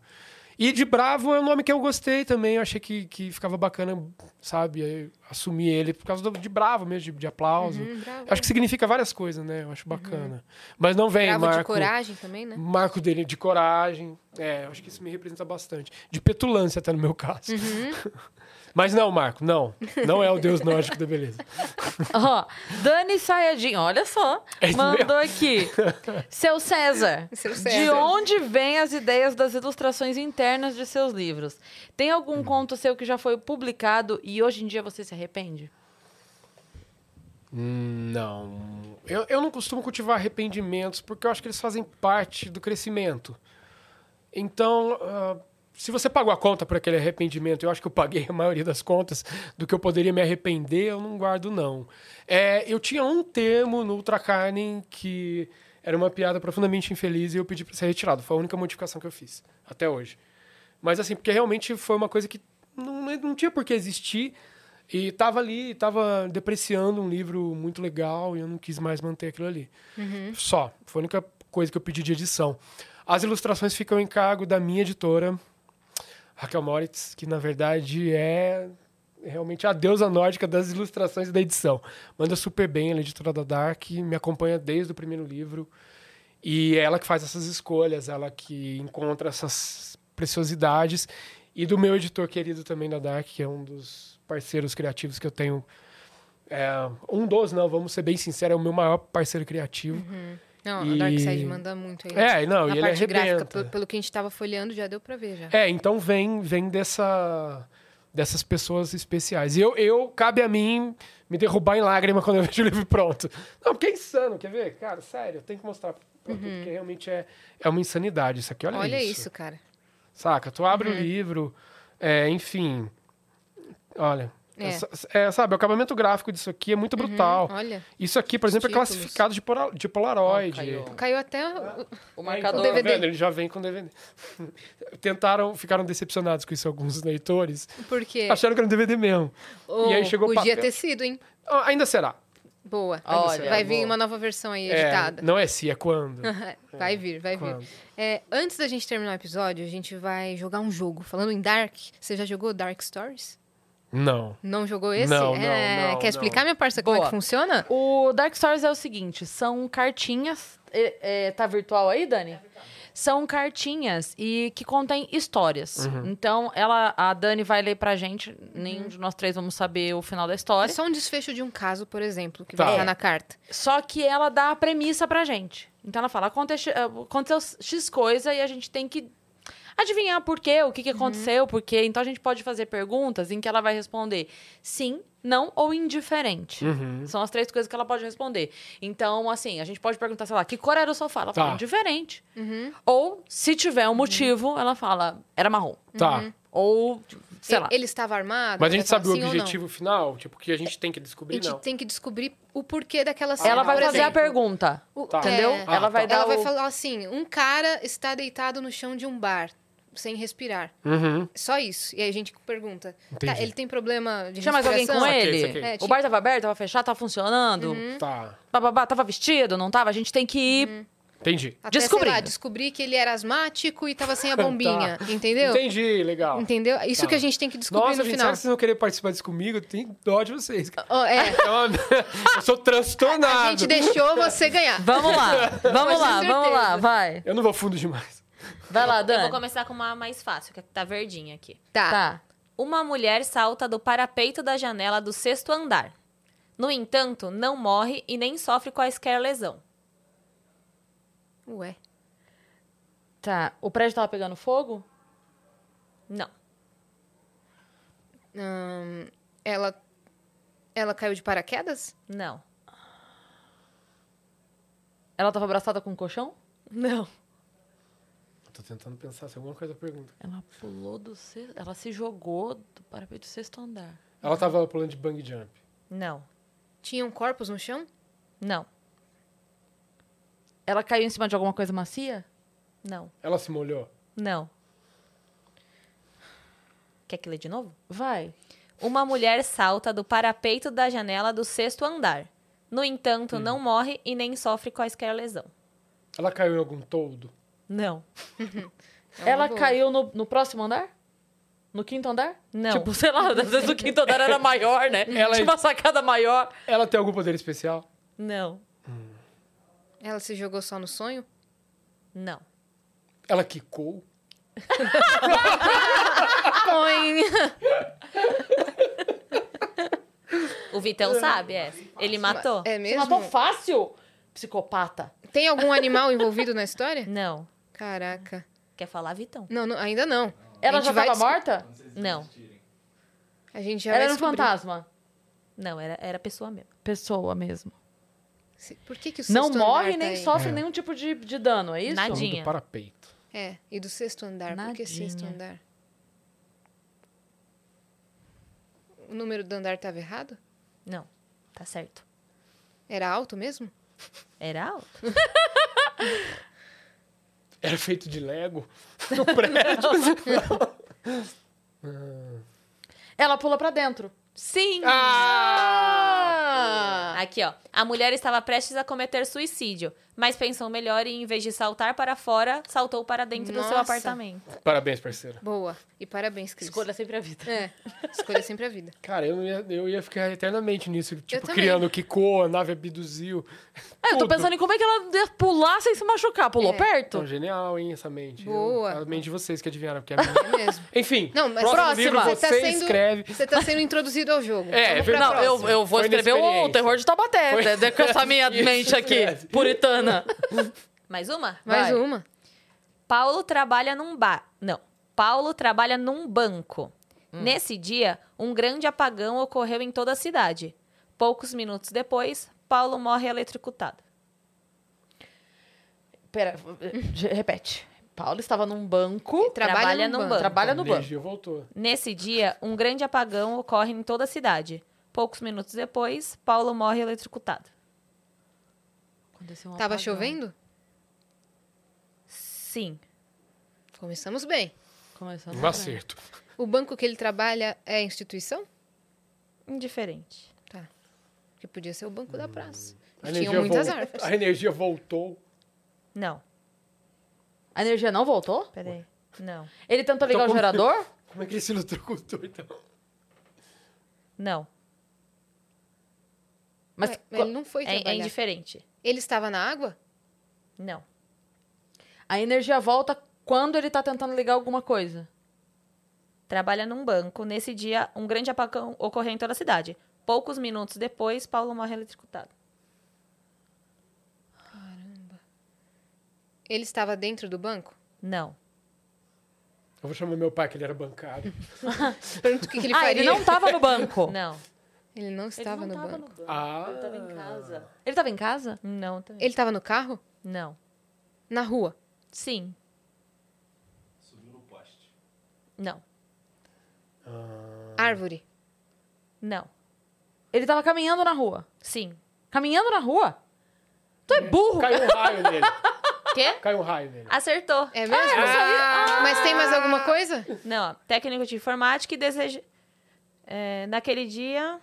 S3: E de Bravo é um nome que eu gostei também, eu achei que, que ficava bacana, sabe, aí assumir ele por causa do- de Bravo mesmo, de, de aplauso.
S2: Hum, bravo.
S3: Acho que significa várias coisas, né? Eu acho bacana. Mas não vem,
S2: Uhum. Bravo de
S3: Marco.
S2: coragem também, né?
S3: Marco dele de coragem. É, acho que isso me representa bastante. De petulância, até no meu caso. Mas não, Marco, não. Não é o deus nórdico da beleza.
S1: Ó, Dani Sayajin, olha só,
S3: É isso
S1: mandou aqui. Seu César,
S2: Seu César.
S1: de onde vêm as ideias das ilustrações internas de seus livros? Tem algum
S3: Hum.
S1: conto seu que já foi publicado e hoje em dia você se arrepende?
S3: Hum, Não. Eu, eu não costumo cultivar arrependimentos, porque eu acho que eles fazem parte do crescimento. Então, ah, se você pagou a conta por aquele arrependimento, eu acho que eu paguei a maioria das contas do que eu poderia me arrepender, eu não guardo, não. É, eu tinha um termo no Ultra Carne que era uma piada profundamente infeliz e eu pedi para ser retirado. Foi a única modificação que eu fiz, até hoje. Mas assim, porque realmente foi uma coisa que não, não tinha por que existir. E tava ali, tava depreciando um livro muito legal e eu não quis mais manter aquilo ali. Só. Foi a única coisa que eu pedi de edição. As ilustrações ficam em cargo da minha editora, Raquel Moritz, que na verdade é realmente a deusa nórdica das ilustrações e da edição. Manda super bem, ela é editora da Dark, me acompanha desde o primeiro livro. E é ela que faz essas escolhas, ela que encontra essas preciosidades. E do meu editor querido também da Dark, que é um dos parceiros criativos que eu tenho. É, um dos, não, vamos ser bem sinceros, é o meu maior parceiro criativo.
S2: Não,
S3: E-
S2: o Darkseid manda muito aí.
S3: É, não,
S2: Uhum. Na
S3: e ele
S2: parte gráfica,
S3: arrebenta.
S2: pelo, pelo que a gente tava folheando, já deu pra ver já.
S3: É, então vem vem dessa dessas pessoas especiais. E eu, eu cabe a mim me derrubar em lágrima quando eu vejo o livro pronto. Não, porque é insano, quer ver? Cara, sério, eu tenho que mostrar pra tu, porque realmente é, é uma insanidade isso aqui. Olha,
S2: Uhum. Olha
S3: isso.
S2: isso, cara.
S3: Saca? Tu abre
S2: Uhum.
S3: o livro, é, enfim. Olha.
S2: É.
S3: essa- é, sabe, o acabamento gráfico disso aqui é muito brutal.
S2: Olha.
S3: Isso aqui, por exemplo,
S2: Títulos.
S3: é classificado de, pora- de Polaroid.
S1: Ó, caiu.
S2: Caiu até.
S1: O
S3: Ah,
S1: marcador.
S3: É, então,
S2: DVD.
S3: Tá vendo? Ele já vem com DVD. Tentaram, ficaram decepcionados com isso alguns leitores.
S2: Porque.
S3: Acharam que era um DVD mesmo. e aí chegou o
S2: Podia
S3: papel.
S2: ter sido, é hein?
S3: Ah, ainda será.
S2: Boa.
S1: Olha,
S2: vai vir
S1: boa.
S2: uma nova versão aí
S3: É,
S2: editada.
S3: não é se, é quando.
S2: Vai vir, vai
S3: Quando?
S2: vir. É, antes da gente terminar o episódio, a gente vai jogar um jogo. Falando em Dark, você já jogou Dark Stories?
S3: não.
S2: Não jogou esse?
S3: Não,
S2: É,
S3: não, não,
S2: Quer explicar,
S3: não.
S2: minha parça, como é
S1: Boa.
S2: que funciona?
S1: O Dark Stories é o seguinte: são cartinhas. É, é, tá virtual aí, Dani? São cartinhas e que contêm histórias. Então, ela, a Dani vai ler pra gente. Nenhum de nós três vamos saber o final da
S2: É
S1: história.
S2: só um desfecho de um caso, por exemplo, que
S3: Tá.
S2: vai estar na carta.
S1: Só que ela dá a premissa pra gente. Então ela fala: "Aconte- eh, aconteceu X coisa e a gente tem que adivinhar por quê, o que, que aconteceu, por quê. Então a gente pode fazer perguntas em que ela vai responder sim, não ou
S3: Uhum.
S1: indiferente. São as três coisas que ela pode responder. Então, assim, a gente pode perguntar, sei lá, que cor era o sofá? Ela fala
S3: Tá.
S1: indiferente.
S2: Uhum.
S1: Ou, se tiver um motivo, ela fala, era marrom.
S3: Tá.
S1: Ou, sei
S2: ele,
S1: lá.
S2: ele estava armado?
S3: Mas a gente
S2: Vai falar
S3: sabe o
S2: Uhum. sim ou não?
S3: objetivo final? Tipo, que a gente tem que
S2: A
S3: descobrir,
S2: gente
S3: não.
S2: tem que descobrir o porquê daquela cena.
S1: Ela vai
S2: por
S1: fazer a
S2: exemplo.
S1: pergunta.
S2: O-
S3: Tá.
S1: Entendeu?
S2: É.
S1: ela
S3: Ah,
S1: vai dar
S2: Ela vai
S1: o-
S2: falar assim: um cara está deitado no chão de um bar, sem respirar.
S3: Uhum.
S2: Só isso. E aí a gente pergunta: tá,
S3: Entendi.
S2: ele tem problema de
S1: Tinha mais alguém
S2: respiração?
S1: com
S3: Saquei,
S1: ele?
S3: saquei.
S2: É,
S1: O
S2: tinha-
S1: bar tava aberto, tava fechado, tava funcionando?
S2: Uhum.
S3: Tá.
S1: bababá, tava vestido, não tava? A gente tem que ir.
S3: Entendi.
S2: Até, sei lá,
S1: Descobrindo.
S2: descobrir que ele era asmático e tava sem
S1: Tá.
S2: a bombinha. Entendeu?
S3: Entendi, legal.
S2: Entendeu? Isso
S3: Tá.
S2: que a gente tem que descobrir
S3: Nossa,
S2: no
S3: gente,
S2: final.
S3: será que vocês vão querer participar disso comigo? Eu tenho dó de vocês. cara.
S2: Ó, é,
S3: É uma- Eu sou transtornado.
S2: a gente deixou você ganhar.
S1: Vamos lá, vamos
S2: Pode
S1: lá,
S2: ter
S1: vamos lá,
S2: certeza.
S1: vai.
S3: Eu não vou fundo demais.
S1: Vai lá,
S4: Eu vou
S1: Ah, Dani.
S4: começar com uma mais fácil, que tá verdinha aqui.
S2: Tá.
S1: Tá.
S4: Uma mulher salta do parapeito da janela do sexto andar. No entanto, não morre e nem sofre quaisquer lesão.
S2: Ué.
S1: Tá. O prédio tava pegando fogo?
S4: Não.
S2: Hum, ela. Ela caiu de paraquedas?
S4: Não.
S1: Ela tava abraçada com um colchão?
S4: Não.
S3: Eu tô tentando pensar se alguma coisa pergunta.
S1: Ela pulou do sexto. Ela se jogou do parapeito do sexto andar.
S3: Ela tava pulando de bang jump.
S4: Não.
S2: Tinham corpos um no chão?
S4: Não,
S1: Ela caiu em cima de alguma coisa macia?
S4: não,
S3: Ela se molhou.
S4: não. Quer que lê de novo?
S1: Vai.
S4: Uma mulher salta do parapeito da janela do sexto andar. No entanto, não morre e nem sofre quaisquer lesão.
S3: Ela caiu em algum toldo.
S4: Não,
S2: É uma
S1: ela
S2: boa.
S1: caiu no, no próximo andar? No quinto andar?
S4: não,
S1: Tipo, sei lá, às vezes o quinto andar era maior, né?
S3: Ela-
S2: é
S1: Tinha uma sacada maior.
S3: Ela tem algum poder especial?
S4: não,
S2: Ela se jogou só no sonho?
S4: não.
S3: Ela quicou?
S2: Põe!
S4: O Vitão sabe essa. Ele matou?
S2: É
S1: Você
S2: mesmo?
S1: matou fácil? Psicopata.
S2: Tem algum animal envolvido na história?
S4: Não.
S2: Caraca.
S4: Quer falar, Vitão?
S2: Não, não, ainda não. A
S1: Ela
S2: gente
S1: já
S2: vai
S1: estava
S2: desco-
S1: morta?
S4: Não,
S2: A gente já
S1: Ela
S2: vai
S1: era um
S2: descobrir.
S1: fantasma.
S4: não, era, era pessoa mesmo.
S1: Pessoa mesmo.
S2: Se- Por que, que o
S1: Não
S2: sexto
S1: morre
S2: andar tá
S1: nem
S2: aí?
S1: sofre
S3: É.
S1: nenhum tipo de, de dano, é isso?
S4: Nadinha.
S3: Do parapeito.
S2: É, e do sexto andar. Por que sexto
S4: Nadinha.
S2: andar? O número do andar estava errado?
S4: Não, tá certo.
S2: Era alto mesmo?
S4: Era alto.
S3: Era feito de Lego no prédio.
S1: Ela pula pra dentro.
S4: Sim!
S3: ah!
S4: Tá. Aqui, ó. A mulher estava prestes a cometer suicídio, mas pensou melhor e, em vez de saltar para fora, saltou para dentro do seu
S2: Nossa.
S4: apartamento.
S3: Parabéns, parceira.
S2: Boa. E parabéns, Cris.
S1: Escolha sempre a vida.
S2: É, escolha sempre a vida.
S3: Cara, eu ia, eu ia ficar eternamente nisso. Tipo,
S2: também.
S3: criando quicou, a nave abduziu.
S1: É, eu tô
S3: Tudo.
S1: pensando em como é que ela ia pular sem se machucar. Pulou
S2: É.
S1: perto?
S3: Então, genial, hein, essa mente.
S2: Boa.
S3: Eu- a mente de vocês que adivinharam, porque a minha...
S2: É mesmo.
S3: Enfim,
S2: Não, mas
S3: próximo
S1: próxima.
S3: livro você,
S2: Você tá sendo-
S3: escreve.
S2: Você tá sendo introduzido ao jogo.
S3: É, é
S2: Vamos pra
S1: Não,
S3: verdade.
S1: eu,
S2: próxima.
S1: eu vou
S3: Foi na
S1: escrever o,
S3: experiência.
S1: terror de Taubaté, né, de- com essa minha
S3: Isso, é.
S1: mente aqui,
S3: escreve.
S1: puritana.
S4: Mais uma?
S2: Mais
S1: Vai.
S2: uma.
S4: Paulo trabalha num bar. Não. Paulo trabalha num banco.
S2: Hum.
S4: Nesse dia, um grande apagão ocorreu em toda a cidade. Poucos minutos depois, Paulo morre eletrocutado.
S1: Pera, repete. Paulo estava num banco,
S2: Trabalha num banco.
S1: trabalha no
S3: A
S1: banco.
S3: energia voltou.
S4: Nesse dia, um grande apagão ocorre em toda a cidade. Poucos minutos depois, Paulo morre eletrocutado.
S1: Aconteceu um
S2: Tava
S1: apagão.
S2: chovendo?
S4: Sim.
S2: Começamos bem.
S1: Começou
S3: Um acerto.
S2: O banco que ele trabalha é a instituição?
S4: Indiferente.
S2: Que podia ser o banco da praça.
S3: A
S2: E tinham
S3: energia
S2: muitas
S3: vol-
S2: árvores.
S3: A energia voltou.
S4: Não.
S1: A energia não voltou?
S4: Peraí. Não.
S1: Ele tentou ligar
S3: Então
S1: o
S3: como-
S1: gerador?
S3: Como é que ele se eletrocutou, então?
S4: Não.
S1: Mas
S2: Ué,
S1: co-
S2: ele não foi
S4: É,
S2: trabalhar.
S4: é indiferente.
S2: Ele estava na água?
S4: Não.
S1: a energia volta quando ele tá tentando ligar alguma coisa.
S4: Trabalha num banco. Nesse dia, um grande apagão ocorreu em toda a cidade. Poucos minutos depois, Paulo morre eletrocutado.
S2: Ele estava dentro do banco?
S4: Não.
S3: Eu vou chamar meu pai, que ele era bancário.
S2: Pergunto o que, que ele
S1: ah,
S2: faria.
S1: ele não tava no banco.
S4: Não.
S2: Ele não estava no banco.
S3: Ah.
S4: Ele tava em casa.
S1: Ele tava em casa?
S4: Não, também.
S2: Ele estava no carro?
S4: Não.
S2: Na rua?
S4: Sim. Subiu no poste. Não.
S2: Árvore?
S4: Não.
S1: Ele tava caminhando na rua.
S4: Sim.
S1: Caminhando na rua? Tu é burro, cara.
S3: Caiu um raio nele.
S4: Quê?
S3: Caiu um raio nele.
S4: Acertou.
S2: É mesmo? Mas tem mais alguma coisa?
S4: Não, ó, técnico de informática e deseja... É, naquele dia...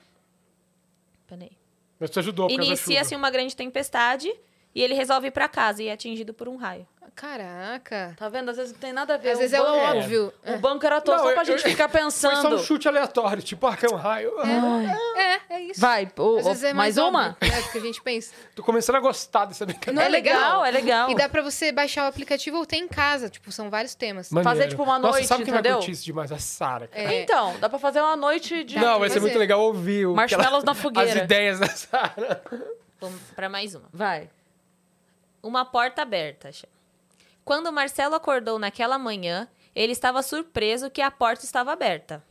S4: Peraí.
S3: Mas tu ajudou, por causa da
S4: Inicia-se
S3: chuva.
S4: uma grande tempestade e ele resolve ir pra casa e é atingido por um raio.
S2: Caraca.
S1: Tá vendo? Às vezes não tem nada a ver.
S2: Às vezes é o
S1: banco,
S2: óbvio.
S1: O banco era todo
S3: Não,
S1: só
S3: eu-
S1: pra gente
S3: eu-
S1: ficar
S3: Foi só
S1: pensando.
S3: um chute aleatório, tipo, ah, caiu um raio. Ah.
S2: É, é isso.
S1: Vai, o-
S2: Às vezes
S1: o-
S2: é
S1: mais,
S2: mais,
S1: uma?
S2: óbvio, né, do que a gente pensa.
S3: Tô começando a gostar dessa brincadeira.
S2: Não é legal?
S1: é legal.
S2: E dá pra você baixar o aplicativo ou ter em casa. Tipo, são vários temas.
S3: Maneiro.
S1: Fazer, tipo, uma
S3: Nossa,
S1: noite,
S3: sabe quem
S1: entendeu?
S3: vai curtir isso demais? A Sara, cara.
S2: É.
S1: Então, dá pra fazer uma noite de
S3: Não,
S2: pra
S3: vai ser
S2: fazer.
S3: muito legal ouvir o que
S1: marshmallows na
S3: ela- as
S1: fogueira.
S3: ideias da Sara.
S4: Vamos pra mais uma.
S1: Vai.
S4: Uma porta aberta. chama. Quando Marcelo acordou naquela manhã, ele estava surpreso que a porta estava aberta.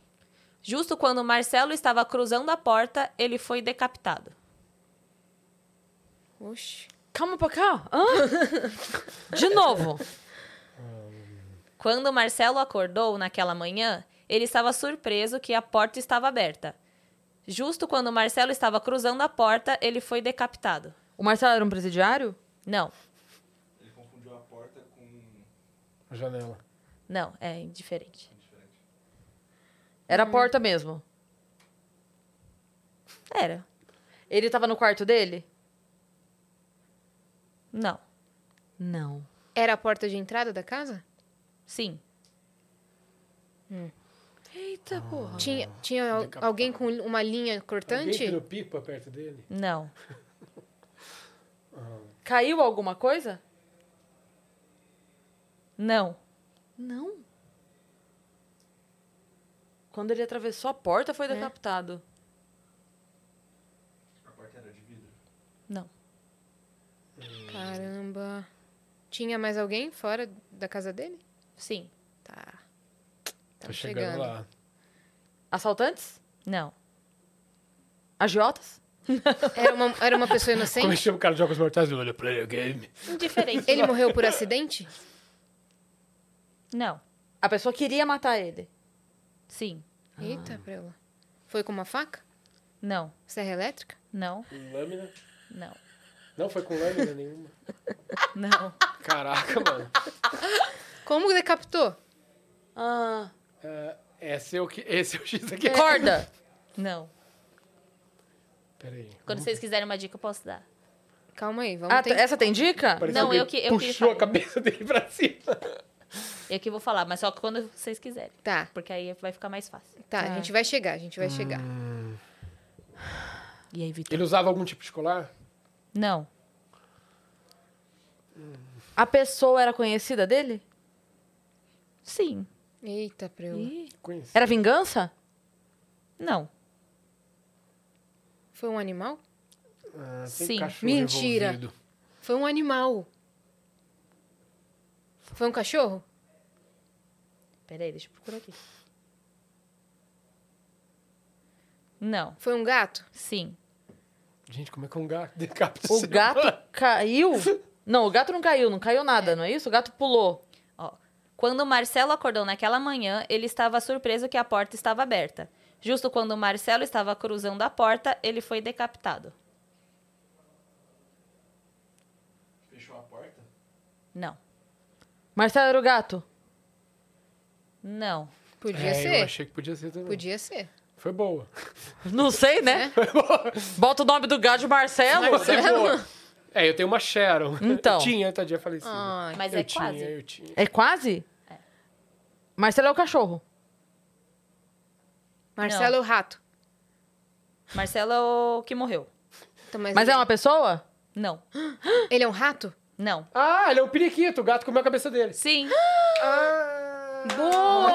S4: Justo quando Marcelo estava cruzando a porta, ele foi decapitado.
S2: Oxi.
S1: Calma pra cá. Hã? De novo.
S4: Quando Marcelo acordou naquela manhã, ele estava surpreso que a porta estava aberta. Justo quando Marcelo estava cruzando a porta, ele foi decapitado.
S1: O Marcelo era um presidiário?
S4: Não,
S5: Ele confundiu a porta com.
S3: Janela.
S4: não, é indiferente.
S1: Era
S2: Hum.
S1: a porta mesmo.
S4: Era.
S1: Ele tava no quarto dele?
S4: Não.
S1: Não.
S2: Era a porta de entrada da casa?
S4: Sim.
S1: Eita, porra.
S2: Tinha, tinha al-
S3: decapitado.
S2: alguém com uma linha
S3: Alguém
S2: cortante?
S3: tirou pipa perto dele?
S4: Não.
S1: Caiu alguma coisa?
S4: Não.
S1: Não. Quando ele atravessou a porta,
S2: É.
S1: foi decapitado.
S5: A porta era de vidro.
S4: Não.
S2: Caramba. Tinha mais alguém fora da casa dele?
S4: Sim.
S2: Tá.
S3: Tá
S2: Tava
S3: chegando, lá.
S1: Assaltantes?
S4: Não.
S1: Agiotas?
S2: Era uma, era uma pessoa
S3: Como é
S2: inocente?
S3: que chama o cara de Jogos Mortais? Olha, play a game.
S4: Indiferente.
S2: Ele morreu por acidente?
S4: Não.
S1: A pessoa queria matar ele.
S4: Sim.
S2: Eita, prela. Foi com uma faca?
S4: Não.
S2: Serra elétrica?
S4: Não.
S3: Lâmina?
S4: Não.
S3: Não, foi com lâmina nenhuma.
S4: Não.
S3: Caraca, mano.
S2: Como decapitou?
S1: Ah.
S3: Ah, esse, é o que, esse é o X aqui.
S1: Corda!
S4: Não.
S3: Peraí.
S4: Quando vocês quiserem uma dica, eu posso dar.
S2: Calma aí, vamos
S1: Ah,
S2: ter...
S1: essa tem dica?
S3: Parecia
S4: Não,
S3: alguém
S4: eu que- eu que
S3: Puxou
S4: falei.
S3: a cabeça dele pra cima.
S4: Eu que vou falar, mas só quando vocês quiserem.
S2: Tá,
S4: Porque aí vai ficar mais fácil.
S2: tá, a gente vai chegar, a gente
S3: Ah.
S2: vai chegar.
S4: E aí, Vitor?
S3: Ele usava algum tipo de colar?
S4: Não.
S1: A pessoa era conhecida dele?
S4: Sim.
S2: Eita, prela.
S4: Ih.
S3: Conheci.
S1: Era vingança?
S4: Não.
S2: Foi um animal?
S3: Ah, tem
S4: Sim.
S3: cachorro
S2: Mentira.
S3: envolvido.
S2: Foi um animal. Foi um cachorro?
S4: Pera aí, deixa eu procurar aqui. Não.
S2: Foi um gato?
S4: Sim.
S3: Gente, como é que um gato decapita
S1: O
S3: ser
S1: gato
S3: humano?
S1: caiu? Não, o gato não caiu, não caiu nada, não é isso? O gato pulou.
S4: Ó. Quando Marcelo acordou naquela manhã, ele estava surpreso que a porta estava aberta. Justo quando Marcelo estava cruzando a porta, ele foi decapitado.
S5: Fechou a porta?
S4: Não.
S1: Marcelo era o gato?
S4: Não.
S2: Podia
S3: É, Eu
S2: ser.
S3: achei que podia ser também.
S2: Podia ser.
S3: Foi boa.
S1: Não sei,
S2: É.
S1: né? Bota o nome do gato de Marcelo.
S3: Foi boa. É, eu tenho uma Sharon.
S1: Então.
S3: Eu tinha, tadinha, falecida.
S2: Ai,
S4: Mas
S3: eu
S4: é
S3: tinha,
S4: quase.
S3: eu tinha.
S1: É quase? Marcelo é o cachorro.
S2: Marcelo é o rato.
S4: Marcelo é o que morreu.
S2: Então, mas
S1: Mas
S2: ele,
S1: é uma pessoa?
S4: Não.
S2: ele é um rato?
S4: Não.
S3: Ah, ele é o periquito. O gato comeu a cabeça dele.
S4: Sim.
S2: Boa!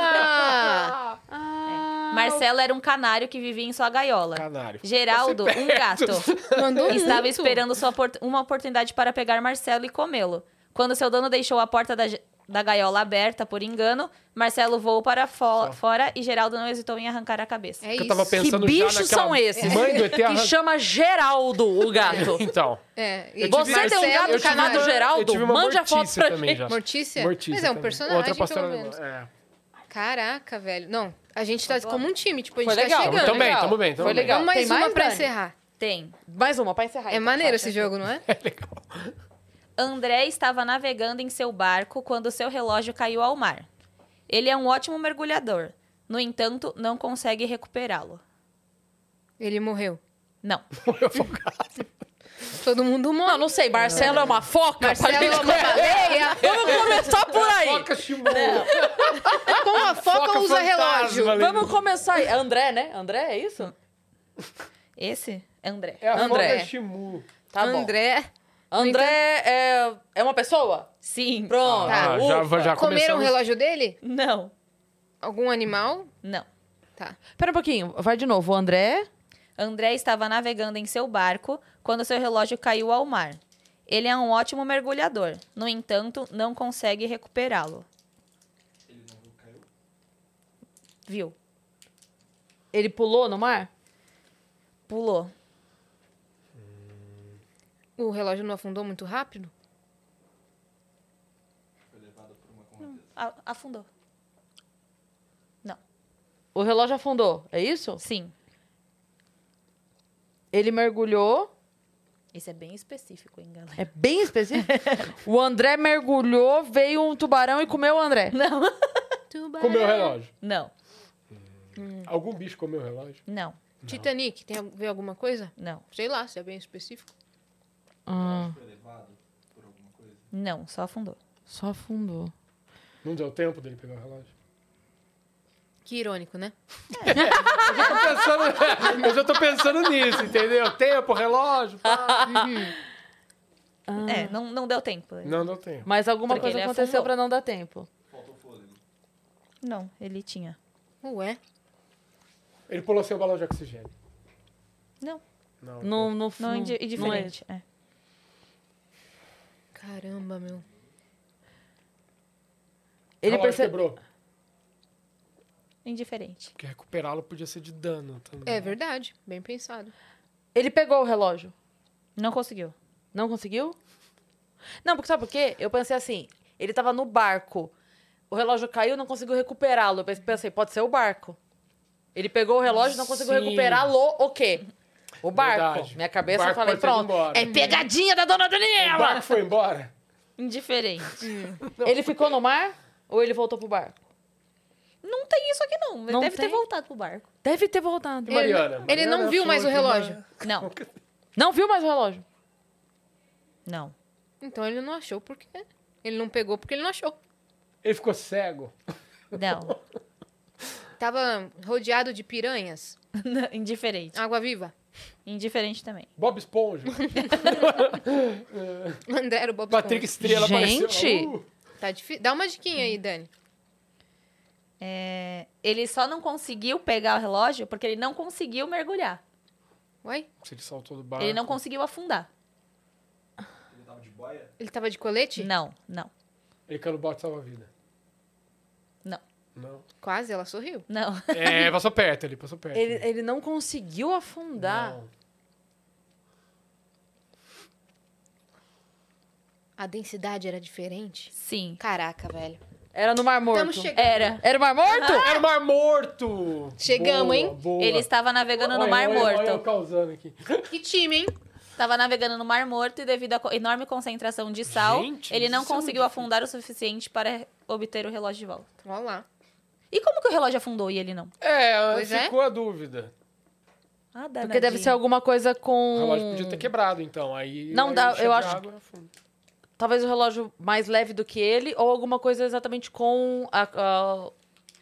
S2: É.
S4: Marcelo era um canário que vivia em sua gaiola.
S3: Canário.
S4: Geraldo, um gato.
S2: Mandou
S4: Estava
S2: muito.
S4: esperando sua opor- uma oportunidade para pegar Marcelo e comê-lo. Quando seu dono deixou a porta da, ge- da gaiola aberta por engano, Marcelo voou para fo- fora e Geraldo não hesitou em arrancar a cabeça.
S2: É
S3: Eu tava
S2: isso.
S3: pensando
S1: que
S3: já
S1: bichos
S3: naquela
S1: são esses?
S3: Mãe do ET
S1: Que
S3: arran-
S1: chama Geraldo, o gato.
S3: Então,
S2: É, e
S3: Eu
S1: Você
S3: tive-
S1: tem um
S2: Marcelo,
S1: gato
S3: eu tive
S1: chamado
S3: uma- eu
S1: Geraldo?
S3: tive uma
S1: Mande a foto
S3: Mortícia
S1: pra
S3: também
S1: gente.
S3: já.
S2: Mortícia?
S3: Mortícia
S2: Mas é um
S3: também.
S2: personagem,
S3: Outra
S2: pelo
S3: pastora
S2: menos.
S3: alemã. É.
S2: Caraca, velho. Não, a gente tá como um time, tipo, a gente
S1: Foi legal. Então,
S2: tá chegando.
S3: Tamo bem, tamo bem, tamo
S1: Foi
S3: bem.
S1: legal.
S2: Então, mais
S1: Tem
S2: uma pra
S1: Dani?
S2: encerrar.
S4: Tem.
S1: Mais uma pra encerrar.
S2: É
S1: então,
S2: maneiro
S1: Sasha.
S2: esse jogo, não é?
S4: André estava navegando em seu barco quando seu relógio caiu ao mar. Ele é um ótimo mergulhador. No entanto, não consegue recuperá-lo.
S2: Ele morreu.
S4: Não.
S2: Todo mundo
S1: Não,
S2: morre.
S1: não sei. Marcelo é uma foca? pra
S2: Marcelo é
S1: gente...
S2: uma baleia.
S1: Vamos começar por aí.
S3: Foca, Shimon.
S2: Com a foca,
S3: Foca
S2: usa
S3: fantasma,
S2: relógio.
S3: Lembra?
S1: Vamos começar aí. André, né? André, é isso?
S4: Esse? André.
S3: É a
S1: André.
S3: foca Shimu.
S1: Tá bom.
S2: André.
S1: André é... é uma pessoa?
S4: Sim.
S1: Pronto.
S3: Ah, já,
S1: ufa.
S2: Comeram
S3: já
S2: o
S3: começamos.
S2: um relógio dele?
S4: Não.
S2: Algum animal?
S4: Não.
S2: Tá.
S1: Pera um pouquinho. Vai de novo. O André...
S4: André estava navegando em seu barco quando seu relógio caiu ao mar. Ele é um ótimo mergulhador, no entanto, não consegue recuperá-lo.
S5: Ele não viu, caiu.
S4: Viu?
S1: Ele pulou no mar?
S4: Pulou.
S2: O relógio não afundou muito rápido?
S5: Foi levado por uma correnteza.
S4: A- afundou.
S1: O relógio afundou, é isso?
S4: Sim.
S1: Ele mergulhou.
S4: Esse é bem específico, hein, galera?
S1: É bem específico. o André mergulhou, veio um tubarão e comeu o André.
S3: Comeu o relógio.
S4: Não,
S3: Algum bicho comeu o relógio?
S4: não,
S2: Titanic, tem a ver alguma coisa?
S4: não,
S2: Sei lá, se é bem específico.
S1: Ah,
S5: Foi levado por alguma coisa?
S4: não, só afundou.
S1: só afundou.
S3: Não deu tempo dele pegar o relógio?
S2: Que irônico, né?
S3: Eu já tô pensando, eu já tô pensando nisso, entendeu? Tempo, relógio. pá.
S4: É, não, não deu tempo.
S3: Não deu tempo.
S1: Mas alguma
S4: Porque
S1: coisa
S4: ele
S1: aconteceu
S4: afundou.
S1: pra não dar tempo.
S5: Faltou fôlego.
S4: Não, ele tinha.
S2: Uhum. Ué.
S3: Ele pulou sem o balão de oxigênio.
S4: Não,
S1: Não,
S3: Não.
S1: não,
S4: não,
S1: não-
S4: é di-
S1: não é.
S4: diferente. é.
S2: Caramba, meu.
S3: O
S1: Ele
S3: relógio
S1: percebeu.
S3: quebrou.
S4: Indiferente.
S3: Porque recuperá-lo podia ser de dano também.
S2: É verdade, bem pensado.
S1: Ele pegou o relógio.
S4: Não conseguiu.
S1: Não conseguiu? Não, porque sabe por quê? Eu pensei assim, ele tava no barco. O relógio caiu, não conseguiu recuperá-lo. Eu pensei, pode ser o barco. Ele pegou o relógio, não conseguiu
S3: Sim.
S1: recuperá-lo, o quê? O barco.
S3: Verdade.
S1: Minha cabeça,
S3: O barco
S1: eu falei,
S3: pode ter ido
S1: pronto.
S3: embora.
S1: É pegadinha da dona
S3: O
S1: Daniela!
S3: barco foi embora?
S4: Indiferente.
S1: Ele ficou no mar ou ele voltou pro barco?
S4: Não tem isso aqui, não. Ele
S1: Não
S4: deve
S1: tem?
S4: ter voltado pro barco.
S1: Deve ter voltado.
S3: E Mariana?
S2: Ele- ele não
S3: Mariana né?
S2: viu
S3: foi
S2: mais o
S3: de
S2: relógio.
S3: uma-
S4: Não,
S1: Não viu mais o relógio.
S4: não.
S2: Então ele não achou porque. Ele não pegou porque ele não achou.
S3: Ele ficou cego.
S4: Não.
S2: Tava rodeado de piranhas,
S4: Não, Indiferente.
S2: água viva.
S4: Indiferente também.
S3: Bob Esponja.
S2: André era o Bob
S3: Patrick
S2: Esponja.
S3: Estrela
S1: Gente!
S3: apareceu. lá. Uh,
S2: Tá difícil. Dá uma diquinha aí, Dani.
S4: É, ele só não conseguiu pegar o relógio porque ele não conseguiu mergulhar.
S2: Uai,
S3: se ele saltou do barco.
S4: Ele não conseguiu afundar.
S5: Ele tava de boia?
S2: ele tava de colete?
S4: Não, não,
S3: Ele caiu no bote salva-vida.
S4: Não.
S3: Não.
S2: Quase, ela sorriu.
S4: não.
S3: É, passou perto ele passou perto.
S1: Ele, ele não conseguiu afundar.
S3: Não.
S2: A densidade era diferente.
S4: Sim.
S2: Caraca, velho.
S1: Era no Mar Morto.
S2: Estamos chegando.
S4: Era.
S1: Era o Mar Morto?
S3: Era o Mar Morto!
S2: Chegamos,
S3: Boa,
S2: hein?
S3: boa.
S4: Ele estava navegando no
S3: Olha,
S4: Mar
S3: olha, Olha eu
S4: Morto.
S3: causando aqui.
S2: Que time, hein?
S4: Estava navegando no Mar Morto e devido à co- enorme concentração de sal,
S3: Gente,
S4: ele
S3: mas
S4: não
S3: isso é muito
S4: conseguiu afundar o suficiente para obter o relógio de volta.
S2: Olha Então, lá.
S4: E como que o relógio afundou e ele não?
S3: É,
S2: Pois é.
S3: ficou a dúvida.
S4: Ah,
S1: Porque deve
S4: danadinho.
S1: ser alguma coisa com.
S3: O relógio podia ter quebrado, então. Aí
S1: Hum. Não
S3: aí
S1: dá,
S3: encheu
S1: eu
S3: de
S1: acho-
S3: água, afunda.
S1: talvez o relógio mais leve do que ele, ou alguma coisa exatamente com a- a-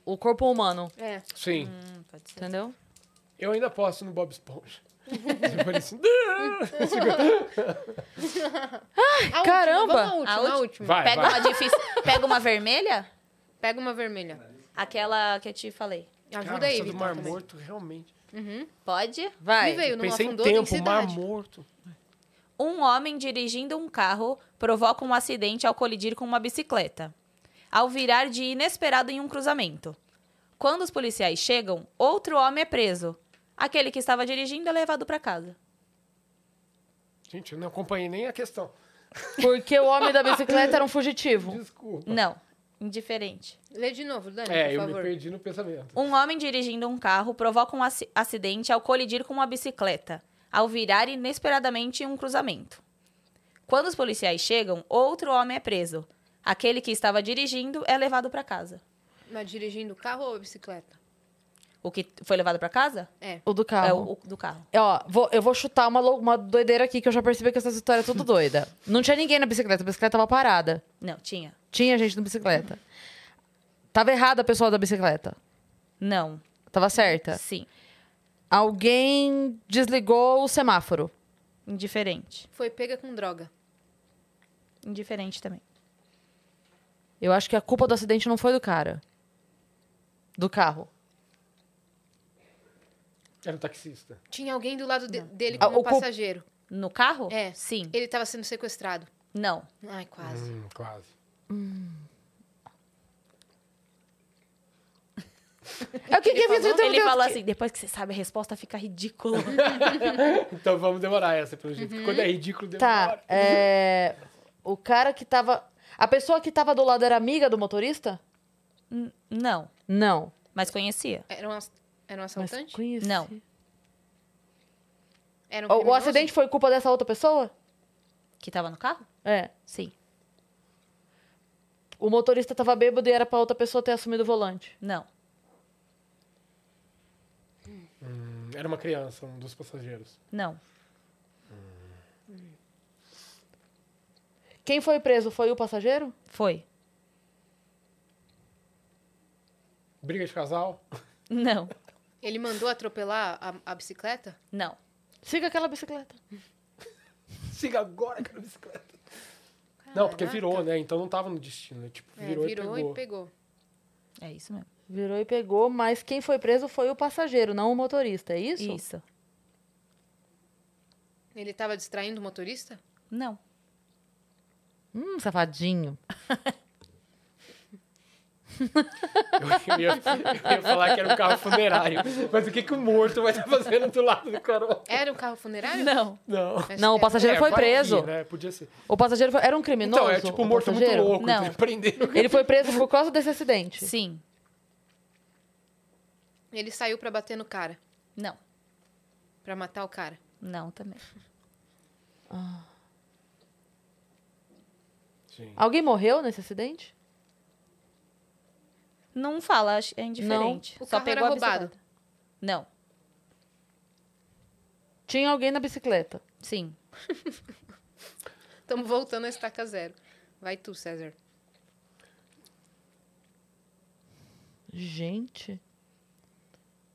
S1: o corpo humano,
S2: É.
S3: Sim.
S4: Hum, pode ser.
S1: entendeu?
S3: Eu ainda posso no Bob Esponja. Se for assim,
S2: A última,
S1: caramba!
S2: vamos à última,
S4: A
S2: a
S4: última.
S2: última.
S3: Vai,
S4: Pega
S3: Ah, vai.
S4: uma difícil. Pega uma vermelha?
S2: Pega uma vermelha.
S4: Aquela que eu te falei.
S2: Ajuda
S3: Cara,
S2: aí,
S3: essa do
S2: Vitor,
S3: Mar
S2: também.
S3: Morto, realmente.
S4: Pode?
S2: Ele
S1: Vai.
S2: veio, não
S3: Pensei em
S2: afundou
S3: tempo, Mar
S2: densidade.
S3: Morto.
S4: Um homem dirigindo um carro provoca um acidente ao colidir com uma bicicleta, ao virar de inesperado em um cruzamento. Quando os policiais chegam, outro homem é preso. Aquele que estava dirigindo é levado para casa.
S3: Gente, eu não acompanhei nem a questão.
S1: Porque o homem da bicicleta era um fugitivo.
S3: Desculpa.
S4: Não, indiferente.
S2: Lê de novo, Dani,
S3: É,
S2: por
S3: eu me
S2: favor.
S3: perdi no pensamento.
S4: Um homem dirigindo um carro provoca um aci- acidente ao colidir com uma bicicleta, ao virar inesperadamente em um cruzamento. Quando os policiais chegam, outro homem é preso. Aquele que estava dirigindo é levado para casa.
S2: Mas dirigindo o carro ou a bicicleta?
S4: O que foi levado para casa?
S2: É.
S1: O do carro.
S4: É o, o do carro.
S1: É, Ó, vou- eu vou chutar uma, lou- uma doideira aqui, que eu já percebi que essa história é tudo doida. Não tinha ninguém na bicicleta, a bicicleta tava parada.
S4: Não, tinha.
S1: Tinha gente na bicicleta. Tava errada a pessoa da bicicleta.
S4: Não.
S1: Tava certa.
S4: Sim.
S1: Alguém desligou o semáforo.
S4: Indiferente.
S2: Foi pega com droga.
S4: Indiferente também.
S1: Eu acho que a culpa do acidente não foi do cara. Do carro.
S3: Era um taxista.
S2: Tinha alguém do lado de- dele
S1: Ah,
S2: como
S1: o cu-
S2: passageiro.
S4: No carro?
S2: É.
S4: Sim.
S2: Ele tava sendo sequestrado.
S4: Não.
S2: Ai, quase.
S3: Hum, quase.
S1: É o que, que,
S2: falou?
S1: que
S4: Ele falou assim, depois que você sabe a resposta fica ridícula.
S3: Então vamos demorar essa, pelo jeito.
S2: Uhum.
S3: porque Quando é ridículo, demora.
S1: Tá, é... O cara que tava... A pessoa que tava do lado era amiga do motorista?
S4: N- não.
S1: Não.
S4: Mas conhecia.
S2: Era um, ass- era um
S1: Mas
S2: assaltante?
S1: conheci.
S4: Não.
S2: Era um
S1: O, o
S2: criminoso?
S1: acidente foi culpa dessa outra pessoa?
S4: Que tava no carro?
S1: É.
S4: Sim.
S1: O motorista tava bêbado e era pra outra pessoa ter assumido o volante.
S4: Não.
S3: Hum, Era uma criança, um dos passageiros.
S4: Não.
S1: Quem foi preso foi o passageiro?
S4: Foi.
S3: Briga de casal?
S4: Não.
S2: Ele mandou atropelar a, a bicicleta?
S4: Não.
S1: Siga aquela bicicleta.
S3: Siga agora aquela bicicleta. Não, porque virou, né? Então não tava no destino. né? Tipo,
S2: É,
S3: virou, e pegou.
S4: É isso mesmo.
S1: Virou e pegou, mas quem foi preso foi o passageiro, não o motorista, é isso?
S4: Isso.
S2: Ele tava distraindo o motorista?
S4: Não.
S1: Hum, safadinho.
S3: Eu, ia, eu ia falar que era um carro funerário. Mas o que, que o morto vai estar fazendo do lado do carona?
S2: Era um carro funerário?
S4: Não.
S3: Não.
S2: Mas é
S1: Não, o
S2: era-
S1: passageiro foi
S3: vai que,
S1: preso.
S3: né? Podia ser.
S1: O passageiro foi... era um criminoso.
S3: Então, é tipo um
S1: o
S3: morto muito
S1: passageiro?
S3: louco.
S4: Não.
S3: Não. Prenderam.
S1: Ele foi preso por causa desse acidente.
S4: Sim.
S2: Ele saiu pra bater no cara,
S4: Não.
S2: Pra matar o cara.
S4: Não também.
S3: Sim.
S1: Alguém morreu nesse acidente?
S4: Não fala, acho- é indiferente.
S2: O
S4: Só
S2: carro
S4: pegou
S2: era
S4: a bicicleta.
S2: roubado.
S4: Não.
S1: Tinha alguém na bicicleta.
S4: Sim.
S2: Estamos voltando à estaca zero. Vai tu, César.
S1: Gente.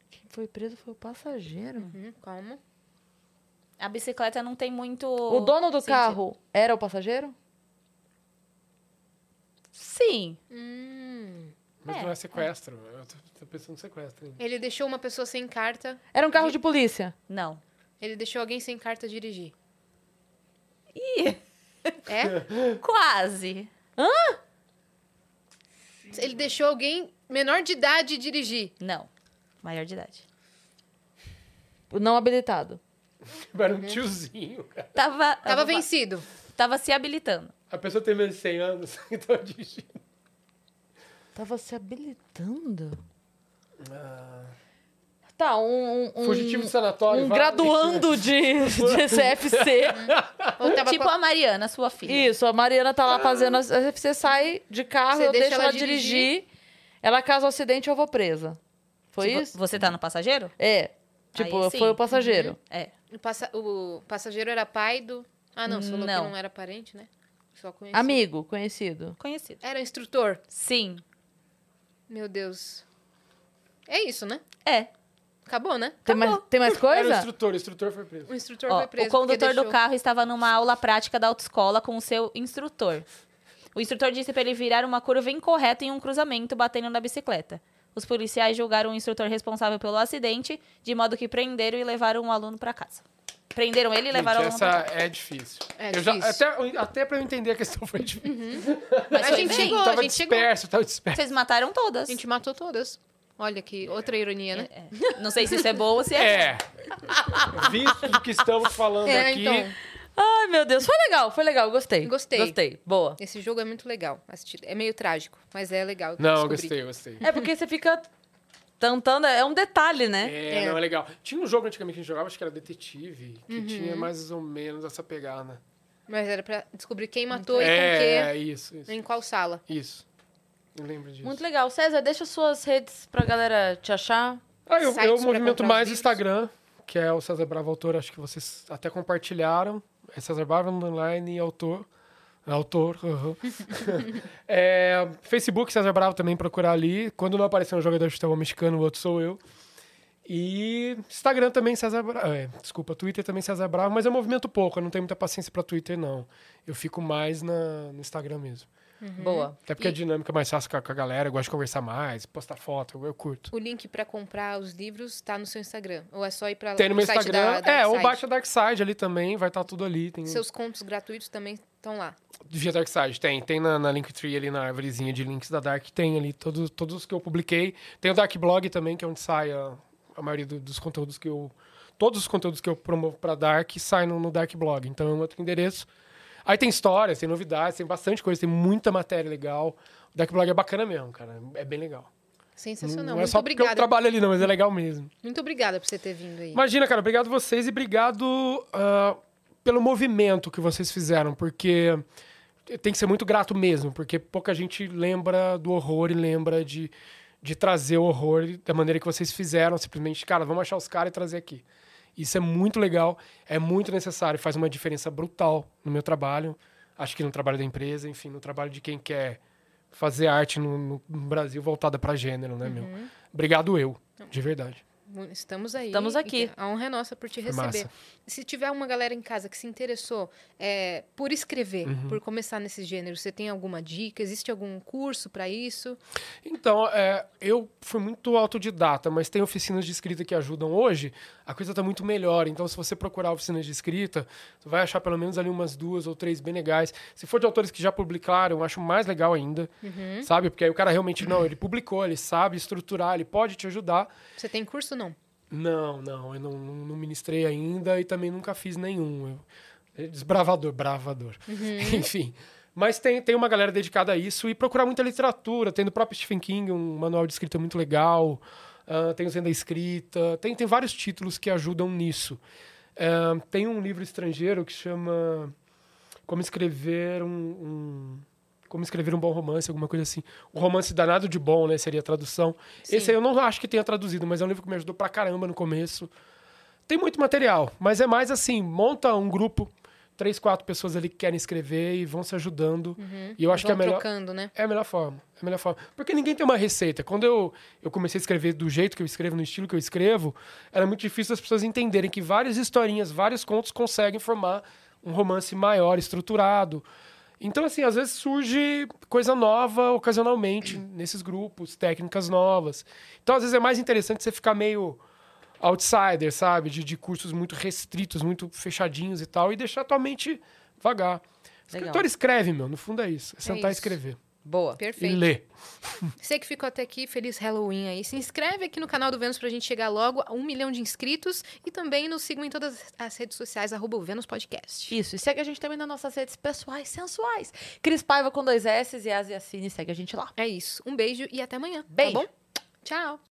S1: Quem foi preso foi o passageiro.
S2: Hum, calma.
S4: A bicicleta não tem muito.
S1: O dono do
S4: sentido.
S1: carro era o passageiro?
S4: Sim.
S2: Hum.
S3: Mas
S4: É,
S3: não é sequestro. Eu tô, tô pensando em sequestro. ainda.
S2: Ele deixou uma pessoa sem carta.
S1: Era um carro de polícia.
S4: Não.
S2: Ele deixou alguém sem carta dirigir.
S4: Ih,
S2: É?
S4: quase.
S2: Ele deixou alguém menor de idade dirigir.
S4: Não. Maior de idade.
S1: Não habilitado.
S3: Era um tiozinho, cara.
S4: Tava.
S2: Tava vencido.
S4: Tava se habilitando.
S3: A pessoa tem menos de 100 anos, então dirigindo.
S1: Tava se habilitando? Tá, um. um
S3: Fugitivo do
S1: um,
S3: sanatório.
S1: um
S3: vai.
S1: graduando de, de CFC.
S2: Ou tava
S4: tipo
S2: com a-
S4: a Mariana, sua filha.
S1: Isso, a Mariana tá lá fazendo. A CFC sai de carro,
S2: Você
S1: eu
S2: deixa
S1: deixo ela,
S2: ela
S1: dirigir. Ela causa um acidente, eu vou presa. Foi
S4: Tipo,
S1: isso?
S4: Você tá no passageiro?
S1: É. Tipo,
S4: Aí sim.
S1: foi o passageiro.
S4: É.
S2: o, passa- o passageiro era pai do. Ah, não, você falou
S4: Não.
S2: que não era parente, né? Só conhecia.
S1: Amigo, conhecido.
S4: Conhecido.
S2: Era instrutor.
S4: Sim.
S2: Meu Deus. É isso, né?
S4: É.
S2: Acabou, né?
S1: Tem mais, tem mais
S3: Era o
S1: coisa?
S3: instrutor, o instrutor foi preso.
S2: O instrutor
S4: Ó,
S2: foi preso.
S4: o
S2: porque
S4: condutor do
S2: deixou-
S4: carro estava numa aula prática da autoescola com o seu instrutor. O instrutor disse para ele virar uma curva incorreta em um cruzamento, batendo na bicicleta. Os policiais julgaram o instrutor responsável pelo acidente, de modo que prenderam e levaram o aluno para casa. Prenderam ele e levaram
S3: Gente,
S4: o aluno
S3: essa é difícil.
S2: É
S3: Eu já-
S2: difícil.
S3: até, até pra eu entender a questão foi difícil.
S4: pra casa.
S2: A gente chegou, a
S3: tava
S2: gente chegou.
S3: disperso, tava disperso.
S4: Vocês mataram todas.
S2: A gente matou todas. Olha que outra ironia, né?
S4: É. Não sei se isso é bom ou se é.
S3: É. Visto do que estamos falando
S2: É,
S3: aqui,
S2: então.
S1: Ai, meu Deus. Foi legal, foi legal. Gostei.
S2: Gostei.
S1: Gostei. Boa.
S2: Esse jogo é muito legal. assistir. É meio trágico, mas é legal.
S3: Não, eu
S2: descobrir.
S3: gostei, eu gostei.
S1: É porque você fica tentando. É um detalhe, né?
S3: É, não, é legal. Tinha um jogo antigamente que a gente jogava, acho que era Detetive, que tinha mais ou menos essa pegada.
S2: Mas era pra descobrir quem matou
S3: é,
S2: e
S3: isso,
S2: com quê,
S3: isso.
S2: em qual sala.
S3: Isso. Eu lembro disso.
S1: Muito legal. César, deixa suas redes pra galera te achar.
S3: Ah, eu,
S2: sites
S3: eu
S2: pra
S3: movimento
S2: comprar os
S3: mais o
S2: livros.
S3: Instagram, que é o César Bravo Autor, acho que vocês até compartilharam. É César Bravo Online e Autor. Autor. aham. É, Facebook, César Bravo também procurar ali. Quando não aparecer um jogador de futebol mexicano, o outro sou eu. E Instagram também, César Bravo. É, desculpa, Twitter também, César Bravo, mas eu movimento pouco, eu não tenho muita paciência pra Twitter, não. Eu fico mais na, no Instagram mesmo.
S1: Boa.
S3: Até porque a dinâmica é mais fácil com a, com a galera, eu gosto de conversar mais, postar foto, eu- eu curto.
S2: O link pra comprar os livros tá no seu Instagram. Ou é só ir pra
S3: Tem no meu
S2: site
S3: Instagram.
S2: da- da
S3: é, ou
S2: site.
S3: baixa a Darkside ali também, vai estar tudo ali. Tem...
S2: Seus contos gratuitos também estão lá.
S3: Via Darkside, tem. Tem na, na Linktree ali, na árvorezinha de links da Dark, tem ali todos, todos os que eu publiquei. Tem o Dark Blog também, que é onde sai a, a maioria do- dos conteúdos que eu... Todos os conteúdos que eu promovo pra Dark saem no, no Dark Blog, então é um outro endereço. Aí tem histórias, tem novidades, tem bastante coisa, tem muita matéria legal. O Dark Blog é bacana mesmo, cara, é bem legal.
S2: Sensacional.
S3: não é
S2: Então, Muito
S3: só porque eu
S2: obrigada.
S3: trabalho ali, não, mas é legal mesmo.
S2: Muito obrigada por você ter vindo aí.
S3: Imagina, cara, obrigado vocês e obrigado ah, pelo movimento que vocês fizeram, porque tem que ser muito grato mesmo, porque pouca gente lembra do horror e lembra de, de trazer o horror da maneira que vocês fizeram, simplesmente, cara, vamos achar os caras e trazer aqui. Isso é muito legal, é muito necessário, faz uma diferença brutal no meu trabalho, acho que no trabalho da empresa, enfim, no trabalho de quem quer fazer arte no, no Brasil voltada para gênero, né, meu? Obrigado eu, de verdade.
S2: Mu- Estamos aí.
S4: Estamos
S2: e
S4: aqui.
S2: A honra é nossa por te
S3: Foi
S2: receber.
S3: massa.
S2: Se tiver uma galera em casa que se interessou é, por escrever,
S3: Uhum.
S2: por começar nesse gênero, você tem alguma dica? Existe algum curso para isso?
S3: Então, é, eu fui muito autodidata, mas tem oficinas de escrita que ajudam hoje. A coisa está muito melhor. Então, se você procurar oficinas de escrita, você vai achar pelo menos ali umas duas ou três bem legais. Se for de autores que já publicaram, eu acho mais legal ainda, sabe? Porque aí o cara realmente, não, ele publicou, ele sabe estruturar, ele pode te ajudar.
S2: Você tem curso ou não?
S3: Não, não, eu não, não não ministrei ainda e também nunca fiz nenhum. Eu- é desbravador, bravador. Enfim. Mas tem, tem uma galera dedicada a isso e procurar muita literatura. Tem do próprio Stephen King um manual de escrita muito legal. ah, tem o Zen da Escrita. Tem, tem vários títulos que ajudam nisso. Ah, tem um livro estrangeiro que chama Como Escrever um, um- Como Escrever um Bom Romance, alguma coisa assim. O romance danado de bom, né? Seria a tradução. Esse aí eu não acho que tenha traduzido, mas é um livro que me ajudou pra caramba no começo. Tem muito material, mas é mais assim, monta um grupo, três, quatro pessoas ali que querem escrever e vão se ajudando. E eu acho que é
S2: Uhum. Vão
S3: a melhor...
S2: trocando, né?
S3: É a melhor forma. É a melhor forma. Porque ninguém tem uma receita. Quando eu, eu comecei a escrever do jeito que eu escrevo, no estilo que eu escrevo, era muito difícil as pessoas entenderem que várias historinhas, vários contos conseguem formar um romance maior, estruturado. Então, assim, às vezes surge coisa nova ocasionalmente nesses grupos, técnicas novas. Então, às vezes é mais interessante você ficar meio outsider, sabe? De, de cursos muito restritos, muito fechadinhos e tal, e deixar a tua mente vagar.
S4: Legal.
S3: Escritor escreve, meu. No fundo é isso. É sentar e
S2: isso.
S3: escrever.
S4: Boa.
S3: E
S2: Perfeito.
S3: lê.
S2: Você que ficou até aqui, feliz Halloween aí. Se inscreve aqui no canal do Vênus pra gente chegar logo a um milhão de inscritos. E também nos sigam em todas as redes sociais, arroba o Vênus Podcast.
S1: Isso, e segue a gente também nas nossas redes pessoais sensuais. Cris Paiva com dois S e Asiacine, segue a gente lá.
S2: É isso. Um beijo e até amanhã.
S1: Beijo.
S2: Tá bom? Tchau.